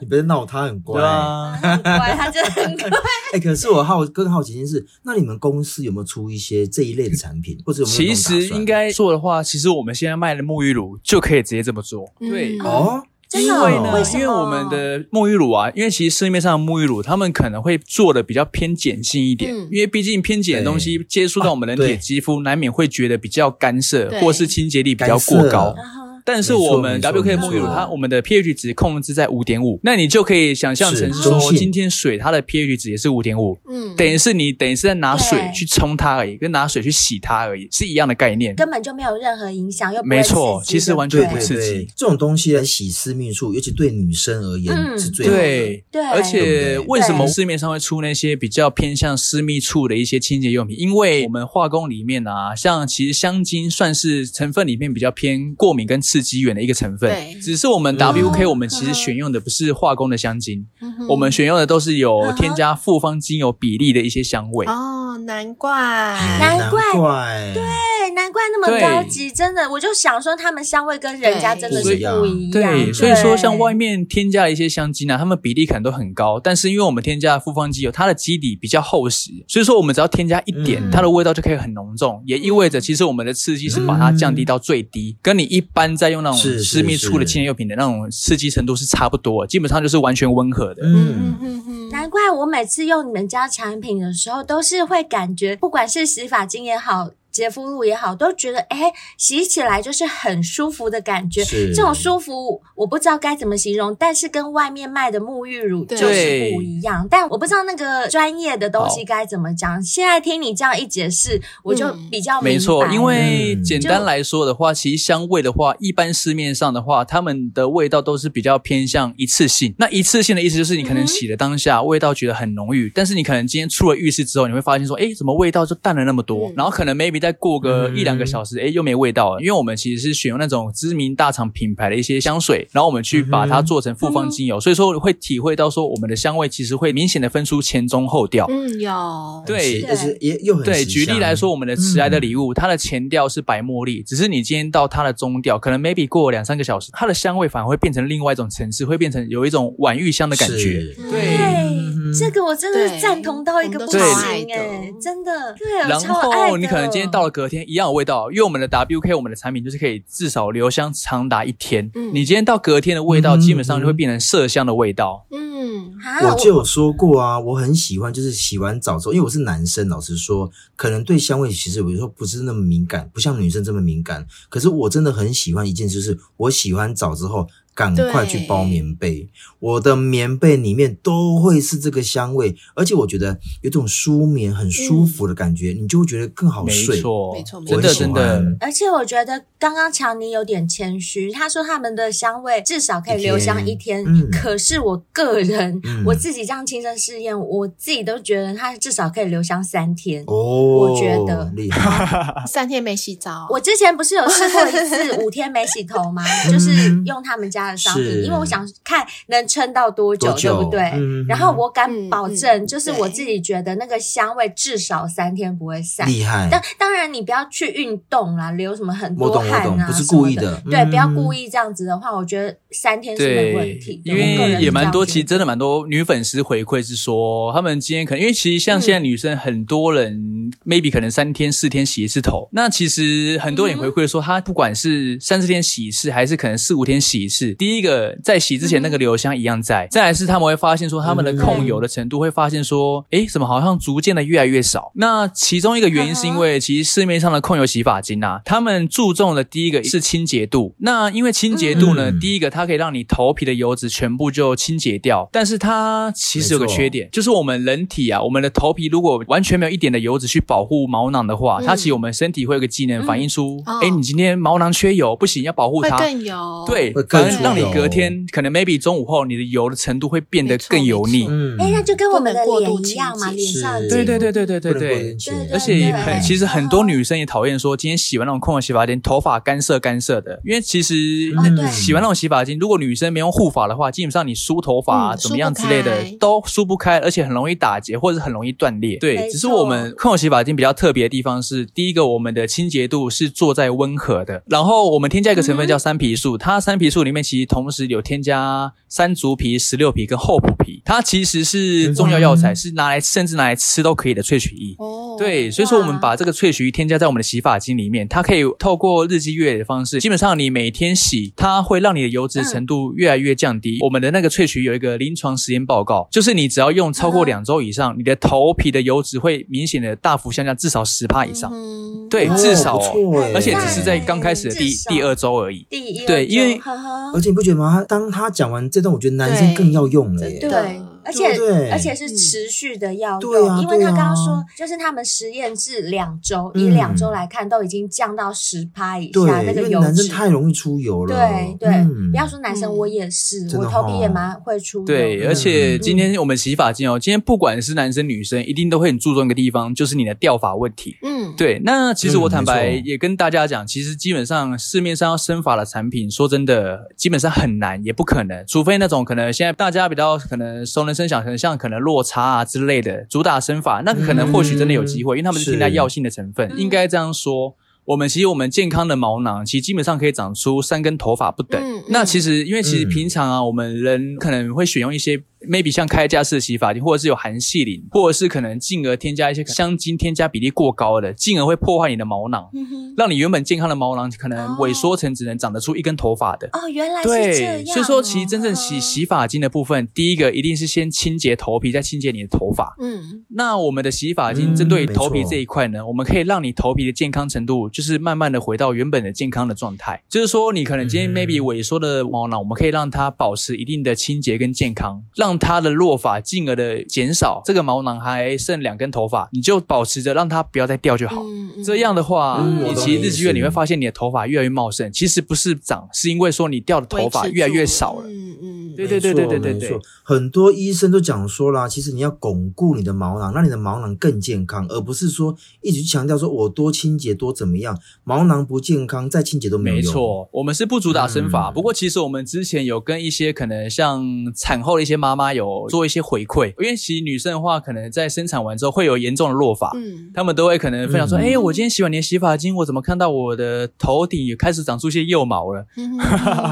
[SPEAKER 6] 你别闹他，很乖
[SPEAKER 7] 对。啊，
[SPEAKER 2] 很乖，他真的很 乖。
[SPEAKER 6] 哎，可是我好更好奇的是，那你们公司有没有出一些这一类的产品，或者有没有
[SPEAKER 7] 其
[SPEAKER 6] 这种打算？
[SPEAKER 7] 实应该做的话，其实我们现在卖的沐浴乳就可以直接这么做。
[SPEAKER 5] 嗯
[SPEAKER 7] 对，
[SPEAKER 6] 哦，
[SPEAKER 2] 真的
[SPEAKER 7] 因
[SPEAKER 2] 哦
[SPEAKER 7] 为呢
[SPEAKER 2] 为，什
[SPEAKER 7] 因为
[SPEAKER 2] 么
[SPEAKER 7] 我
[SPEAKER 6] 嗯
[SPEAKER 7] 们的沐浴乳啊，因为其实市面上的沐浴乳，他们可能会做的比较偏碱性一点，
[SPEAKER 5] 嗯
[SPEAKER 7] 因为毕竟偏碱的东西接触到我们人体
[SPEAKER 6] 对
[SPEAKER 7] 的肌肤，难免会觉得比较干涩，
[SPEAKER 5] 对
[SPEAKER 7] 或是清洁力比较过
[SPEAKER 6] 干
[SPEAKER 7] 高
[SPEAKER 6] 涩。
[SPEAKER 2] 然后
[SPEAKER 7] 但是
[SPEAKER 6] 没错
[SPEAKER 7] 我们
[SPEAKER 6] 没错
[SPEAKER 7] WK
[SPEAKER 6] 没错
[SPEAKER 7] 沐浴乳，它我们的 pH 值控制在五点五，那你就可以想象成
[SPEAKER 6] 是
[SPEAKER 7] 说
[SPEAKER 6] 中，性
[SPEAKER 7] 今天水它的 pH 值也是五点五，
[SPEAKER 5] 嗯，
[SPEAKER 7] 等于是你等于是在拿水
[SPEAKER 2] 对
[SPEAKER 7] 去冲它而已，跟拿水去洗它而已，是一样的概念。
[SPEAKER 2] 根本就没有任何影响，又不会
[SPEAKER 7] 没错
[SPEAKER 2] 刺激
[SPEAKER 7] 其实
[SPEAKER 2] 对不
[SPEAKER 7] 完全
[SPEAKER 6] 对
[SPEAKER 2] 对
[SPEAKER 7] 不
[SPEAKER 6] 对
[SPEAKER 7] 刺
[SPEAKER 6] 对
[SPEAKER 7] 激，
[SPEAKER 6] 这种东西来洗私密处，尤其对女生而言、
[SPEAKER 2] 嗯
[SPEAKER 6] 是最好的。
[SPEAKER 7] 对
[SPEAKER 2] 对
[SPEAKER 7] 而且为什么
[SPEAKER 2] 对
[SPEAKER 7] 市面上会出那些比较偏向私密处的一些清洁用品？因为我们化工里面啊，像其实香精算是成分里面比较偏过敏跟刺激源的一个成分。
[SPEAKER 5] 对
[SPEAKER 7] 只是我们
[SPEAKER 6] 嗯
[SPEAKER 7] WK
[SPEAKER 2] 哦
[SPEAKER 7] 我们其实选用的不是化工的香精，
[SPEAKER 5] 嗯哼
[SPEAKER 7] 我们选用的都是有
[SPEAKER 2] 嗯哼
[SPEAKER 7] 添加复方精油比例的一些香味。
[SPEAKER 5] 哦，难怪，
[SPEAKER 6] 哎
[SPEAKER 2] 难怪
[SPEAKER 6] 怪对，
[SPEAKER 2] 对，哎难怪那么
[SPEAKER 7] 对
[SPEAKER 2] 高级，真的，我就想说他们香味跟人家真的是不一样。
[SPEAKER 7] 对，
[SPEAKER 6] 嗯
[SPEAKER 7] 所以说像外面添加了一些香精啊，它们比例可能都很高，但是因为我们添加的复方精油，它的基底比较厚实，所以说我们只要添加一点，
[SPEAKER 6] 嗯
[SPEAKER 7] 它的味道就可以很浓重，也意味着其实我们的刺激是把它降低到最低，跟你一般在用那种
[SPEAKER 6] 是是
[SPEAKER 7] 私密处的
[SPEAKER 6] 是
[SPEAKER 7] 清洁用品的那种刺激程度是差不多，基本上就是完全温和的。
[SPEAKER 5] 嗯
[SPEAKER 6] 嗯，
[SPEAKER 5] 嗯嗯嗯，
[SPEAKER 2] 难怪我每次用你们家产品的时候，都是会感觉，不管是洗发精也好，洁肤露也好，都觉得哎，洗起来就是很舒服的感觉。
[SPEAKER 6] 是
[SPEAKER 2] 这种舒服我不知道该怎么形容，但是跟外面卖的沐浴乳
[SPEAKER 5] 对
[SPEAKER 2] 就是不一样。但我不知道那个专业的东西
[SPEAKER 7] 好
[SPEAKER 2] 该怎么讲。现在听你这样一解释，我就
[SPEAKER 5] 嗯
[SPEAKER 2] 比较明白。
[SPEAKER 7] 没错，因为
[SPEAKER 6] 嗯
[SPEAKER 7] 简单来说的话，其实香味的话，一般市面上的话，它们的味道都是比较偏向一次性。那一次性的意思就是，你
[SPEAKER 2] 嗯
[SPEAKER 7] 可
[SPEAKER 2] 哼
[SPEAKER 7] 能洗的当下、味道觉得很浓郁，但是你可能今天出了浴室之后，你会发现说，哎，怎么味道就淡了那么多？
[SPEAKER 5] 嗯
[SPEAKER 7] 然后可能 maybe 再过个
[SPEAKER 6] 嗯
[SPEAKER 7] 一两个小时，哎、又没味道了。因为我们其实是选用那种知名大厂品牌的一些香水，然后我们去把它
[SPEAKER 6] 嗯哼
[SPEAKER 7] 做成复方精油，所以说会体会到说，我们的香味其实会明显的分出前中后调。
[SPEAKER 5] 嗯有，
[SPEAKER 7] 对
[SPEAKER 6] 很时而且也又很
[SPEAKER 7] 对，
[SPEAKER 6] 时嗯
[SPEAKER 7] 举例
[SPEAKER 6] 尚
[SPEAKER 7] 来说，，我们的迟来的礼物，它的前调是白茉莉，只是你今天到它的中调，可能 maybe 过两三个小时，它的香味反而会变成另外一种层次，会变成有一种晚玉香的感觉。
[SPEAKER 6] 是
[SPEAKER 5] 对
[SPEAKER 6] 嗯
[SPEAKER 2] 对，这个我真的是赞同到一个不
[SPEAKER 7] 对
[SPEAKER 2] 行
[SPEAKER 5] 对
[SPEAKER 2] 哎，真的，对，我
[SPEAKER 7] 然
[SPEAKER 2] 超爱
[SPEAKER 7] 后哦
[SPEAKER 2] 的
[SPEAKER 7] 你可能今天到了隔天一样有味道，因为我们的 WK 我们的产品就是可以至少留香长达一天。
[SPEAKER 5] 嗯
[SPEAKER 7] 你今天到隔天的味道，
[SPEAKER 6] 嗯
[SPEAKER 7] 基本上就会变成麝香的味道。
[SPEAKER 5] 嗯
[SPEAKER 2] 啊，
[SPEAKER 6] 我就有说过啊，我很喜欢，就是洗完澡之后，因为我是男生，老实说，可能对香味其实有时候不是那么敏感，不像女生这么敏感。可是我真的很喜欢一件事，就是我洗完澡之后，赶快去包棉被，我的棉被里面都会是这个香味，而且我觉得有种舒眠、很
[SPEAKER 2] 嗯
[SPEAKER 6] 舒服的感觉，你就会觉得更好
[SPEAKER 7] 没
[SPEAKER 6] 睡。
[SPEAKER 7] 错，
[SPEAKER 5] 没错没
[SPEAKER 6] 我
[SPEAKER 5] 错
[SPEAKER 7] 真
[SPEAKER 6] 很
[SPEAKER 7] 的
[SPEAKER 6] 喜
[SPEAKER 7] 真
[SPEAKER 6] 欢
[SPEAKER 7] 的。
[SPEAKER 2] 而且我觉得刚刚强尼有点谦虚，他说他们的香味至少可以留香一天。
[SPEAKER 6] 一天嗯
[SPEAKER 2] 可是我个人、
[SPEAKER 6] 嗯
[SPEAKER 2] 我自己这样亲身试验，我自己都觉得它至少可以留香三天。
[SPEAKER 6] 哦，
[SPEAKER 2] 我觉得
[SPEAKER 6] 厉害，
[SPEAKER 5] 三天没洗澡，
[SPEAKER 2] 我之前不是有试过一次五天没洗头吗？ 就是用他们家的商
[SPEAKER 6] 是
[SPEAKER 2] 品，因为我想看能撑到多久，
[SPEAKER 6] 多久
[SPEAKER 2] 对不对？
[SPEAKER 6] 嗯
[SPEAKER 2] 然后我
[SPEAKER 5] 嗯
[SPEAKER 2] 敢保证，
[SPEAKER 5] 嗯
[SPEAKER 2] 就是我自己觉得那个香味至少三天不会散。
[SPEAKER 6] 厉害。
[SPEAKER 2] 当当然，你不要去运动啦，流什么很
[SPEAKER 6] 我
[SPEAKER 2] 多
[SPEAKER 6] 懂我
[SPEAKER 2] 汗
[SPEAKER 6] 懂
[SPEAKER 2] 啊，
[SPEAKER 6] 不是故意
[SPEAKER 2] 的。
[SPEAKER 6] 的
[SPEAKER 2] 对，
[SPEAKER 6] 嗯
[SPEAKER 2] 不要故意这样子的话，我觉得三天是没问
[SPEAKER 7] 对
[SPEAKER 2] 题，的。
[SPEAKER 7] 因
[SPEAKER 2] 我个人
[SPEAKER 7] 为
[SPEAKER 2] 是
[SPEAKER 7] 也蛮多，
[SPEAKER 2] 这样
[SPEAKER 7] 其
[SPEAKER 2] 觉
[SPEAKER 7] 实
[SPEAKER 2] 得
[SPEAKER 7] 真的蛮多女粉丝回馈是说，他们今天可能因为其实像
[SPEAKER 2] 嗯
[SPEAKER 7] 现在女生很多人、maybe 可能三天四天洗一次
[SPEAKER 2] 嗯
[SPEAKER 7] 头，那其实很多人也回馈说，她不管是三四天洗一次，还是可能四五天洗一次，式。第一个，在洗之前
[SPEAKER 2] 嗯
[SPEAKER 7] 那个留香一样在；再来是他们会发现说他们的控油的程度会发现说，诶，怎么好像逐渐的越来越少？那其中一个原因是因
[SPEAKER 5] 嗯
[SPEAKER 7] 为其实市面上的控油洗发精啊，他们注重的第一个是清洁度。那因为清洁度呢，
[SPEAKER 6] 嗯
[SPEAKER 7] 第一个它可以让你头皮的油脂全部就清洁掉，但是它其实有个
[SPEAKER 6] 没错
[SPEAKER 7] 缺点，就是我们人体啊，我们的头皮如果完全没有一点的油脂去保护毛囊的话，
[SPEAKER 5] 嗯
[SPEAKER 7] 它其实我们身体会有个机能反映出，
[SPEAKER 5] 嗯哦
[SPEAKER 7] 诶，你今天毛囊缺油，不行，要保护
[SPEAKER 5] 会
[SPEAKER 7] 它。
[SPEAKER 5] 更油。
[SPEAKER 7] 对
[SPEAKER 6] 会，更
[SPEAKER 7] 反而让你
[SPEAKER 6] 出油
[SPEAKER 7] 隔天可能 maybe 中午后你的油的程度会变得
[SPEAKER 5] 没错
[SPEAKER 7] 更油
[SPEAKER 5] 没
[SPEAKER 7] 腻
[SPEAKER 5] 错。
[SPEAKER 6] 嗯，
[SPEAKER 2] 哎、那就跟我们的
[SPEAKER 5] 不能过度
[SPEAKER 2] 脸一样嘛，
[SPEAKER 5] 清
[SPEAKER 2] 脸
[SPEAKER 5] 洁
[SPEAKER 2] 上的
[SPEAKER 6] 是，
[SPEAKER 7] 对
[SPEAKER 2] 肌
[SPEAKER 7] 对对对对对
[SPEAKER 6] 不能
[SPEAKER 7] 对
[SPEAKER 6] 过分切
[SPEAKER 2] 对对对
[SPEAKER 7] 而且很，其实很多女生也讨厌说，今天洗完那种控油洗发精，头发干涩干涩的。因为其实
[SPEAKER 6] 嗯
[SPEAKER 2] 哦对
[SPEAKER 7] 洗完那种洗发精，如果女生没用护发的话，基本上你梳头发、啊
[SPEAKER 5] 嗯
[SPEAKER 7] 怎么样
[SPEAKER 5] 梳
[SPEAKER 7] 之
[SPEAKER 5] 不
[SPEAKER 7] 类的
[SPEAKER 5] 开
[SPEAKER 7] 都梳不开，而且很容易打结或者很容易断裂。
[SPEAKER 2] 没
[SPEAKER 7] 对，
[SPEAKER 2] 错
[SPEAKER 7] 只是我们控油洗发精比较特别的地方是，第一个我们的清洁度是做在温和的，然后我们添加一个
[SPEAKER 5] 嗯
[SPEAKER 7] 成分叫三皮素，它三皮素里面其实同时有添加山竹皮、石榴皮跟厚朴皮，它其实是中药药材，是拿来甚至拿来吃都可以的萃取液。
[SPEAKER 5] 哦，
[SPEAKER 7] 对，所以说我们
[SPEAKER 2] 哇
[SPEAKER 7] 把这个萃取液添加在我们的洗发精里面，它可以透过日积月累的方式，基本上你每天洗，它会让你的油脂程度越来越降低。我们的那个萃取有一个临床实验报告，就是你只要用超过
[SPEAKER 5] 嗯
[SPEAKER 7] 两周以上，你的头皮的油脂会明显的大幅下降，至少十帕以上。
[SPEAKER 5] 嗯
[SPEAKER 7] 对
[SPEAKER 6] 哦
[SPEAKER 7] 至少哦
[SPEAKER 6] 不错哎
[SPEAKER 7] 而且只是在刚开始的第
[SPEAKER 2] 哎至少
[SPEAKER 7] 第二周而已。
[SPEAKER 2] 第一
[SPEAKER 7] 对
[SPEAKER 2] 二
[SPEAKER 7] 因为
[SPEAKER 2] 种呵呵
[SPEAKER 6] 而且你不觉得吗？他当他讲完这段，我觉得男生更要用了耶。
[SPEAKER 5] 真的
[SPEAKER 2] 对，而且
[SPEAKER 6] 对不对嗯
[SPEAKER 2] 而且是持续的要用，
[SPEAKER 6] 对啊
[SPEAKER 2] 因为他
[SPEAKER 6] 对啊
[SPEAKER 2] 刚刚说，就是他们实验制两周，
[SPEAKER 6] 嗯
[SPEAKER 2] 以两周来看，都已经降到十趴以
[SPEAKER 6] 对，
[SPEAKER 2] 下那个
[SPEAKER 6] 因为
[SPEAKER 2] 油
[SPEAKER 6] 男生
[SPEAKER 2] 脂。
[SPEAKER 6] 太容易出油了。
[SPEAKER 2] 对对，
[SPEAKER 6] 嗯
[SPEAKER 2] 不要说男生，
[SPEAKER 5] 嗯
[SPEAKER 2] 我也是，
[SPEAKER 6] 真
[SPEAKER 2] 我
[SPEAKER 6] 的
[SPEAKER 2] 头皮也
[SPEAKER 6] 哦
[SPEAKER 2] 蛮会出油。
[SPEAKER 7] 对，
[SPEAKER 6] 嗯
[SPEAKER 7] 而且今天我们洗发精哦，今天不管是男生女生，一定都会很注重一个地方，就是你的掉发问题。
[SPEAKER 5] 嗯，
[SPEAKER 7] 对，那其实我
[SPEAKER 6] 嗯
[SPEAKER 7] 坦白
[SPEAKER 6] 没错
[SPEAKER 7] 也跟大家讲，其实基本上市面上要生发的产品，说真的，基本上很难，也不可能，除非那种可能现在大家比较可能熟能生巧，可能像可能落差啊之类的，主打生发，那个可能或许真的有机会，因为他们是添加
[SPEAKER 6] 是
[SPEAKER 7] 药性的成
[SPEAKER 6] 嗯
[SPEAKER 7] 分，应该这样说。我们其实我们健康的毛囊，其实基本上可以长出三根头发不等。
[SPEAKER 5] 嗯
[SPEAKER 7] 那其实因为其实
[SPEAKER 6] 嗯
[SPEAKER 7] 平常啊，我们人可能会选用一些 maybe 像开架式的洗发精，或者是有含细磷，或者是可能进而添加一些香精，添加比例过高的，进而会破坏你的毛囊，
[SPEAKER 2] 嗯哼，
[SPEAKER 7] 让你原本健康的毛囊可能
[SPEAKER 2] 哦
[SPEAKER 7] 萎缩成只能长得出一根头发的。
[SPEAKER 2] 哦，原来是这样
[SPEAKER 7] 对，
[SPEAKER 2] 哦。
[SPEAKER 7] 所以说其实真正
[SPEAKER 5] 哦
[SPEAKER 7] 洗
[SPEAKER 2] 嗯
[SPEAKER 7] 洗发精的部分，第一个一定是先清洁头皮，再清洁你的头发。
[SPEAKER 5] 嗯，
[SPEAKER 7] 那我们的洗发精
[SPEAKER 6] 嗯
[SPEAKER 7] 针对于
[SPEAKER 6] 没
[SPEAKER 7] 头皮
[SPEAKER 6] 错
[SPEAKER 7] 这一块呢，我们可以让你头皮的健康程度，就是慢慢的回到原本的健康的状态。就是说，你可能今天
[SPEAKER 6] 嗯
[SPEAKER 7] maybe 萎缩的毛囊，我们可以让它保持一定的清洁跟健康，让它的落发进而的减少。这个毛囊还剩两根头发，你就保持着让它不要再掉就好。
[SPEAKER 5] 嗯，嗯
[SPEAKER 7] 这样的话，
[SPEAKER 6] 嗯
[SPEAKER 7] 你
[SPEAKER 6] 我懂
[SPEAKER 7] 其实
[SPEAKER 6] 你
[SPEAKER 7] 日
[SPEAKER 6] 意
[SPEAKER 7] 积月累
[SPEAKER 6] 思
[SPEAKER 7] 你会发现你的头发越来越茂盛。其实不是长，是因为说你掉的头发
[SPEAKER 5] 维持
[SPEAKER 7] 越来越
[SPEAKER 5] 住
[SPEAKER 7] 少了。
[SPEAKER 5] 嗯嗯，
[SPEAKER 7] 对对对对对对
[SPEAKER 6] 没错
[SPEAKER 7] 对
[SPEAKER 6] 没错，很多医生都讲说啦，其实你要巩固你的毛囊，让你的毛囊更健康，而不是说一直强调说我多清洁多怎么样，毛囊不健康再清洁都没有
[SPEAKER 7] 没
[SPEAKER 6] 用。，
[SPEAKER 7] 错，我们是不主打生发，
[SPEAKER 6] 嗯
[SPEAKER 7] 不过其实我们之前有跟一些可能像产后的一些妈妈有做一些回馈，因为其实女生的话，可能在生产完之后会有严重的落发。
[SPEAKER 5] 嗯，
[SPEAKER 7] 她们都会可能分享说：“哎、
[SPEAKER 6] 嗯
[SPEAKER 7] 我今天洗完你的洗发精，我怎么看到我的头顶也开始长出一些幼毛了
[SPEAKER 5] 嗯嗯？”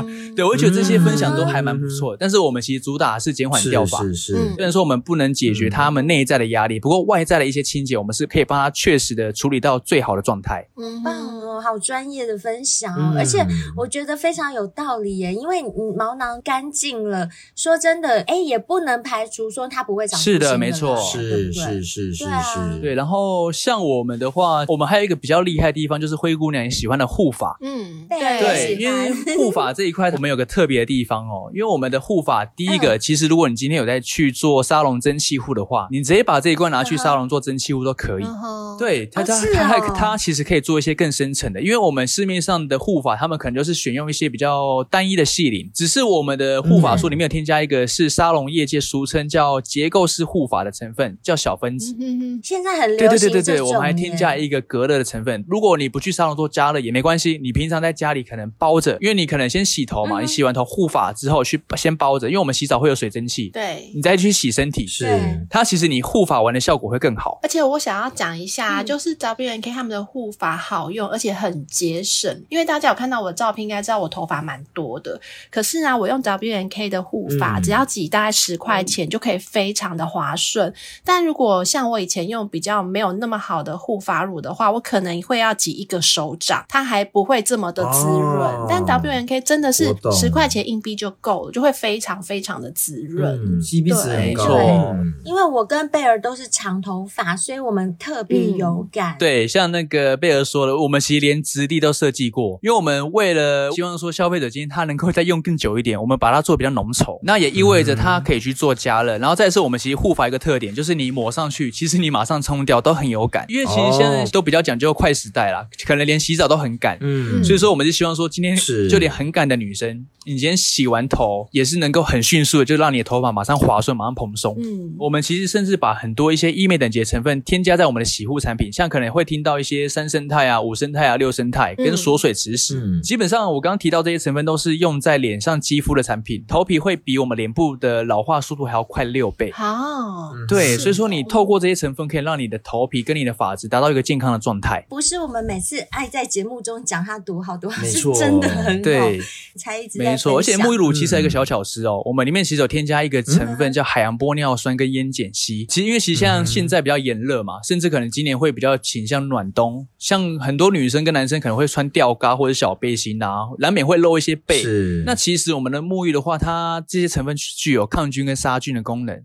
[SPEAKER 5] 嗯
[SPEAKER 7] 对，我会觉得这些分享都还蛮不错的。但是我们其实主打是减缓
[SPEAKER 6] 是
[SPEAKER 7] 掉发，
[SPEAKER 6] 嗯是嗯是，
[SPEAKER 5] 嗯
[SPEAKER 7] 虽然说我们不能解决他们内在的压力，不过外在的一些清洁，我们是可以帮他确实的处理到最好的状态。
[SPEAKER 5] 嗯
[SPEAKER 2] 棒
[SPEAKER 5] 嗯
[SPEAKER 2] 哦，好专业的分享哦，
[SPEAKER 6] 嗯
[SPEAKER 2] 而且我觉得非常有道理耶，因为你毛囊干净了，说真的，哎，也不能排除说它不会长出
[SPEAKER 7] 是的
[SPEAKER 2] 新
[SPEAKER 7] 没
[SPEAKER 2] 来
[SPEAKER 7] 错
[SPEAKER 2] 对不
[SPEAKER 6] 是
[SPEAKER 2] 对
[SPEAKER 6] 是是是
[SPEAKER 2] 对啊
[SPEAKER 6] 是，
[SPEAKER 7] 对，然后像我们的话，我们还有一个比较厉害的地方，就是灰姑娘也喜欢的护法。
[SPEAKER 5] 嗯，
[SPEAKER 2] 对
[SPEAKER 7] 对，
[SPEAKER 2] 喜
[SPEAKER 7] 因
[SPEAKER 2] 欢
[SPEAKER 7] 为护发这一块，我们有个特别的地方哦。因为我们的护发，第一
[SPEAKER 2] 嗯
[SPEAKER 7] 个，其实如果你今天有在去做沙龙蒸汽护的话，你直接把这一罐拿去沙龙做蒸汽护都可以。
[SPEAKER 5] 然后，
[SPEAKER 7] 对它，
[SPEAKER 2] 哦
[SPEAKER 7] 它
[SPEAKER 2] 是
[SPEAKER 7] 它还
[SPEAKER 2] 哦
[SPEAKER 7] 它其实可以做一些更深层的，因为我们市面上的护法，他们可能就是选用一些比较单一的细鳞，只是我们的护法素
[SPEAKER 2] 嗯
[SPEAKER 7] 里面有添加一个是沙龙业界俗称叫结构式护法的成分，叫小分子。
[SPEAKER 5] 嗯嗯嗯
[SPEAKER 2] 现在很
[SPEAKER 7] 对
[SPEAKER 2] 流
[SPEAKER 7] 对
[SPEAKER 2] 行
[SPEAKER 7] 对对
[SPEAKER 2] 这
[SPEAKER 7] 对，
[SPEAKER 2] 种哎
[SPEAKER 7] 我们还添加
[SPEAKER 2] 耶
[SPEAKER 7] 一个隔热的成分。如果你不去沙龙做加热也没关系，你平常在家里可能包着，因为你可能先洗头嘛，
[SPEAKER 2] 嗯
[SPEAKER 7] 你洗完头护发之后去先包着，因为我们洗澡会有水蒸气，
[SPEAKER 5] 对
[SPEAKER 7] 你再去洗身体，
[SPEAKER 6] 是嗯
[SPEAKER 2] 对
[SPEAKER 7] 它其实你护发完的效果会更好。
[SPEAKER 5] 而且我想要讲一下，啊
[SPEAKER 2] 嗯
[SPEAKER 5] 就是 W N K 他们的护发好用，而且很节省，因为大家有看到我的照片，应该知道我头发蛮多的。可是呢，我用 W N K 的护发，
[SPEAKER 6] 嗯
[SPEAKER 5] 只要挤大概十块钱就可以非常的划算。但如果像我以前用比较没有那么好的护发乳的话，我可能会要挤一个手掌，它还不会这么的滋润。
[SPEAKER 6] 哦
[SPEAKER 5] 但 W N K 真的是
[SPEAKER 6] 我懂
[SPEAKER 5] 十块钱硬币就够了，就会非常非常的滋润。
[SPEAKER 6] 嗯，CP 值很高，
[SPEAKER 7] 对
[SPEAKER 6] 嗯
[SPEAKER 2] 因为我跟贝尔都是长头发，所以我们特别有感。，
[SPEAKER 7] 嗯对，像那个贝尔说了，我们其实连质地都设计过，因为我们为了希望说消费者今天他能够再用更久一点，我们把它做比较浓稠，那也意味着
[SPEAKER 6] 嗯
[SPEAKER 7] 它可以去做加热。然后再是我们其实护发一个特点，就是你抹上去，其实你马上冲掉都很有感，因为其实现在
[SPEAKER 6] 哦
[SPEAKER 7] 都比较讲究快时代啦，可能连洗澡都很赶。
[SPEAKER 6] 嗯，
[SPEAKER 7] 所以说，我们就希望说，今天
[SPEAKER 6] 是
[SPEAKER 7] 就连很赶的女生，你今天洗完头也是能够很迅速的，就让你的头发马上滑顺，马上蓬松。
[SPEAKER 5] 嗯，
[SPEAKER 7] 我们其实甚至把很多一些医美等级的成分添加在我们的洗护产品，像可能会听到一些三生态啊、五生态啊、六生态跟锁水磁石。
[SPEAKER 6] 嗯
[SPEAKER 7] 基本上我刚刚提到这些成分都是用在脸上肌肤的产品，头皮会比我们脸部的老化速度还要快六倍。
[SPEAKER 5] 好，
[SPEAKER 7] 对，
[SPEAKER 6] 是
[SPEAKER 7] 所以说你透过这些成分，可以让你的头皮跟你的发质达到一个健康的状态。
[SPEAKER 2] 不是我们每次爱在节目中讲他多好多好，
[SPEAKER 6] 没
[SPEAKER 2] 是
[SPEAKER 6] 错
[SPEAKER 2] 真的哦很好，
[SPEAKER 7] 对，
[SPEAKER 2] 才一直在
[SPEAKER 7] 没错。而
[SPEAKER 2] 分
[SPEAKER 7] 且
[SPEAKER 2] 享
[SPEAKER 7] 沐浴乳其实还有一个小巧思哦，我们里面其实有添加一个成分叫海洋玻尿酸跟烟碱烯。其实因为其实像现在比较炎热嘛，甚至可能今年会比较倾向暖冬，像很多女生跟男生可能会穿吊嘎或者小背心啊，难免会露一些背。
[SPEAKER 6] 是
[SPEAKER 7] 那其实我们的沐浴的话，它这些成分具有抗菌跟杀菌的功能，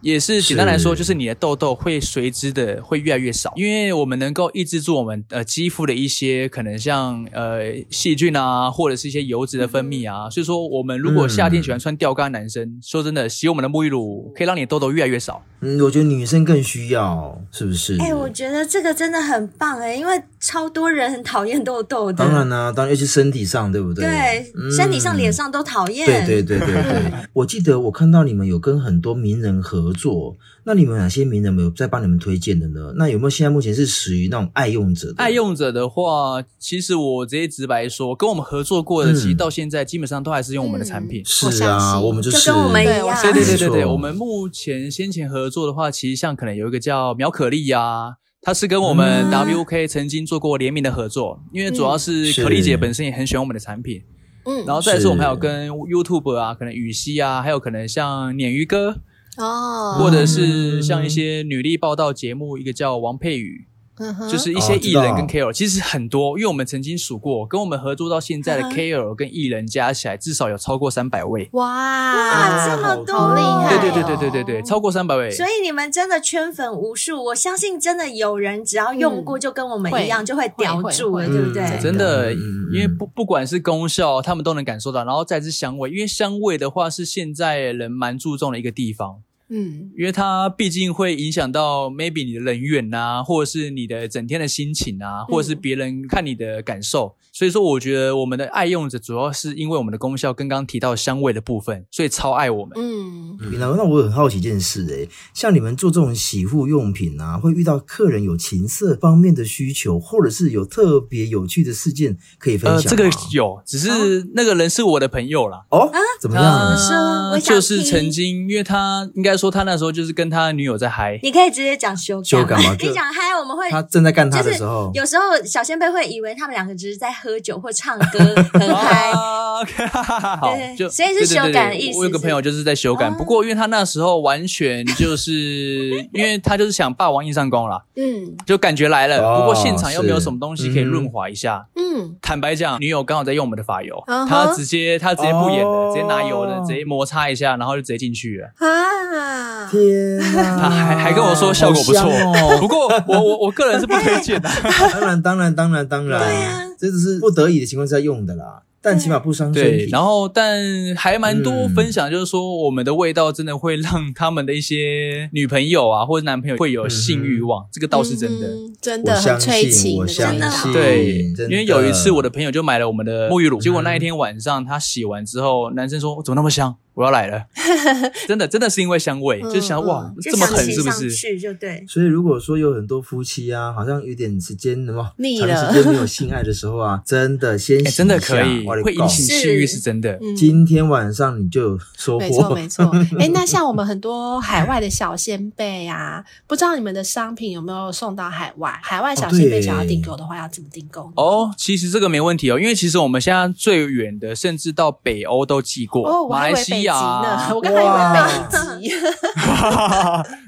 [SPEAKER 7] 也是简单来说，
[SPEAKER 6] 是
[SPEAKER 7] 就是你的痘痘会随之的会越来越少，因为我们能够抑制住我们呃肌肤的一些可能像呃细菌啊，或者是一些油脂的分泌
[SPEAKER 6] 嗯
[SPEAKER 7] 啊。所以说，我们如果夏天喜欢穿吊杆的男生，说真的，洗我们的沐浴乳可以让你的痘痘越来越少。
[SPEAKER 6] 嗯，我觉得女生更需要，是不是？
[SPEAKER 2] 哎、我觉得这个真的很棒哎、因为超多人很讨厌痘痘的，
[SPEAKER 6] 当然啦、当然，尤其身体上，对不对？
[SPEAKER 2] 对，
[SPEAKER 6] 嗯
[SPEAKER 2] 身体上、脸。上都讨厌。
[SPEAKER 7] 嗯
[SPEAKER 6] 对对对 对对，我记得我看到你们有跟很多名人合作，那你们有哪些名人有在帮你们推荐的呢？那有没有现在目前是属于那种爱用者的？
[SPEAKER 7] 爱用者的话，其实我直接直白说，跟我们合作过的，
[SPEAKER 6] 嗯
[SPEAKER 7] 其实到现在基本上都还是用我们的产品。
[SPEAKER 5] 我
[SPEAKER 6] 是
[SPEAKER 5] 相
[SPEAKER 6] 啊，
[SPEAKER 5] 信
[SPEAKER 6] 我们就是
[SPEAKER 2] 就跟我们一
[SPEAKER 5] 对我
[SPEAKER 2] 样，
[SPEAKER 5] 相
[SPEAKER 7] 对对对对
[SPEAKER 6] 没
[SPEAKER 7] 对，
[SPEAKER 6] 错
[SPEAKER 7] 我们目前先前合作的话，其实像可能有一个叫苗可丽啊，她是跟我们
[SPEAKER 2] 嗯
[SPEAKER 7] WK 曾经做过联名的合作，因为主要是
[SPEAKER 6] 嗯是
[SPEAKER 7] 可丽姐本身也很喜欢我们的产品，
[SPEAKER 5] 嗯，
[SPEAKER 7] 然后再来是我们
[SPEAKER 6] 是
[SPEAKER 7] 还有跟 YouTube 啊，可能羽西啊，还有可能像鲶鱼哥，
[SPEAKER 6] 啊
[SPEAKER 5] 哦，
[SPEAKER 7] 或者是像一些女力报道节目，一个叫王佩宇。
[SPEAKER 5] 嗯哼
[SPEAKER 7] 就是一些
[SPEAKER 6] 哦
[SPEAKER 7] 艺
[SPEAKER 6] 知道
[SPEAKER 7] 人跟 KOL，、其实很多，因为我们曾经数过，跟我们合作到现在的
[SPEAKER 2] 嗯哼
[SPEAKER 7] KOL 跟艺人加起来，至少有超过三百位。
[SPEAKER 5] 哇
[SPEAKER 2] 哇，这么多，
[SPEAKER 5] 好厉害
[SPEAKER 7] 对
[SPEAKER 5] 哦
[SPEAKER 7] 对对对对对对，超过三百位。
[SPEAKER 2] 所以你们真的圈粉无数，我相信真的有人只要用过，就跟我们一样，
[SPEAKER 5] 嗯会
[SPEAKER 2] 就会叼住了，
[SPEAKER 5] 会会
[SPEAKER 2] 对不对？
[SPEAKER 5] 嗯
[SPEAKER 7] 真的，
[SPEAKER 6] 嗯
[SPEAKER 7] 因为不不管是功效，他们都能感受到，然后再是香味，因为香味的话是现在人蛮注重的一个地方，
[SPEAKER 5] 嗯，
[SPEAKER 7] 因为它毕竟会影响到 maybe 你的人缘啊，或者是你的整天的心情啊，或
[SPEAKER 2] 嗯
[SPEAKER 7] 者是别人看你的感受。所以说，我觉得我们的爱用者主要是因为我们的功效，跟刚刚提到香味的部分，所以超爱我们。
[SPEAKER 5] 嗯，
[SPEAKER 6] 然后，那我很好奇一件事、欸，像你们做这种洗护用品啊，会遇到客人有情色方面的需求，或者是有特别有趣的事件可以分享吗、
[SPEAKER 7] 呃，这个有，只是那个人是我的朋友啦。
[SPEAKER 6] 哦，怎么样？
[SPEAKER 7] 他
[SPEAKER 2] 是啊吗我想
[SPEAKER 7] 就是
[SPEAKER 2] 听
[SPEAKER 7] 曾经，因为他应该说他那时候就是跟他女友在嗨，
[SPEAKER 2] 你可以直接讲修改，
[SPEAKER 6] 修改吗就
[SPEAKER 2] 你讲嗨，我们会。
[SPEAKER 6] 他正在干他
[SPEAKER 2] 就
[SPEAKER 6] 的
[SPEAKER 2] 是
[SPEAKER 6] 时候，
[SPEAKER 2] 有时候小先辈会以为他们两个只是在喝酒或唱 歌很嗨，
[SPEAKER 7] 啊，OK，哈哈哈好
[SPEAKER 2] 对，
[SPEAKER 7] 就
[SPEAKER 2] 所以是
[SPEAKER 7] 对对
[SPEAKER 2] 修
[SPEAKER 7] 对
[SPEAKER 2] 改
[SPEAKER 7] 对
[SPEAKER 2] 的意思
[SPEAKER 7] 我有个
[SPEAKER 2] 是
[SPEAKER 7] 朋友就是在修改，
[SPEAKER 2] 哦
[SPEAKER 7] 不过因为他那时候完全就是因为他就是想霸王硬上弓啦，
[SPEAKER 5] 嗯
[SPEAKER 7] 就感觉来了。
[SPEAKER 6] 哦
[SPEAKER 7] 不过现场又没有
[SPEAKER 6] 是
[SPEAKER 7] 什么东西可以
[SPEAKER 6] 嗯
[SPEAKER 7] 润滑一下。
[SPEAKER 5] 嗯，
[SPEAKER 7] 坦白讲，女友刚好在用我们的发油，
[SPEAKER 5] 嗯哼
[SPEAKER 7] 她直接她直接不演了，直接拿油的
[SPEAKER 6] 哦
[SPEAKER 7] 直接摩擦一下，然后就直接进去了。
[SPEAKER 5] 啊，
[SPEAKER 6] 天哪！
[SPEAKER 7] 她还还跟我说效果不错
[SPEAKER 6] 好 香哦，
[SPEAKER 7] 不过我我我个人是不推荐的。
[SPEAKER 6] 当然，当然，当然，当然，对啊，这只是不得已的情况下用的啦，但起码不伤身
[SPEAKER 7] 对
[SPEAKER 6] 体。，
[SPEAKER 7] 然后但还蛮多
[SPEAKER 6] 嗯
[SPEAKER 7] 分享，就是说我们的味道真的会让他们的一些女朋友啊或者男朋友
[SPEAKER 6] 嗯
[SPEAKER 7] 会有性欲望，这个倒是真的。
[SPEAKER 5] 嗯，真
[SPEAKER 6] 我
[SPEAKER 5] 的很
[SPEAKER 6] 相信
[SPEAKER 5] 催情，
[SPEAKER 6] 我相
[SPEAKER 5] 真的
[SPEAKER 6] 信
[SPEAKER 7] 对，
[SPEAKER 6] 真的
[SPEAKER 7] 因
[SPEAKER 6] 嗯
[SPEAKER 7] 为有一次我的朋友就买了我们的沐浴乳，结果那一天晚上他洗完之后，男生说怎么那么香？我要来 了，真的真的是因为香味，就想哇
[SPEAKER 5] 嗯
[SPEAKER 2] 就
[SPEAKER 7] 这么
[SPEAKER 2] 想
[SPEAKER 7] 狠
[SPEAKER 2] 骑
[SPEAKER 7] 是不
[SPEAKER 2] 上
[SPEAKER 7] 是？
[SPEAKER 2] 去就对，
[SPEAKER 6] 所以如果说有很多夫妻啊，好像有点时间什么
[SPEAKER 5] 腻
[SPEAKER 6] 长
[SPEAKER 5] 了
[SPEAKER 6] 时间没有性爱的时候啊，真的先
[SPEAKER 7] 哎、
[SPEAKER 6] 洗一
[SPEAKER 7] 真的
[SPEAKER 6] 下
[SPEAKER 7] 可以
[SPEAKER 6] 我的，
[SPEAKER 7] 会
[SPEAKER 6] 告
[SPEAKER 7] 引起性欲是真的。
[SPEAKER 5] 嗯
[SPEAKER 6] 今天晚上你就有收获，
[SPEAKER 5] 没错，没错。哎，那像我们很多海外的小先辈啊，不知道你们的商品有没有送到海外？海外小
[SPEAKER 6] 哦
[SPEAKER 5] 先辈想要订购的话，要怎么订购呢？
[SPEAKER 7] 哦，其实这个没问题哦，因为其实我们现在最远的，甚至到北欧都寄过，
[SPEAKER 5] 哦，我
[SPEAKER 7] 马
[SPEAKER 5] 还以
[SPEAKER 7] 来
[SPEAKER 5] 为北
[SPEAKER 7] 西
[SPEAKER 5] 极
[SPEAKER 7] 亚
[SPEAKER 5] 呢，
[SPEAKER 7] 啊、
[SPEAKER 5] 我刚才以为北极。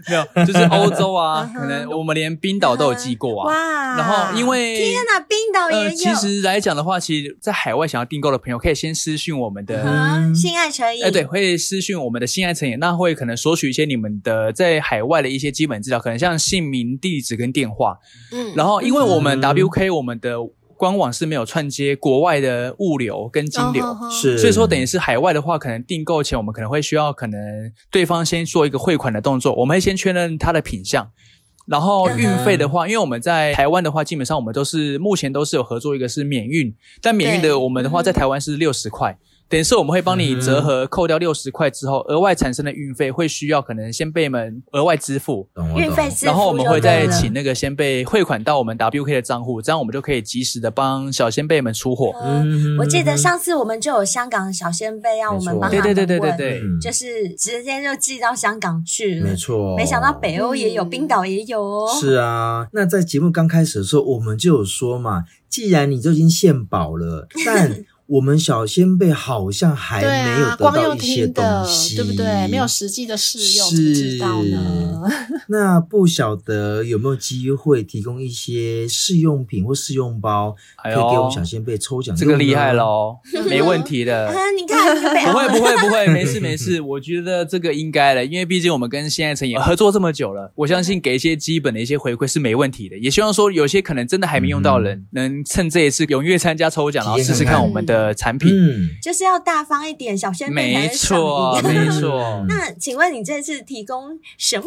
[SPEAKER 7] 没有，就是欧洲啊，
[SPEAKER 5] 嗯哼
[SPEAKER 7] 可能我们连冰岛都有寄过啊。
[SPEAKER 5] 哇！
[SPEAKER 7] 然后因为
[SPEAKER 2] 天哪，冰岛也有，
[SPEAKER 7] 呃，其实来讲的话，其实，在海外想要订购的朋友，可以先私讯我们的。
[SPEAKER 6] 嗯
[SPEAKER 2] 啊，性爱成瘾，
[SPEAKER 7] 哎，对，，会私讯我们的性爱成瘾，那会可能索取一些你们的在海外的一些基本资料，可能像姓名、地址跟电话。
[SPEAKER 5] 嗯，
[SPEAKER 7] 然后，因为我们
[SPEAKER 6] 嗯
[SPEAKER 7] WK 我们的官网是没有串接国外的物流跟金流，
[SPEAKER 2] 嗯
[SPEAKER 5] 哦，
[SPEAKER 6] 是，
[SPEAKER 7] 所以说等于是海外的话，可能订购前我们可能会需要可能对方先做一个汇款的动作，我们会先确认它的品相。然后运
[SPEAKER 2] 嗯
[SPEAKER 7] 费的话，因为我们在台湾的话，基本上我们都是目前都是有合作一个是免运，但免运
[SPEAKER 5] 对
[SPEAKER 7] 的我们的
[SPEAKER 2] 嗯
[SPEAKER 7] 话在台湾是六十块，等于是我们会帮你折合扣掉六十块之后，额外产生的运费会需要可能先辈们额外支付，
[SPEAKER 6] 懂我懂
[SPEAKER 2] 运费支付
[SPEAKER 7] 然后我们会再
[SPEAKER 2] 就对了
[SPEAKER 7] 请那个先辈汇款到我们 WK 的账户，这样我们就可以及时的帮小先辈们出货。
[SPEAKER 6] 嗯
[SPEAKER 2] 我记得上次我们就有香港的小先辈让我们帮他们
[SPEAKER 7] 对对对对对
[SPEAKER 2] 问
[SPEAKER 7] 对，
[SPEAKER 6] 嗯
[SPEAKER 2] 就是直接就寄到香港去了。
[SPEAKER 6] 没，错，
[SPEAKER 2] 没想到北欧也有，
[SPEAKER 5] 嗯
[SPEAKER 2] 冰岛也有哦。
[SPEAKER 6] 是啊，那在节目刚开始的时候，我们就有说嘛，既然你都已经献宝 了，但我们小先辈好像还
[SPEAKER 5] 对
[SPEAKER 6] 没有
[SPEAKER 5] 啊，
[SPEAKER 6] 得
[SPEAKER 5] 光
[SPEAKER 6] 到
[SPEAKER 5] 用
[SPEAKER 6] 一些
[SPEAKER 5] 听
[SPEAKER 6] 东
[SPEAKER 5] 的，
[SPEAKER 6] 西，
[SPEAKER 5] 对不对？没有实际的试用，怎
[SPEAKER 6] 是
[SPEAKER 5] 么知道呢？
[SPEAKER 6] 那不晓得有没有机会提供一些试用品或试用包，
[SPEAKER 7] 哎
[SPEAKER 6] 可
[SPEAKER 7] 呦
[SPEAKER 6] 以给我们小先辈抽奖？
[SPEAKER 7] 这个厉害 了，哦，没问题的。
[SPEAKER 2] 啊，你看你北
[SPEAKER 7] 不
[SPEAKER 2] 欧
[SPEAKER 7] 会不会不会，没事没事，我觉得这个应该的，因为毕竟我们跟现在成也合作这么久了，我相信给一些基本的一些回馈是没问题的。也希望说有些可能真的还没用到的人，能趁这一次踊跃参加抽奖，然后试试嗯看我们的产品。
[SPEAKER 6] 嗯，
[SPEAKER 2] 就是要大方一点，小先辈才
[SPEAKER 7] 没
[SPEAKER 2] 能上
[SPEAKER 7] 错
[SPEAKER 2] 瘾。
[SPEAKER 7] 啊 没错。
[SPEAKER 2] 那请问你这次提供什么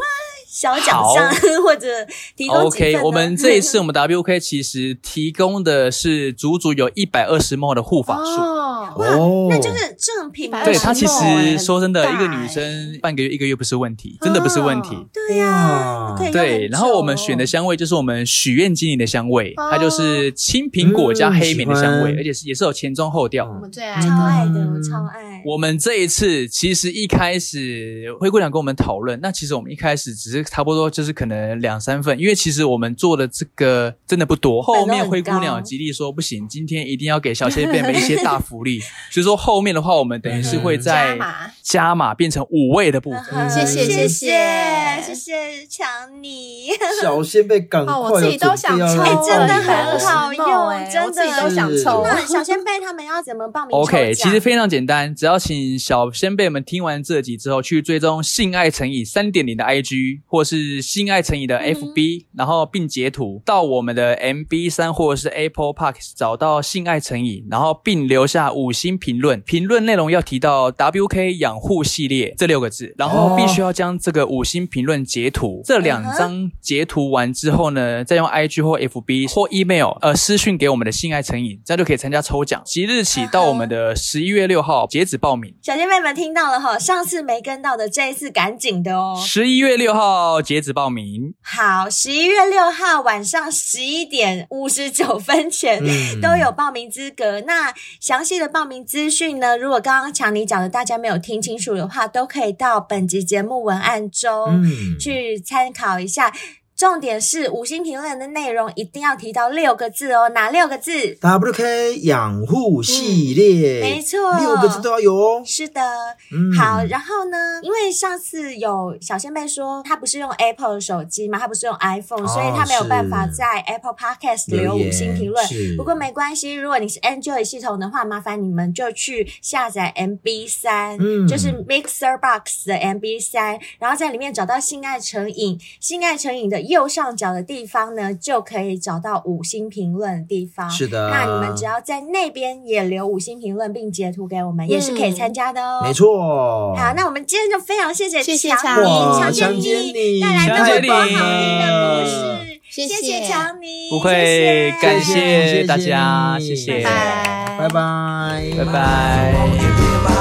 [SPEAKER 2] 小奖
[SPEAKER 7] 好
[SPEAKER 2] 项， 或者提供几份
[SPEAKER 7] OK，
[SPEAKER 2] 呢
[SPEAKER 7] 我们这一次我们 WK 其实提供的是足足有一百二十 ml 的护发素。
[SPEAKER 5] 哦，
[SPEAKER 6] 哦，
[SPEAKER 2] 那就是正品吧，
[SPEAKER 7] 对
[SPEAKER 5] 它
[SPEAKER 7] 她其
[SPEAKER 5] 很
[SPEAKER 7] 实说真
[SPEAKER 2] 哎
[SPEAKER 7] 的，
[SPEAKER 5] 大
[SPEAKER 7] 一个女生半个月一个月不是问题，真的不是问题。
[SPEAKER 5] 哦
[SPEAKER 2] 对呀，
[SPEAKER 6] 哇
[SPEAKER 2] 啊可以用
[SPEAKER 7] 对，
[SPEAKER 2] 很
[SPEAKER 7] 然后我们
[SPEAKER 2] 久哦
[SPEAKER 7] 选的香味就是我们许愿精灵的香味，
[SPEAKER 5] 哦
[SPEAKER 7] 它就是青苹果加黑棉的
[SPEAKER 6] 嗯
[SPEAKER 7] 香
[SPEAKER 6] 喜
[SPEAKER 7] 味，
[SPEAKER 6] 欢
[SPEAKER 7] 而且是也是有前中后调。
[SPEAKER 5] 我们最爱
[SPEAKER 2] 超
[SPEAKER 5] 的。
[SPEAKER 2] 爱的，
[SPEAKER 6] 嗯
[SPEAKER 2] 我超爱。
[SPEAKER 7] 我们这一次其实一开始灰姑娘跟我们讨论，那其实我们一开始只是差不多就是可能两三份，因为其实我们做的这个真的不
[SPEAKER 2] 本
[SPEAKER 7] 多。后
[SPEAKER 2] 都
[SPEAKER 7] 面
[SPEAKER 2] 很
[SPEAKER 7] 灰姑
[SPEAKER 2] 高
[SPEAKER 7] 娘极力说不行，今天一定要给小仙贝们一些大福 利，所以说后面的话我们等于是
[SPEAKER 6] 嗯
[SPEAKER 7] 会
[SPEAKER 5] 加
[SPEAKER 7] 在
[SPEAKER 5] 码，
[SPEAKER 7] 加码变成五味的部分。
[SPEAKER 2] 嗯
[SPEAKER 5] 谢
[SPEAKER 2] 谢
[SPEAKER 5] 谢谢
[SPEAKER 2] 谢
[SPEAKER 5] 谢
[SPEAKER 2] 谢谢强你，
[SPEAKER 6] 小先辈赶快
[SPEAKER 5] 哦，
[SPEAKER 6] 有
[SPEAKER 5] 我自己都想
[SPEAKER 6] 准备
[SPEAKER 5] 抽
[SPEAKER 6] 要
[SPEAKER 5] 了，
[SPEAKER 6] 来，
[SPEAKER 2] 哎真的
[SPEAKER 5] 120
[SPEAKER 2] 很好
[SPEAKER 5] 梦
[SPEAKER 2] 用
[SPEAKER 5] 哎
[SPEAKER 2] 真
[SPEAKER 5] 我自己
[SPEAKER 2] 的
[SPEAKER 5] 都想
[SPEAKER 6] 是
[SPEAKER 5] 抽。
[SPEAKER 2] 那小先贝他们要怎么 报名抽
[SPEAKER 7] OK，
[SPEAKER 2] 奖
[SPEAKER 7] 其实非常简单，只要请小先辈们听完这集之后，去追踪性爱成瘾三点零的 IG 或是性爱成瘾
[SPEAKER 2] 嗯
[SPEAKER 7] 的 FB，、然后并截图到我们的 MB 三或者是 Apple Park 找到性爱成瘾，然后并留下五星评论，评论内容要提到 WK 养护系列这六个字，然后必须要将这个五星评论截
[SPEAKER 2] 哦
[SPEAKER 7] 图，这两张截图完之后呢，再用 IG 或 FB 或 email 呃私讯给我们的性爱成瘾，这样就可以参加抽奖。即日起到我们的十一月六号截止报名，
[SPEAKER 2] 小仙贝们听到了哈，上次没跟到的，这一次赶紧的哦。
[SPEAKER 7] 十一月六号截止报名。
[SPEAKER 2] 好，十一月六号晚上十一点五十九分前。
[SPEAKER 6] 嗯
[SPEAKER 2] 都有报名资格。那详细的报名资讯呢？如果刚刚强尼讲的大家没有听清楚的话，都可以到本集节目文案中
[SPEAKER 6] 嗯
[SPEAKER 2] 去参考一下。重点是五星评论的内容一定要提到六个字哦，哪六个字？
[SPEAKER 6] WK 养护系列，
[SPEAKER 2] 没错，
[SPEAKER 6] 六个字都要有哦。
[SPEAKER 2] 是的，
[SPEAKER 6] 嗯
[SPEAKER 2] 好，然后呢？因为上次有小仙贝说他不是用 Apple 手机嘛，他不是用 iPhone，、
[SPEAKER 6] 哦
[SPEAKER 2] 所以他没有
[SPEAKER 6] 是
[SPEAKER 2] 办法在 Apple Podcast 留
[SPEAKER 6] 留言
[SPEAKER 2] 五星评论。
[SPEAKER 6] 是
[SPEAKER 2] 不过没关系，如果你是 Android 系统的话，麻烦你们就去下载 MB 三、
[SPEAKER 6] 嗯
[SPEAKER 2] 就是 Mixer Box 的 MB 三，然后在里面找到性爱成瘾，性爱成瘾的右上角的地方呢，就可以找到五星评论的地方。
[SPEAKER 6] 是的，
[SPEAKER 2] 啊那你们只要在那边也留五星评论并截图给我们，也是可以参加的哦。
[SPEAKER 6] 没。错。
[SPEAKER 2] 好，那我们今天就非常谢谢
[SPEAKER 5] 谢谢
[SPEAKER 2] 强
[SPEAKER 5] 强
[SPEAKER 2] 尼、
[SPEAKER 5] 尼
[SPEAKER 2] 强
[SPEAKER 5] 强
[SPEAKER 2] 健
[SPEAKER 6] 尼
[SPEAKER 2] 带来那么多好
[SPEAKER 7] 强
[SPEAKER 2] 听的故
[SPEAKER 6] 健
[SPEAKER 2] 事，
[SPEAKER 5] 谢谢
[SPEAKER 2] 谢强尼，
[SPEAKER 7] 不会
[SPEAKER 2] 谢，谢
[SPEAKER 7] 感
[SPEAKER 6] 谢谢
[SPEAKER 7] 谢大家，谢谢，
[SPEAKER 5] 拜拜
[SPEAKER 6] 拜拜，
[SPEAKER 7] 拜拜
[SPEAKER 4] Won't you be my